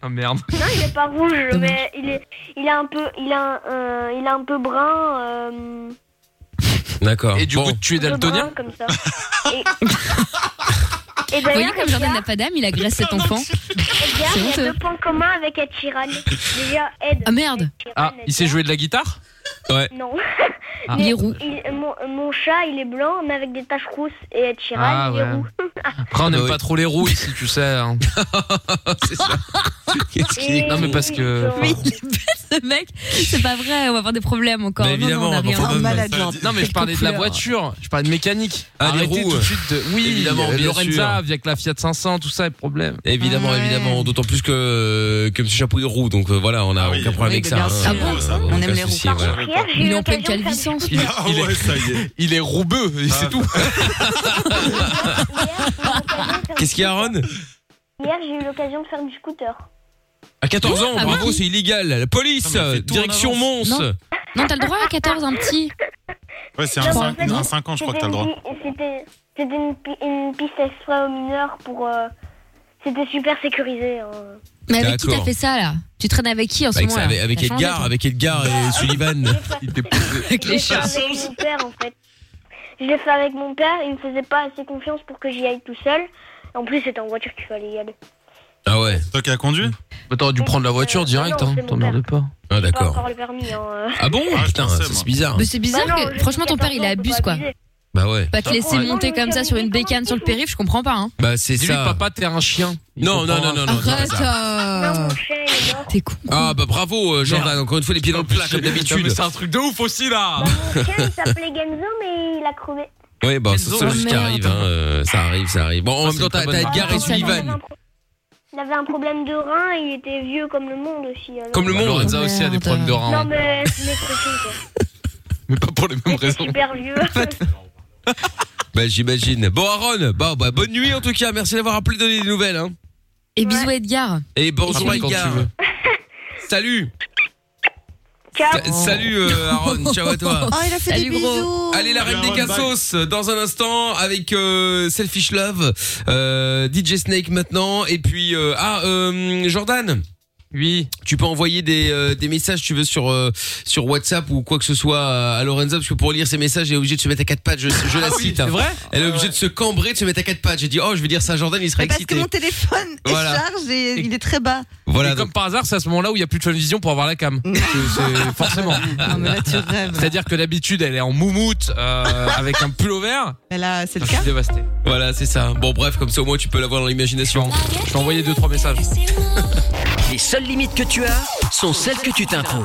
ouais. merde. Non, il est pas rouge, mais il est, il est un peu, il a, un- euh, il a un peu brun. euh, D'accord. Et du coup, tu es un peu daltonien brun comme ça. Et, et Vous voyez d'ailleurs, comme Jordan n'a pas d'âme, il agresse cet enfant. Edgar, C'est Eh il y a honteux. deux points communs avec Ed Sheeran. Déjà, Ed. Ah merde Ah, il sait jouer de la guitare Ouais. Non. Ah. Mais Il est roux. il- mon, mon chat, il est blanc, mais avec des taches rousses. Et Ed Sheeran, Ah, il est ouais. roux. Ah, Après, on bah n'aime pas trop les roues ici, tu sais. hein. Qu'est-ce qu'il est Non, mais parce que. Mais il est bête, ce mec, c'est pas vrai, on va avoir des problèmes Bah, encore. Mais Non, évidemment, non, on a on va rien. pas avoir de problème. Non, mais je parlais de la voiture, je parlais de mécanique. Ah, les Arrêtez roues. tout de suite de- Oui, Évidemment, bien Lorenza, sûr. via que la Fiat 500, tout ça est problème. Évidemment, évidemment. D'autant plus que, que Monsieur Chapeau est roux, donc euh, voilà, Ah on a aucun problème avec ça. hein. Euh, aucun souci, voilà. Il est en pleine calvissance. Il, Ah il est, il est roubeux, et c'est tout. Qu'est-ce qu'il y a, Aaron Hier, j'ai eu l'occasion de faire du scooter. À 14 ans, Ah, bravo, oui. c'est illégal. La police, direction Mons. Non, non, t'as le droit à 14, un petit. Ouais, c'est Non, un mais en 5 fait, un cinq ans, je crois que t'as le droit. c'était une pi- C'était c'était une, pi- une piste exprès aux mineurs pour. euh, c'était super sécurisé. hein. Mais avec qui t'as D'accord. fait ça là Tu traînes avec qui en ce Bah, Avec, moment là avec- avec T'as changé, Edgar, toi. avec Edgar et Sullivan. Avec Je l'ai fait avec mon père en fait. Je l'ai fait avec mon père, il me faisait pas assez confiance pour que j'y aille tout seul. En plus, c'était en voiture qu'il fallait y aller. Ah ouais. Toi qui as conduit Bah, T'aurais dû prendre la voiture direct, non, hein, c'est mon t'emmerdes pas. Ah, J'ai Pas encore le permis. hein, euh. Ah bon Putain, ça, c'est bizarre. Mais c'est bizarre Bah non, que. j'ai Franchement, ton 14 père il ans, abuse quoi. Bah ouais. Pas te laisser monter comme ça sur une bécane sur le périph', je comprends pas. Hein. Bah c'est Dis-lui, ça. papa, t'es un chien. Non, non, non, non, non. Arrête. non, ça. euh, T'es con. Ah bah bravo, euh, Jordan. Encore une fois, les pieds dans le plat comme Putain, mais d'habitude. C'est un truc de ouf aussi, là. Il s'appelait Genzo, mais il a crevé. Oui, bah c'est Oh, ça juste qui merde. arrive. hein, euh, Ça arrive, ça arrive. Ah, Bon, en même temps, t'as t'as Edgar et Sullivan. Il avait un problème de rein, il était vieux comme le monde aussi. alors. Comme le monde. Lorenza aussi a des problèmes de Non, reins. mais c'est mes cochons, quoi. Mais pas pour les mêmes raisons. Super vieux. Bah j'imagine. Bon Aaron, bah, bah bonne nuit en tout cas. Merci d'avoir appelé donner des nouvelles. Hein. Et bisous Edgar. Et bonjour Rappelle quand Edgar. tu veux. Salut. Ciao. Sa- Salut euh, Aaron, ciao à toi. Oh, il a fait Salut, des gros. bisous. Allez, la reine des cassos, euh, dans un instant, avec euh, Selfish Love, euh, DJ Snake maintenant, et puis... euh, ah, euh, Jordan oui. Tu peux envoyer des, euh, des messages, tu veux, sur euh, sur WhatsApp ou quoi que ce soit euh, à à Lorenzo, parce que pour lire ses messages, elle est obligée de se mettre à quatre pattes. Je, je la Ah oui, cite. hein. c'est vrai Elle est obligée de se cambrer, de se mettre à quatre pattes. J'ai dit, oh, je vais dire ça à Jordan, il sera Mais parce excité. que mon téléphone est Voilà. charge et il est très bas. Voilà. Et comme par hasard, c'est à ce moment-là où il n'y a plus de fun vision pour avoir la cam. C'est- c'est- Forcément. C'est-à-dire que d'habitude, elle est en moumoute euh, avec un pull au vert. Mais là, c'est Je suis dévasté. Voilà, c'est ça. Bon, bref, comme ça au moins tu peux l'avoir dans l'imagination. Je t'ai envoyé deux trois messages. Les seules limites que tu as sont celles que tu t'imposes.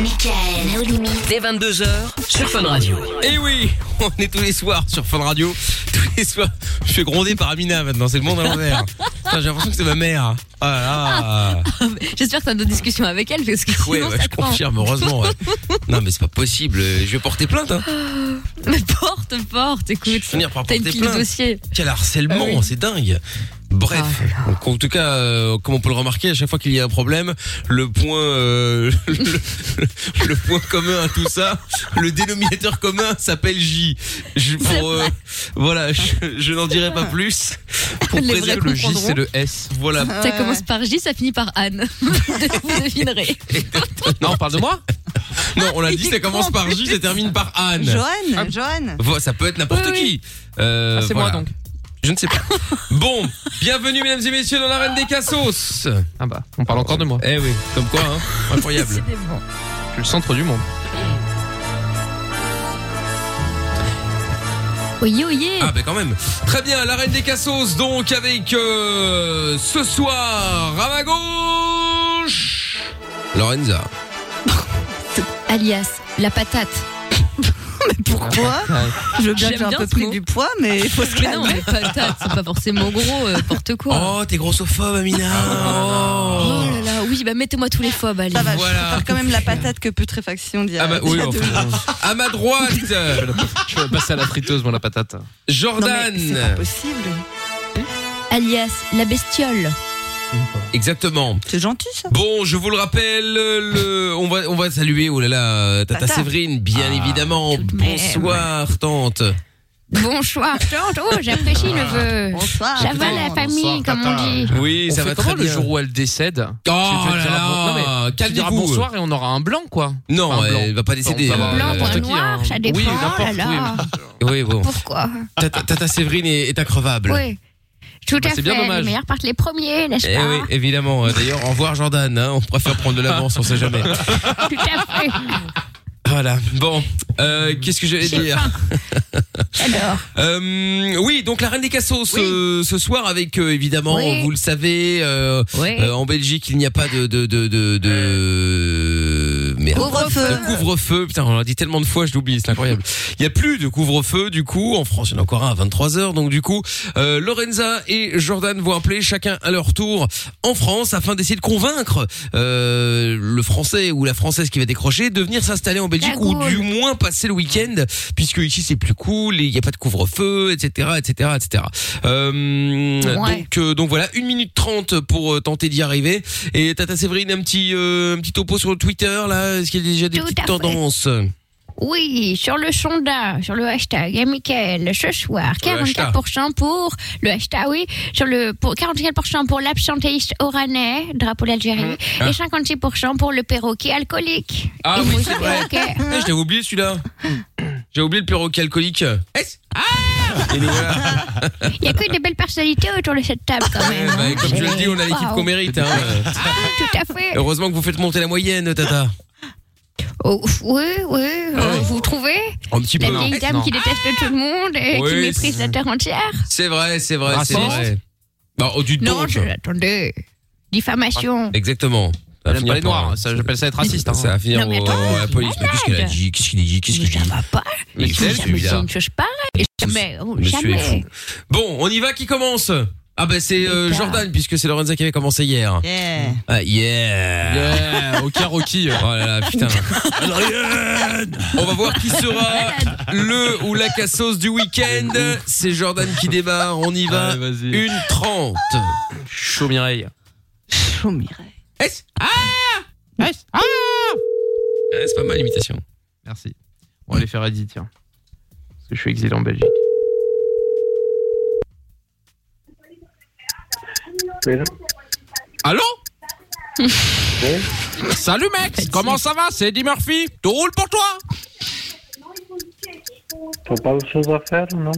Michael, nos limites. Dès 22h sur Fun Radio. Eh oui, on est tous les soirs sur Fun Radio. Tous les soirs. Je suis grondé par Amina maintenant, c'est le monde à l'envers. Putain, J'ai l'impression que c'est ma mère. Ah là. J'espère que t'as d'autres discussions avec elle parce que Ouais, sinon ouais, ça je craint. confirme, heureusement. ouais. Non, mais c'est pas possible. euh, Je vais porter plainte. Hein. Mais porte, porte, écoute. vais finir par T'as une porter pile de plainte. dossiers. Quel harcèlement, Ah oui. Ah c'est dingue. Bref, donc, en tout cas, euh, comme on peut le remarquer, à chaque fois qu'il y a un problème, le point, euh, le, le point commun à tout ça, le dénominateur commun s'appelle J. Je, pour, euh, voilà, je, je n'en dirai pas plus. Pour Les vrais préserver le J, comprendront. c'est le S. Voilà. Ça commence par J, ça finit par Anne. Vous devinerez. Non, on parle de moi Non, on l'a dit, ça commence par J, ça termine par Anne. Johan, Johan. Ah. Vo- Ça peut être n'importe Oui, qui. Euh, Ah, c'est moi, donc. Je ne sais pas. Bon, bienvenue mesdames et messieurs dans la reine des cassos. Ah bah, on parle encore de moi. Eh oui, comme quoi, hein, incroyable. Décidément. Je suis le centre du monde. Oyez, oyez. Ah bah quand même. Très bien, la reine des cassos donc avec euh, ce soir à ma gauche Lorenza. Ah. Alias, la patate. Pourquoi Je veux bien que J'aime j'ai un bien peu ce pris mot. du poids, mais il faut se Mais non, calmer. mais patate, c'est pas forcément gros, euh, porte quoi. Oh, t'es grossophobe Amina. Oh. Oh là là, oui, bah mettez-moi tous les phobes, allez. Ça va, Voilà. je préfère quand même la patate que putréfaction d'il y a- Ah bah, oui, d'il y a deux enfin. jours. À ma droite, Je vais passer à la friteuse, moi, la patate. Non, mais c'est Jordan. pas possible. Alias, la bestiole. Exactement. C'est gentil ça. Bon, je vous le rappelle, euh, le- on va on va saluer oh là là Tata Tata. Séverine, bien Ah, évidemment. tout de même. Bonsoir tante. Bonsoir, Tante. Oh, j'apprécie le vœu. Bonsoir. Ça va la famille, comme on dit. Oui, On ça fait va comment très le bien. jour où elle décède Oh là là, Calmez-vous. calmez-vous. Bonsoir et on aura un blanc quoi. Non, Enfin, un blanc. elle va pas décéder. Enfin, on va euh, avoir Blanc, n'importe brun, qui, Noir, hein. ça dépend. Oui, oh là n'importe. oui, là. Oui, bon. Pourquoi Tata, Tata Séverine est, est increvable. Oui. Tout à Bah, c'est fait. bien dommage. Les meilleurs partent les premiers, n'est-ce Eh pas Ah. oui, évidemment. Euh, D'ailleurs, au revoir Jordan. hein. On préfère prendre de l'avance, on sait jamais. Tout à fait. Voilà. Bon, euh, qu'est-ce que j'allais J'ai dire Euh, oui, donc la reine des cassos ce, ce soir avec euh, évidemment, Oui. vous le savez, euh, Oui. euh, en Belgique il n'y a pas de de de de, de... merde. Couvre-feu. De couvre-feu. Putain, on l'a dit tellement de fois, je l'oublie, c'est incroyable. Il n'y a plus de couvre-feu du coup. En France, il y en a encore un à 23 h Donc du coup, euh, Lorenza et Jordan vont appeler chacun à leur tour en France afin d'essayer de convaincre euh, le Français ou la Française qui va décrocher de venir s'installer en Belgique ou du moins passer le week-end puisque ici c'est plus cool, et il n'y a pas de couvre-feu, etc., etc., etc. Euh, Ouais. Donc euh, donc voilà, une minute 30 pour euh, tenter d'y arriver. Et Tata Séverine, un petit euh, un petit topo sur Twitter là. Est-ce qu'il y a déjà des Tout petites à fait. tendances Oui, sur le sondage, sur le hashtag, il y a Mickaël, ce soir, Sur le hashtag. 44% pour le hashtag, oui, sur le, pour, 44% pour l'absentéiste oranais, drapeau d'Algérie, Ah. et 56% pour le perroquet alcoolique. Ah Et oui, moi, c'est je vrai. perroquet. Eh, je l'avais oublié celui-là. J'ai oublié le perroquet alcoolique. Eh, c'est- Ah Et nous voilà. Il y a que des belles personnalités autour de cette table, quand même. Eh ben, comme je le dis, on a l'équipe Waouh. qu'on mérite. hein. Tout à fait. Heureusement que vous faites monter la moyenne, Tata. Oh, oui, oui, euh, vous trouvez Ah Un petit La peu, non. vieille dame Non. qui déteste tout le monde et Oui, qui méprise c'est- la terre entière. C'est vrai, c'est vrai, c'est Raciste. vrai. Bah, oh, du Non, donc. je l'attendais. Diffamation. Ah. Exactement. Elle Ça va aime finir pas les par- Noirs, ça, j'appelle ça être raciste, hein. Ça va finir Non, mais au- attends, à la police. Mais qu'est-ce qu'elle a malade. dit Qu'est-ce qu'il a dit Qu'est-ce qu'il a dit Pas. Mais Il faut jamais quel dire celui-là une chose pareille. Jamais, oh, Monsieur est jamais. fou. Bon, on y va. Qui commence Ah ben c'est euh, Jordan puisque c'est Lorenza qui avait commencé hier. Yeah. Ah, yeah. Yeah, Au Rocky. Oh là là, putain. Adrien On va voir qui sera le ou la cassos du week-end. C'est Jordan qui démarre. On y va. Une 30. Chaud Mireille. Chaud Mireille. Ah Ah Ouais, Eh, C'est pas mal l'imitation. Merci. On va les faire Eddy, tiens. Parce que je suis exilé en Belgique. Allô Salut mec, comment ça va C'est Eddie Murphy. Tout roule pour toi T'as pas autre chose à faire, non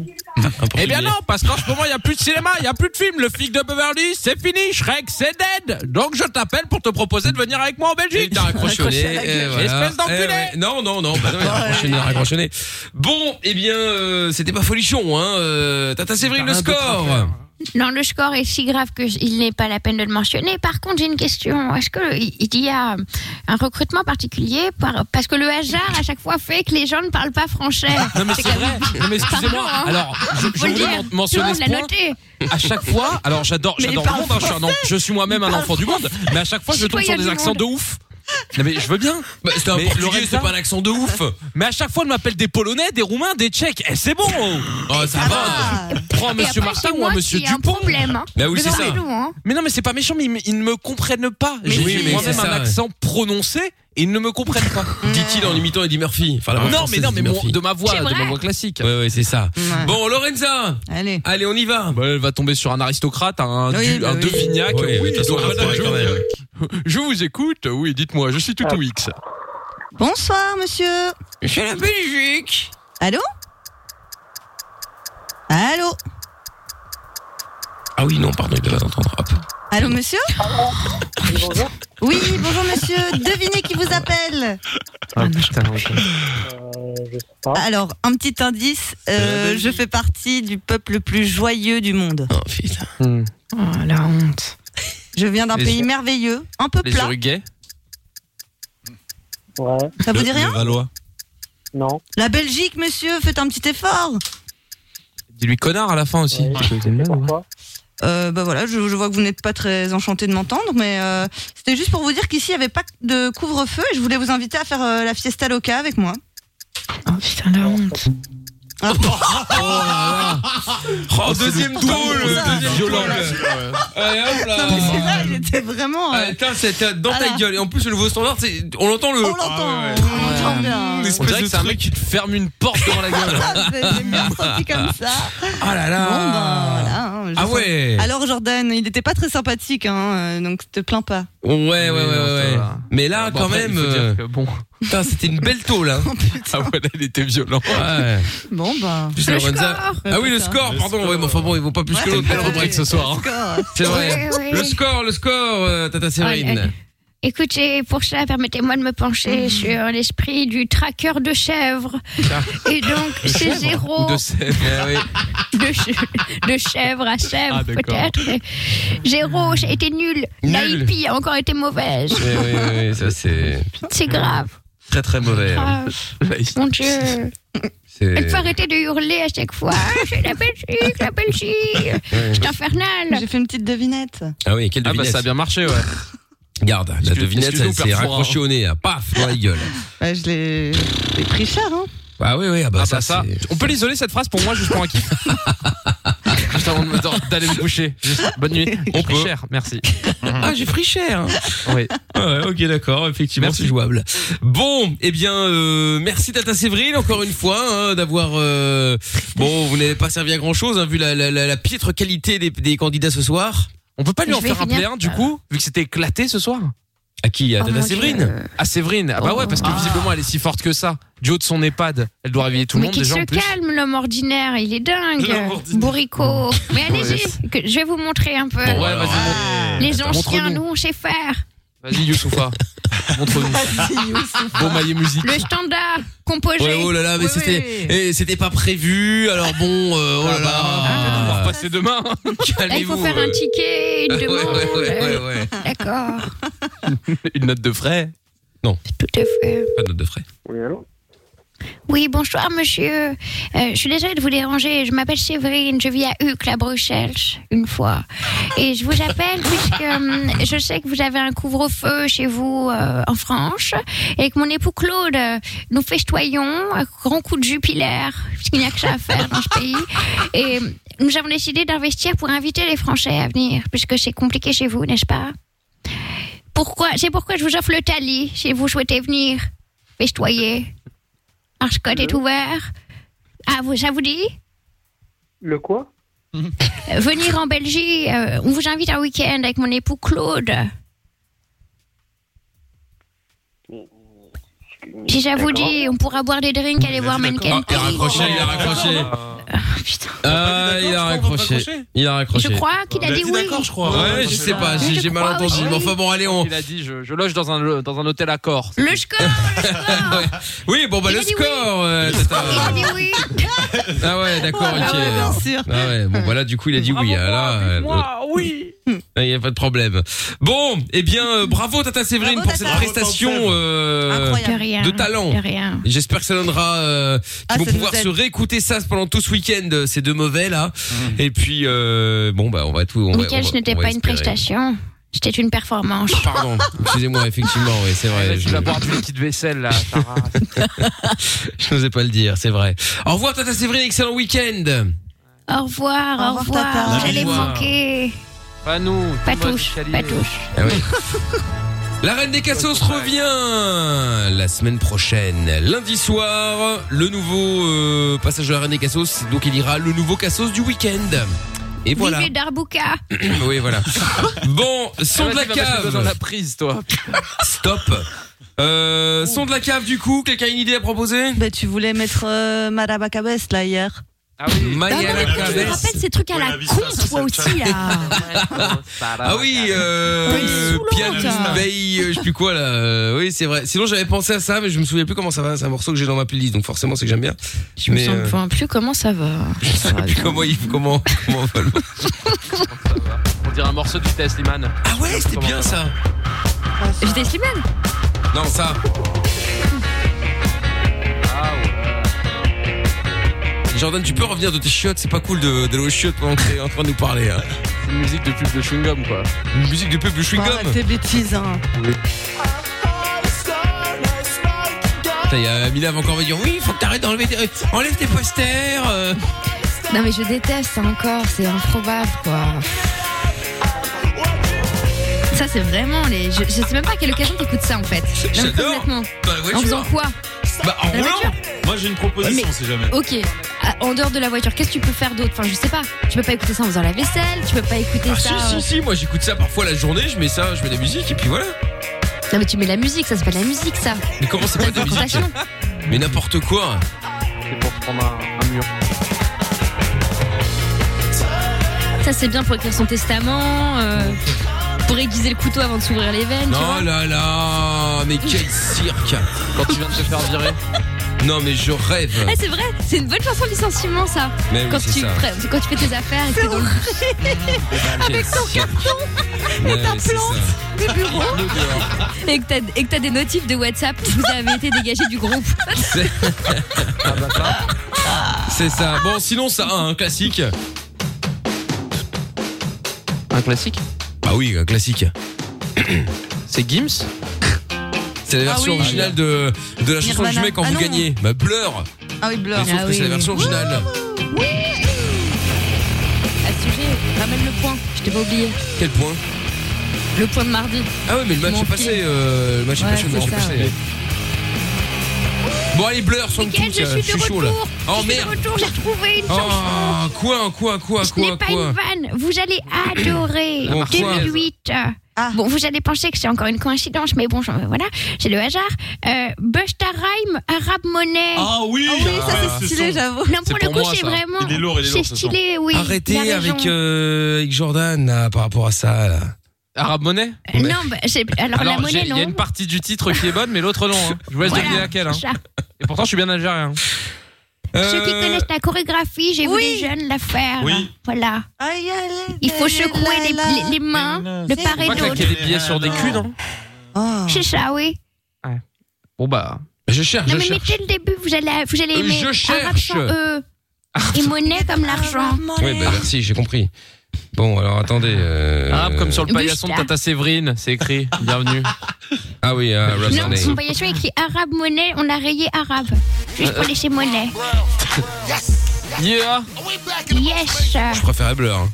Eh bien non, parce qu'en ce moment, il n'y a plus de cinéma, il n'y a plus de film. Le flic de Beverly, c'est fini. Shrek, c'est dead. Donc je t'appelle pour te proposer de venir avec moi en Belgique. T'as raccroché au nez, et voilà. Espèce d'enculé. Eh ouais. Non, non, non, bah non, il a raccroché, il a raccroché. Bon, eh bien, euh, c'était pas folichon, hein. euh, Tata Séverine, le score. Non, le score est si grave qu'il n'est pas la peine de le mentionner. Par contre, j'ai une question. Est-ce qu'il y a un recrutement particulier par- Parce que le hasard, à chaque fois, fait que les gens ne parlent pas français. Non mais c'est quand vrai. même- Non mais excusez-moi. Pardon, hein. Alors, je, je Faut le voulais dire. men- mentionner Tout ce le monde l'a point. noté. À chaque fois, alors j'adore, Mais j'adore il le monde. hein, parle je, suis un en- je suis moi-même un enfant du monde, mais à chaque fois je tombe Citoyen sur des du accents monde. de ouf. Non mais je veux bien. Bah, c'est un Mais portugais, Lorenza- c'est pas un accent de ouf. Mais à chaque fois, on m'appelle des Polonais, des Roumains, des Tchèques. Eh, c'est bon. Oh, ça va. Prends Monsieur Après, Martin c'est ou moi un Monsieur qui ai un Dupont. problème, hein. Bah oui, Mais c'est non, ça. mais nous, hein. Mais non, mais c'est pas méchant, mais ils, me- ils ne me comprennent pas. Mais J'ai oui, mais fait moi-même c'est un ça, ouais. accent prononcé et ils ne me comprennent pas. Dit-il en imitant Eddie Murphy. Enfin, la voix non, française mais non, d'Eddie mais mon- Murphy. de ma voix, C'est de ma vrai. voix classique. Ouais, ouais, c'est ça. Bon, Lorenza. Allez. Allez, on y va. Bah, elle va tomber sur un aristocrate, un, Oui, du- bah un oui. devignac. Ouais, mais de toute façon, donc, elle va madame, se barrer je- Je vous écoute. Oui, dites-moi, je suis tout Ah. X. Bonsoir, monsieur. C'est la Belgique. Allô Allô Ah oui, non, pardon, il devait t'entendre. Hop. Allô, monsieur Bonjour. Oui, bonjour, monsieur. Devinez qui vous appelle. Ah putain, Euh, Euh, Alors, un petit indice. euh, je fais partie du peuple le plus joyeux du monde. Oh putain. Oh, la honte. Je viens d'un Les- pays merveilleux, un peu Les plat. Uruguais Ouais. Ça vous dit rien Valois. Non. La Belgique, monsieur, faites un petit effort. Dis-lui connard à la fin aussi. Euh, bah voilà, je, je vois que vous n'êtes pas très enchanté de m'entendre, mais euh, c'était juste pour vous dire qu'ici il n'y avait pas de couvre-feu et je voulais vous inviter à faire euh, la fiesta loca avec moi. Oh putain, la honte. Ah. Oh, deuxième c'est le tour, le temps, deuxième violent. tour, là. Allez, hop là. Non, mais celui-là, il était vraiment. euh, Ah, putain, c'était dans Voilà. ta gueule. Et en plus, le nouveau standard, c'est, on l'entend le. On l'entend. Une On espèce dirait de que c'est un mec qui te ferme une porte devant la gueule. J'ai bien senti comme ça. Ah là là. Bon, ben, voilà, hein, je Ah sens- ouais. Alors Jordan, il n'était pas très sympathique, hein, euh, donc te plains pas. Ouais, ouais, ouais, ouais. ouais. Mais là, euh, Bon, quand après, même. il faut dire euh, que bon. Oh, Putain, c'était une belle tôle, hein. ah ouais, là, il était violent. Ouais. Bon bah. Plus Le Lorenza. score. Ah oui, le score, pardon. Ouais, mais enfin bon, il vaut pas plus que l'autre, ouais, le break ce soir. hein. C'est vrai. Ouais, ouais. Le score, le score, euh, Tata Ouais, ouais. Séverine. Écoutez, pour ça, permettez-moi de me Mm. pencher sur l'esprit du traqueur de chèvres. Et donc, c'est zéro De sève. Eh Ah oui. de, ch- de chèvre à chèvre, Ah, d'accord. peut-être. Zéro, j'ai été nul. La Nul. hippie a encore été mauvaise. Oui, oui, oui, ça c'est C'est grave. très très mauvais. hein. Ah, Mon Dieu. C'est- Il faut arrêter de hurler à chaque fois. C'est la Belgique, la Belgique. C'est infernal. J'ai fait une petite devinette. Ah oui, quelle Ah bah, devinette. ça a bien marché, ouais. Garde, la Excuse- devinette, excuse-nous, hein. elle s'est Père Fouras. raccrochée au nez, là. paf, dans la gueule. Ouais, je l'ai je l'ai pris cher, hein. Ah oui, oui, ah bah, ça, c'est- On peut l'isoler cette phrase pour moi juste pour un kiff Juste avant de me- d'en- d'aller me coucher. Juste, bonne nuit. On peut. cher, merci. Ah, j'ai pris cher. Oui. Ah ouais, ok, d'accord, effectivement, c'est jouable. Bon, eh bien, euh, merci Tata Séverine encore une fois hein, d'avoir. euh, bon, vous n'avez pas servi à grand chose vu la, la, la- la piètre qualité des, des candidats ce soir. On peut pas lui en faire un play-in du coup, vu que c'était éclaté ce soir À qui À Oh, Tata Séverine euh, À Séverine. Ah bah ouais, parce que visiblement elle est si forte que ça. Du haut de son EHPad, elle doit réveiller tout le Mais monde qu'il déjà se en plus. calme, l'homme ordinaire, il est dingue. L'homme ordinaire. Bourricot. Mais allez-y, Ouais. que- je vais vous montrer un peu. Bon, ouais, vas-y, montre- Les anciens, montre-nous. nous, on sait faire. Vas-y Youssoufa, montre-nous. Bon maillet musique. Le standard composé. Ouais, oh là là, mais Oui, c'était, eh, c'était pas prévu. Alors bon, euh, Ah oh là là. bah, on va repasser demain. hein. oui. Là, Ah. Eh, il faut Calmez-vous. faire un ticket, une Ouais, demande. ouais, ouais, ouais, ouais. Ah. D'accord. Une note de frais Non. Tout à fait. Pas de note de frais. Oui, allô Oui, bonsoir, monsieur. Euh, je suis désolée de vous déranger. Je m'appelle Séverine. Je vis à Uccle, à Bruxelles, une fois. Et je vous appelle puisque hum, je sais que vous avez un couvre-feu chez vous euh, en France et que mon époux Claude, euh, nous festoyons à grands coups de jupilaire, puisqu'il n'y a que ça à faire dans ce pays. Et nous avons décidé d'investir pour inviter les Français à venir, puisque c'est compliqué chez vous, n'est-ce pas pourquoi, c'est pourquoi je vous offre le tali, si vous souhaitez venir festoyer. Arscott est ouvert. Ah, vous, ça vous dit Le quoi Euh, Venir en Belgique, euh, on vous invite un week-end avec mon époux Claude. Si ça vous D'accord. dit, on pourra boire des drinks, aller voir Menken. Ah, il a raccroché, il a raccroché. Ah, il a raccroché. Il a raccroché. Je crois qu'il a dit oui. Ouais, je hein. sais pas, j'ai j'ai mal entendu. Mais enfin bon, allez, on. Il a dit je, je loge dans un, dans un hôtel à corps. Le score Ouais. Oui, bon, bah, Il le a dit score. euh, Tata. Il a dit oui. Ah ouais, d'accord, Ah ok. ouais, bien sûr. Ah ouais, bon, voilà, du coup, il a dit oui. ah, Là, euh, oui. là, il n'y a pas de problème. Bon, eh bien, euh, bravo Tata Séverine pour cette prestation euh, De rien. de talent. De rien. J'espère que ça donnera, euh, qu'ils Ah, vont ça nous pouvoir aide. se réécouter ça pendant tout ce week-end, euh, ces deux mauvais là. Mm. Et puis, euh, bon bah, on va tout. On va- on Michael, va- ce n'était on va pas une espérer. Ah, prestation. C'était une performance. Pardon, excusez-moi, effectivement, oui, c'est vrai. Je Tu vas boire du liquide vaisselle là, Sarah. je n'osais pas le dire, c'est vrai. Au revoir Tata Séverine, excellent week-end. Au revoir, au revoir. tata. J'allais Au vous revoir. manquer. Pas nous. Pas Thomas touche, Escalier. pas touche. Ah oui. La reine des cassos revient la semaine prochaine, lundi soir. Le nouveau euh, passage de la reine des cassos, donc il ira le nouveau cassos du week-end. Et voilà. Vivez Darbouka. oui, voilà. Bon, son de la Ah, Vas-y, va mettre le doigt cave. dans la prise, toi. Stop. Euh, son de la cave du coup. Quelqu'un a une idée à proposer Bah, tu voulais mettre euh, Marabacabes là hier. Ah oui. Maya la Tu me cave. rappelles ces trucs à la con, toi aussi là. Ah oui, euh, pianiste veille, euh, je sais plus quoi là. euh, Oui, c'est vrai. Sinon, j'avais pensé à ça, mais je me souviens plus comment ça va. C'est un morceau que j'ai dans ma playlist, donc forcément, c'est que j'aime bien. Je me Mais, euh, sens plus comment ça va. Je sais plus comment il comment comment on va le- On dirait un morceau du test Slimane. Ah ouais, c'était bien ça. J'étais Slimane. Non ça. Ah Jordan, tu peux revenir de tes chiottes, c'est pas cool de- d'aller aux chiottes pendant que t'es en train de nous parler. hein. C'est une musique de pub de chewing gum quoi. Une musique de Bah, Bah, hein. pub de chewing Arrête tes gum. bêtises hein. Putain, il y a Amina va encore me dire oui, faut que t'arrêtes d'enlever tes... euh, Enlève tes posters euh. Non mais je déteste ça encore, c'est improbable quoi. Ça c'est vraiment les. Je, je sais même pas à quelle occasion t'écoutes ça en fait. Non, mais J'adore. complètement. Dans la voiture. En faisant quoi Bah, en Dans la roulant voiture Moi, j'ai une proposition, Mais- si jamais. Ok. à- En dehors de la voiture, qu'est-ce que tu peux faire d'autre Enfin, je sais pas. Tu peux pas écouter ça en faisant la vaisselle. Tu peux pas écouter Ah ça. si, euh, si, si, moi j'écoute ça parfois la journée, je mets ça, je mets de la musique et puis voilà. euh, Non mais tu mets la musique, ça c'est pas de la musique ça. Mais comment c'est pas de la musique Présentation. Mais n'importe quoi C'est pour prendre un, mur. Ça c'est bien pour écrire son testament, euh, pour aiguiser le couteau avant de s'ouvrir les veines. tu vois. Oh là là, mais quel cirque Quand tu viens de te faire virer Non mais je rêve Ah, c'est vrai, c'est une bonne chanson de licenciement ça. Mais oui, quand, c'est tu ça. Ah, pré- quand tu fais tes affaires et que t'es dans le Avec ton carton et ta plante du bureau et que t'as et que t'as des notifs de WhatsApp vous avez été dégagé du groupe. C'est- C'est Ah, bah, ça. Bon, sinon, ça, un, un classique. Un classique Bah oui, un classique. C'est Gims C'est la Ah version oui. originale de, de la chanson que je Nirvana. mets quand Ah vous non. gagnez. Bah, pleure Ah oui, Blur. Mais Bah, sauf que c'est la version originale. Oui. À ce sujet, ramène le point, je t'ai pas oublié. Quel point Le point de mardi. Ah oui, mais le match Mon est pied. passé. euh, le match Ouais, est passé. le match c'est ça, est passé. ouais. Bon, allez, blur, son Mickaël, kick, je euh, suis de chaud là. retour. Je Oh suis de merde retour, j'ai trouvé une chanson. Oh, quoi, quoi, quoi, Ce n'est quoi, pas quoi une vanne, vous allez adorer. Bon, quoi 2008. Ah. Bon, vous allez penser que c'est encore une coïncidence, mais bon, j'en- voilà, c'est le hasard. Euh, Busta Rhyme, Arab Money. Ah oui, Ah oui, ça, c'est ah, stylé, ce son. j'avoue. Non, pour C'est le pour coup, moi, c'est ça. vraiment. Il est lourd, il est lourd, ce C'est son. stylé, oui. il Arrêtez a raison. avec, euh, avec Jordan là, par rapport à ça. Là. Arabe monnaie Euh, Non, bah, c'est- alors, la j'ai- monnaie, il y a non. une partie du titre qui est bonne, mais l'autre non. hein. Je vous laisse Voilà, deviner laquelle. hein. ça. Et pourtant, je suis bien algérien. Ceux qui Euh, connaissent la chorégraphie, j'ai vu les jeunes la faire. Oui. Voilà. Il faut secouer les, les- les mains de part Faut et pas claquer des d'autre. billets sur des culs, non C'est ça, oui. Bon bah. Je cherche, Non, mais mettez le début, vous allez, vous allez Euh, aimer. je Arabe cherche. sans E. Et monnaie comme l'argent. Oui, bah merci, j'ai compris. Bon, alors attendez. euh, Arabe Ah, comme sur le Busta. paillasson de Tata Séverine, c'est écrit. Bienvenue. Ah oui, Arabe Non, son paillasson écrit arabe monnaie, on a rayé arabe. Juste pour Euh, euh. laisser monnaie. Yeah Yes Je préférais Blur. hein.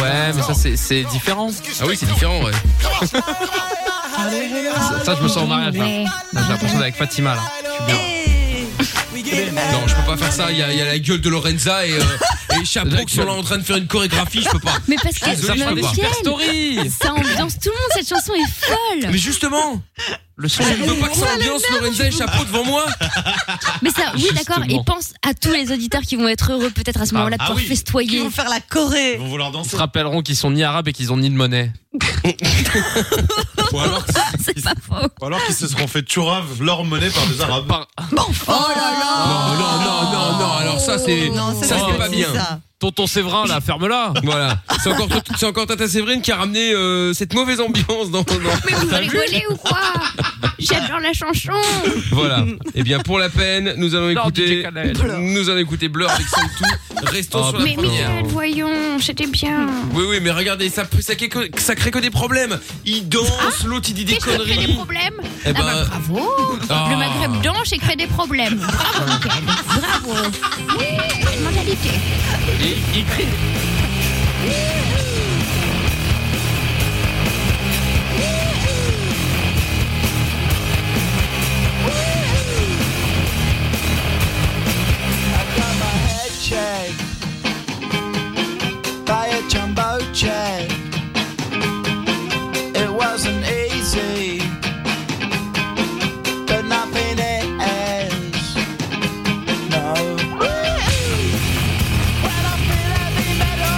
Ouais, mais ça, c'est- c'est différent. Ah oui, c'est différent, ouais. Ça, je me sens au mariage, là. Là, J'ai l'impression d'être avec Fatima, là. Non, je peux pas faire ça. Il y, a- il y a la gueule de Lorenza et, euh, et Chapeau qui sont là en train de faire une chorégraphie. Je peux pas. Mais parce que Ah, Je suis désolé, je peux pas. Mickaël, ça ambiance tout le monde, cette chanson est folle. Mais justement, le son. Ah, Je ne veux mais pas que ça voilà, ambiance merde, Lorenza et Chapeau devant moi. Mais ça, oui, d'accord, Justement. et pense à tous les auditeurs qui vont être heureux peut-être à ce moment-là de Ah pouvoir oui. festoyer. Ils vont faire la Corée. Ils se rappelleront qu'ils sont ni arabes et qu'ils ont ni de monnaie. Ou alors, c'est pas faux. Ou alors qu'ils se seront fait turave leur monnaie par des arabes. Oh là là Non, non, non, non. Alors ça, c'est ça, c'est pas bien. Tonton Séverin, là, ferme-la. Voilà. C'est encore, c'est encore Tata Séverine qui a ramené euh, cette mauvaise ambiance dans. dans Mais vous T'as vu rigolez ou quoi J'adore la chanson. Voilà. Et bien pour la peine, nous allons DJ écouter. Khaled. Nous allons écouter Blur avec Santou. Restons Oh, sur la Oh, Mais première. Michel, voyons, c'était bien. Oui, oui, mais regardez, ça, ça, crée que- ça crée que des problèmes. Il danse, l'autre il dit des Ah, Qu'est-ce qui crée conneries. des problèmes Eh Ah ben, bah, Bravo Ah. Le Maghreb danse et crée des problèmes. Bravo, Mickaël. Bravo Oui, Mentalité. Et il crée. head check by a jumbo check. It wasn't easy, but nothing is. No. When I feel in the middle.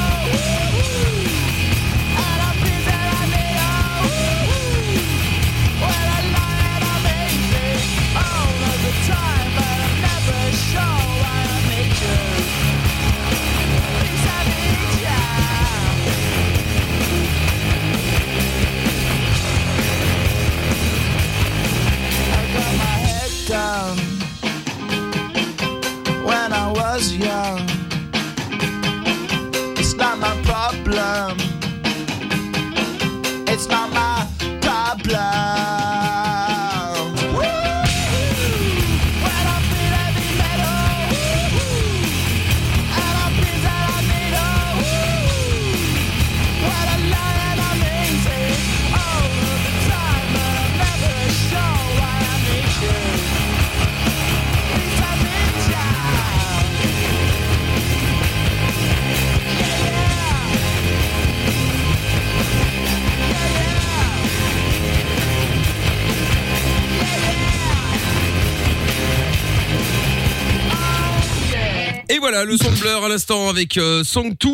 Et voilà, le son de Blur à l'instant avec euh, Song 2.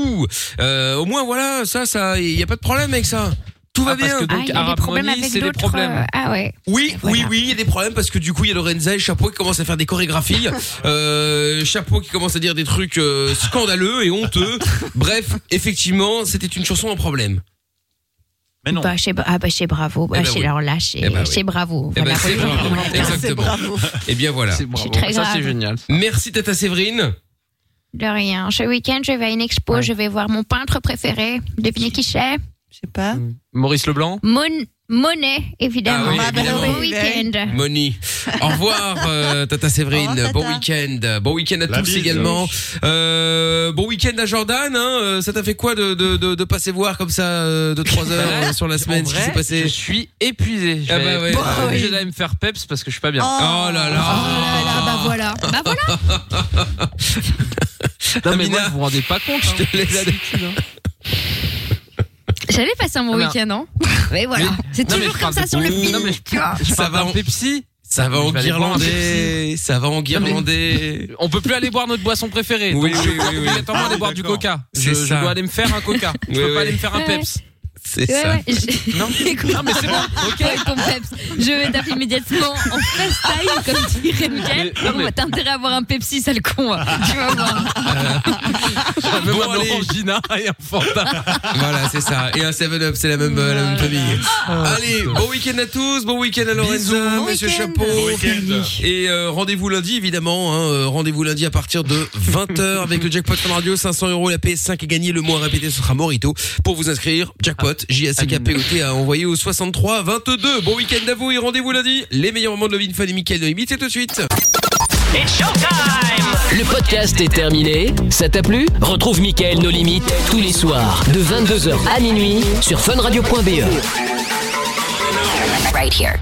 Euh, au moins, voilà, ça, ça, il n'y a pas de problème avec ça. Tout va Ah, bien. parce que donc, Ah, il y a des Arab problèmes Money, avec c'est des d'autres, problèmes. euh, ah ouais. Oui, oui, oui, il y a des problèmes parce que du coup, il y a Lorenza et Chapeau qui commencent à faire des chorégraphies. euh, Chapeau qui commence à dire des trucs euh, scandaleux et honteux. Bref, effectivement, c'était une chanson en problème. Mais non. Bah, chez, ah bah chez Bravo, bah, Eh ben chez, oui. alors là, chez, Eh ben oui. chez Bravo. Eh ben, Voilà, c'est pour les gens qui bravo. m'ont regardé. Exactement. Et bien voilà. C'est bravo. très Ça, c'est grave. génial. Merci Tata Séverine. De rien. Ce week-end, je vais à une expo, je vais voir mon peintre préféré. Devinez qui c'est Je sais pas. Maurice Leblanc. Mon Monet, évidemment. Ah oui, évidemment. Bon week-end. Moni. Au revoir, euh, Tata Séverine. Bon week-end. Bon week-end à La tous bise. également. Euh, bon week-end à Jordan. Hein. Euh, Ça t'a fait quoi de, de, de, de passer voir comme ça euh, de 3 heures euh, sur la semaine ce qui Bah, vrai, s'est passé je suis épuisé. Je Ah vais- bah ouais. je Bah suis oui. obligé d'aller me faire peps parce que je suis pas bien. Oh, là Oh là. Ah bah voilà. Bah voilà. Non mais moi, vous vous rendez pas compte. hein. Je te laisse aller. J'avais passé un bon Ah, mais- week-end, hein. Mais voilà. C'est Non, mais je toujours comme parle ça de- sur le Ouh. film. Non, mais je- tu vois. Ça va en Pepsi. Ça va Je en vais aller boire un guirlandais. Ça va en guirlandais. On peut plus aller boire notre boisson préférée. Oui, donc oui, je dois oui, oui. obligatoirement Ah, aller boire du d'accord. coca. C'est Je, je ça. dois aller me faire un coca. Je Oui, peux oui. pas aller me faire un Ouais, ouais. peps. C'est Ouais, ça. ouais, je- Non. Écoute, Non, mais c'est bon, ok. ouais, ton peps. Je vais t'appeler immédiatement en freestyle, comme dirait Mickaël. Mais- non, mais- Oh, T'as intérêt à avoir un Pepsi, sale con. hein. Tu vas voir. J'avais même un orangina et un fanta. voilà, c'est ça. Et un 7-Up, c'est la même, euh, la même famille. Allez, bon week-end à tous, bon week-end à Lorenza, Monsieur Chapeau. Et euh, rendez-vous lundi, évidemment. hein, euh, rendez-vous lundi à partir de 20h avec le Jackpot Fun Radio. 500 euros, la PS5 est gagnée. Le mois répété, ce sera Morito. Pour vous inscrire, Jackpot, J-A-C-K-P-O-T à envoyer au 63 22. Bon week-end à vous et rendez-vous lundi. Les meilleurs moments de Love in Fun et Mickaël de Limite, c'est tout de suite. Le podcast est terminé. Ça t'a plu Retrouve Mickaël nos limites tous les soirs de E. 22h à minuit sur funradio.be. Right here.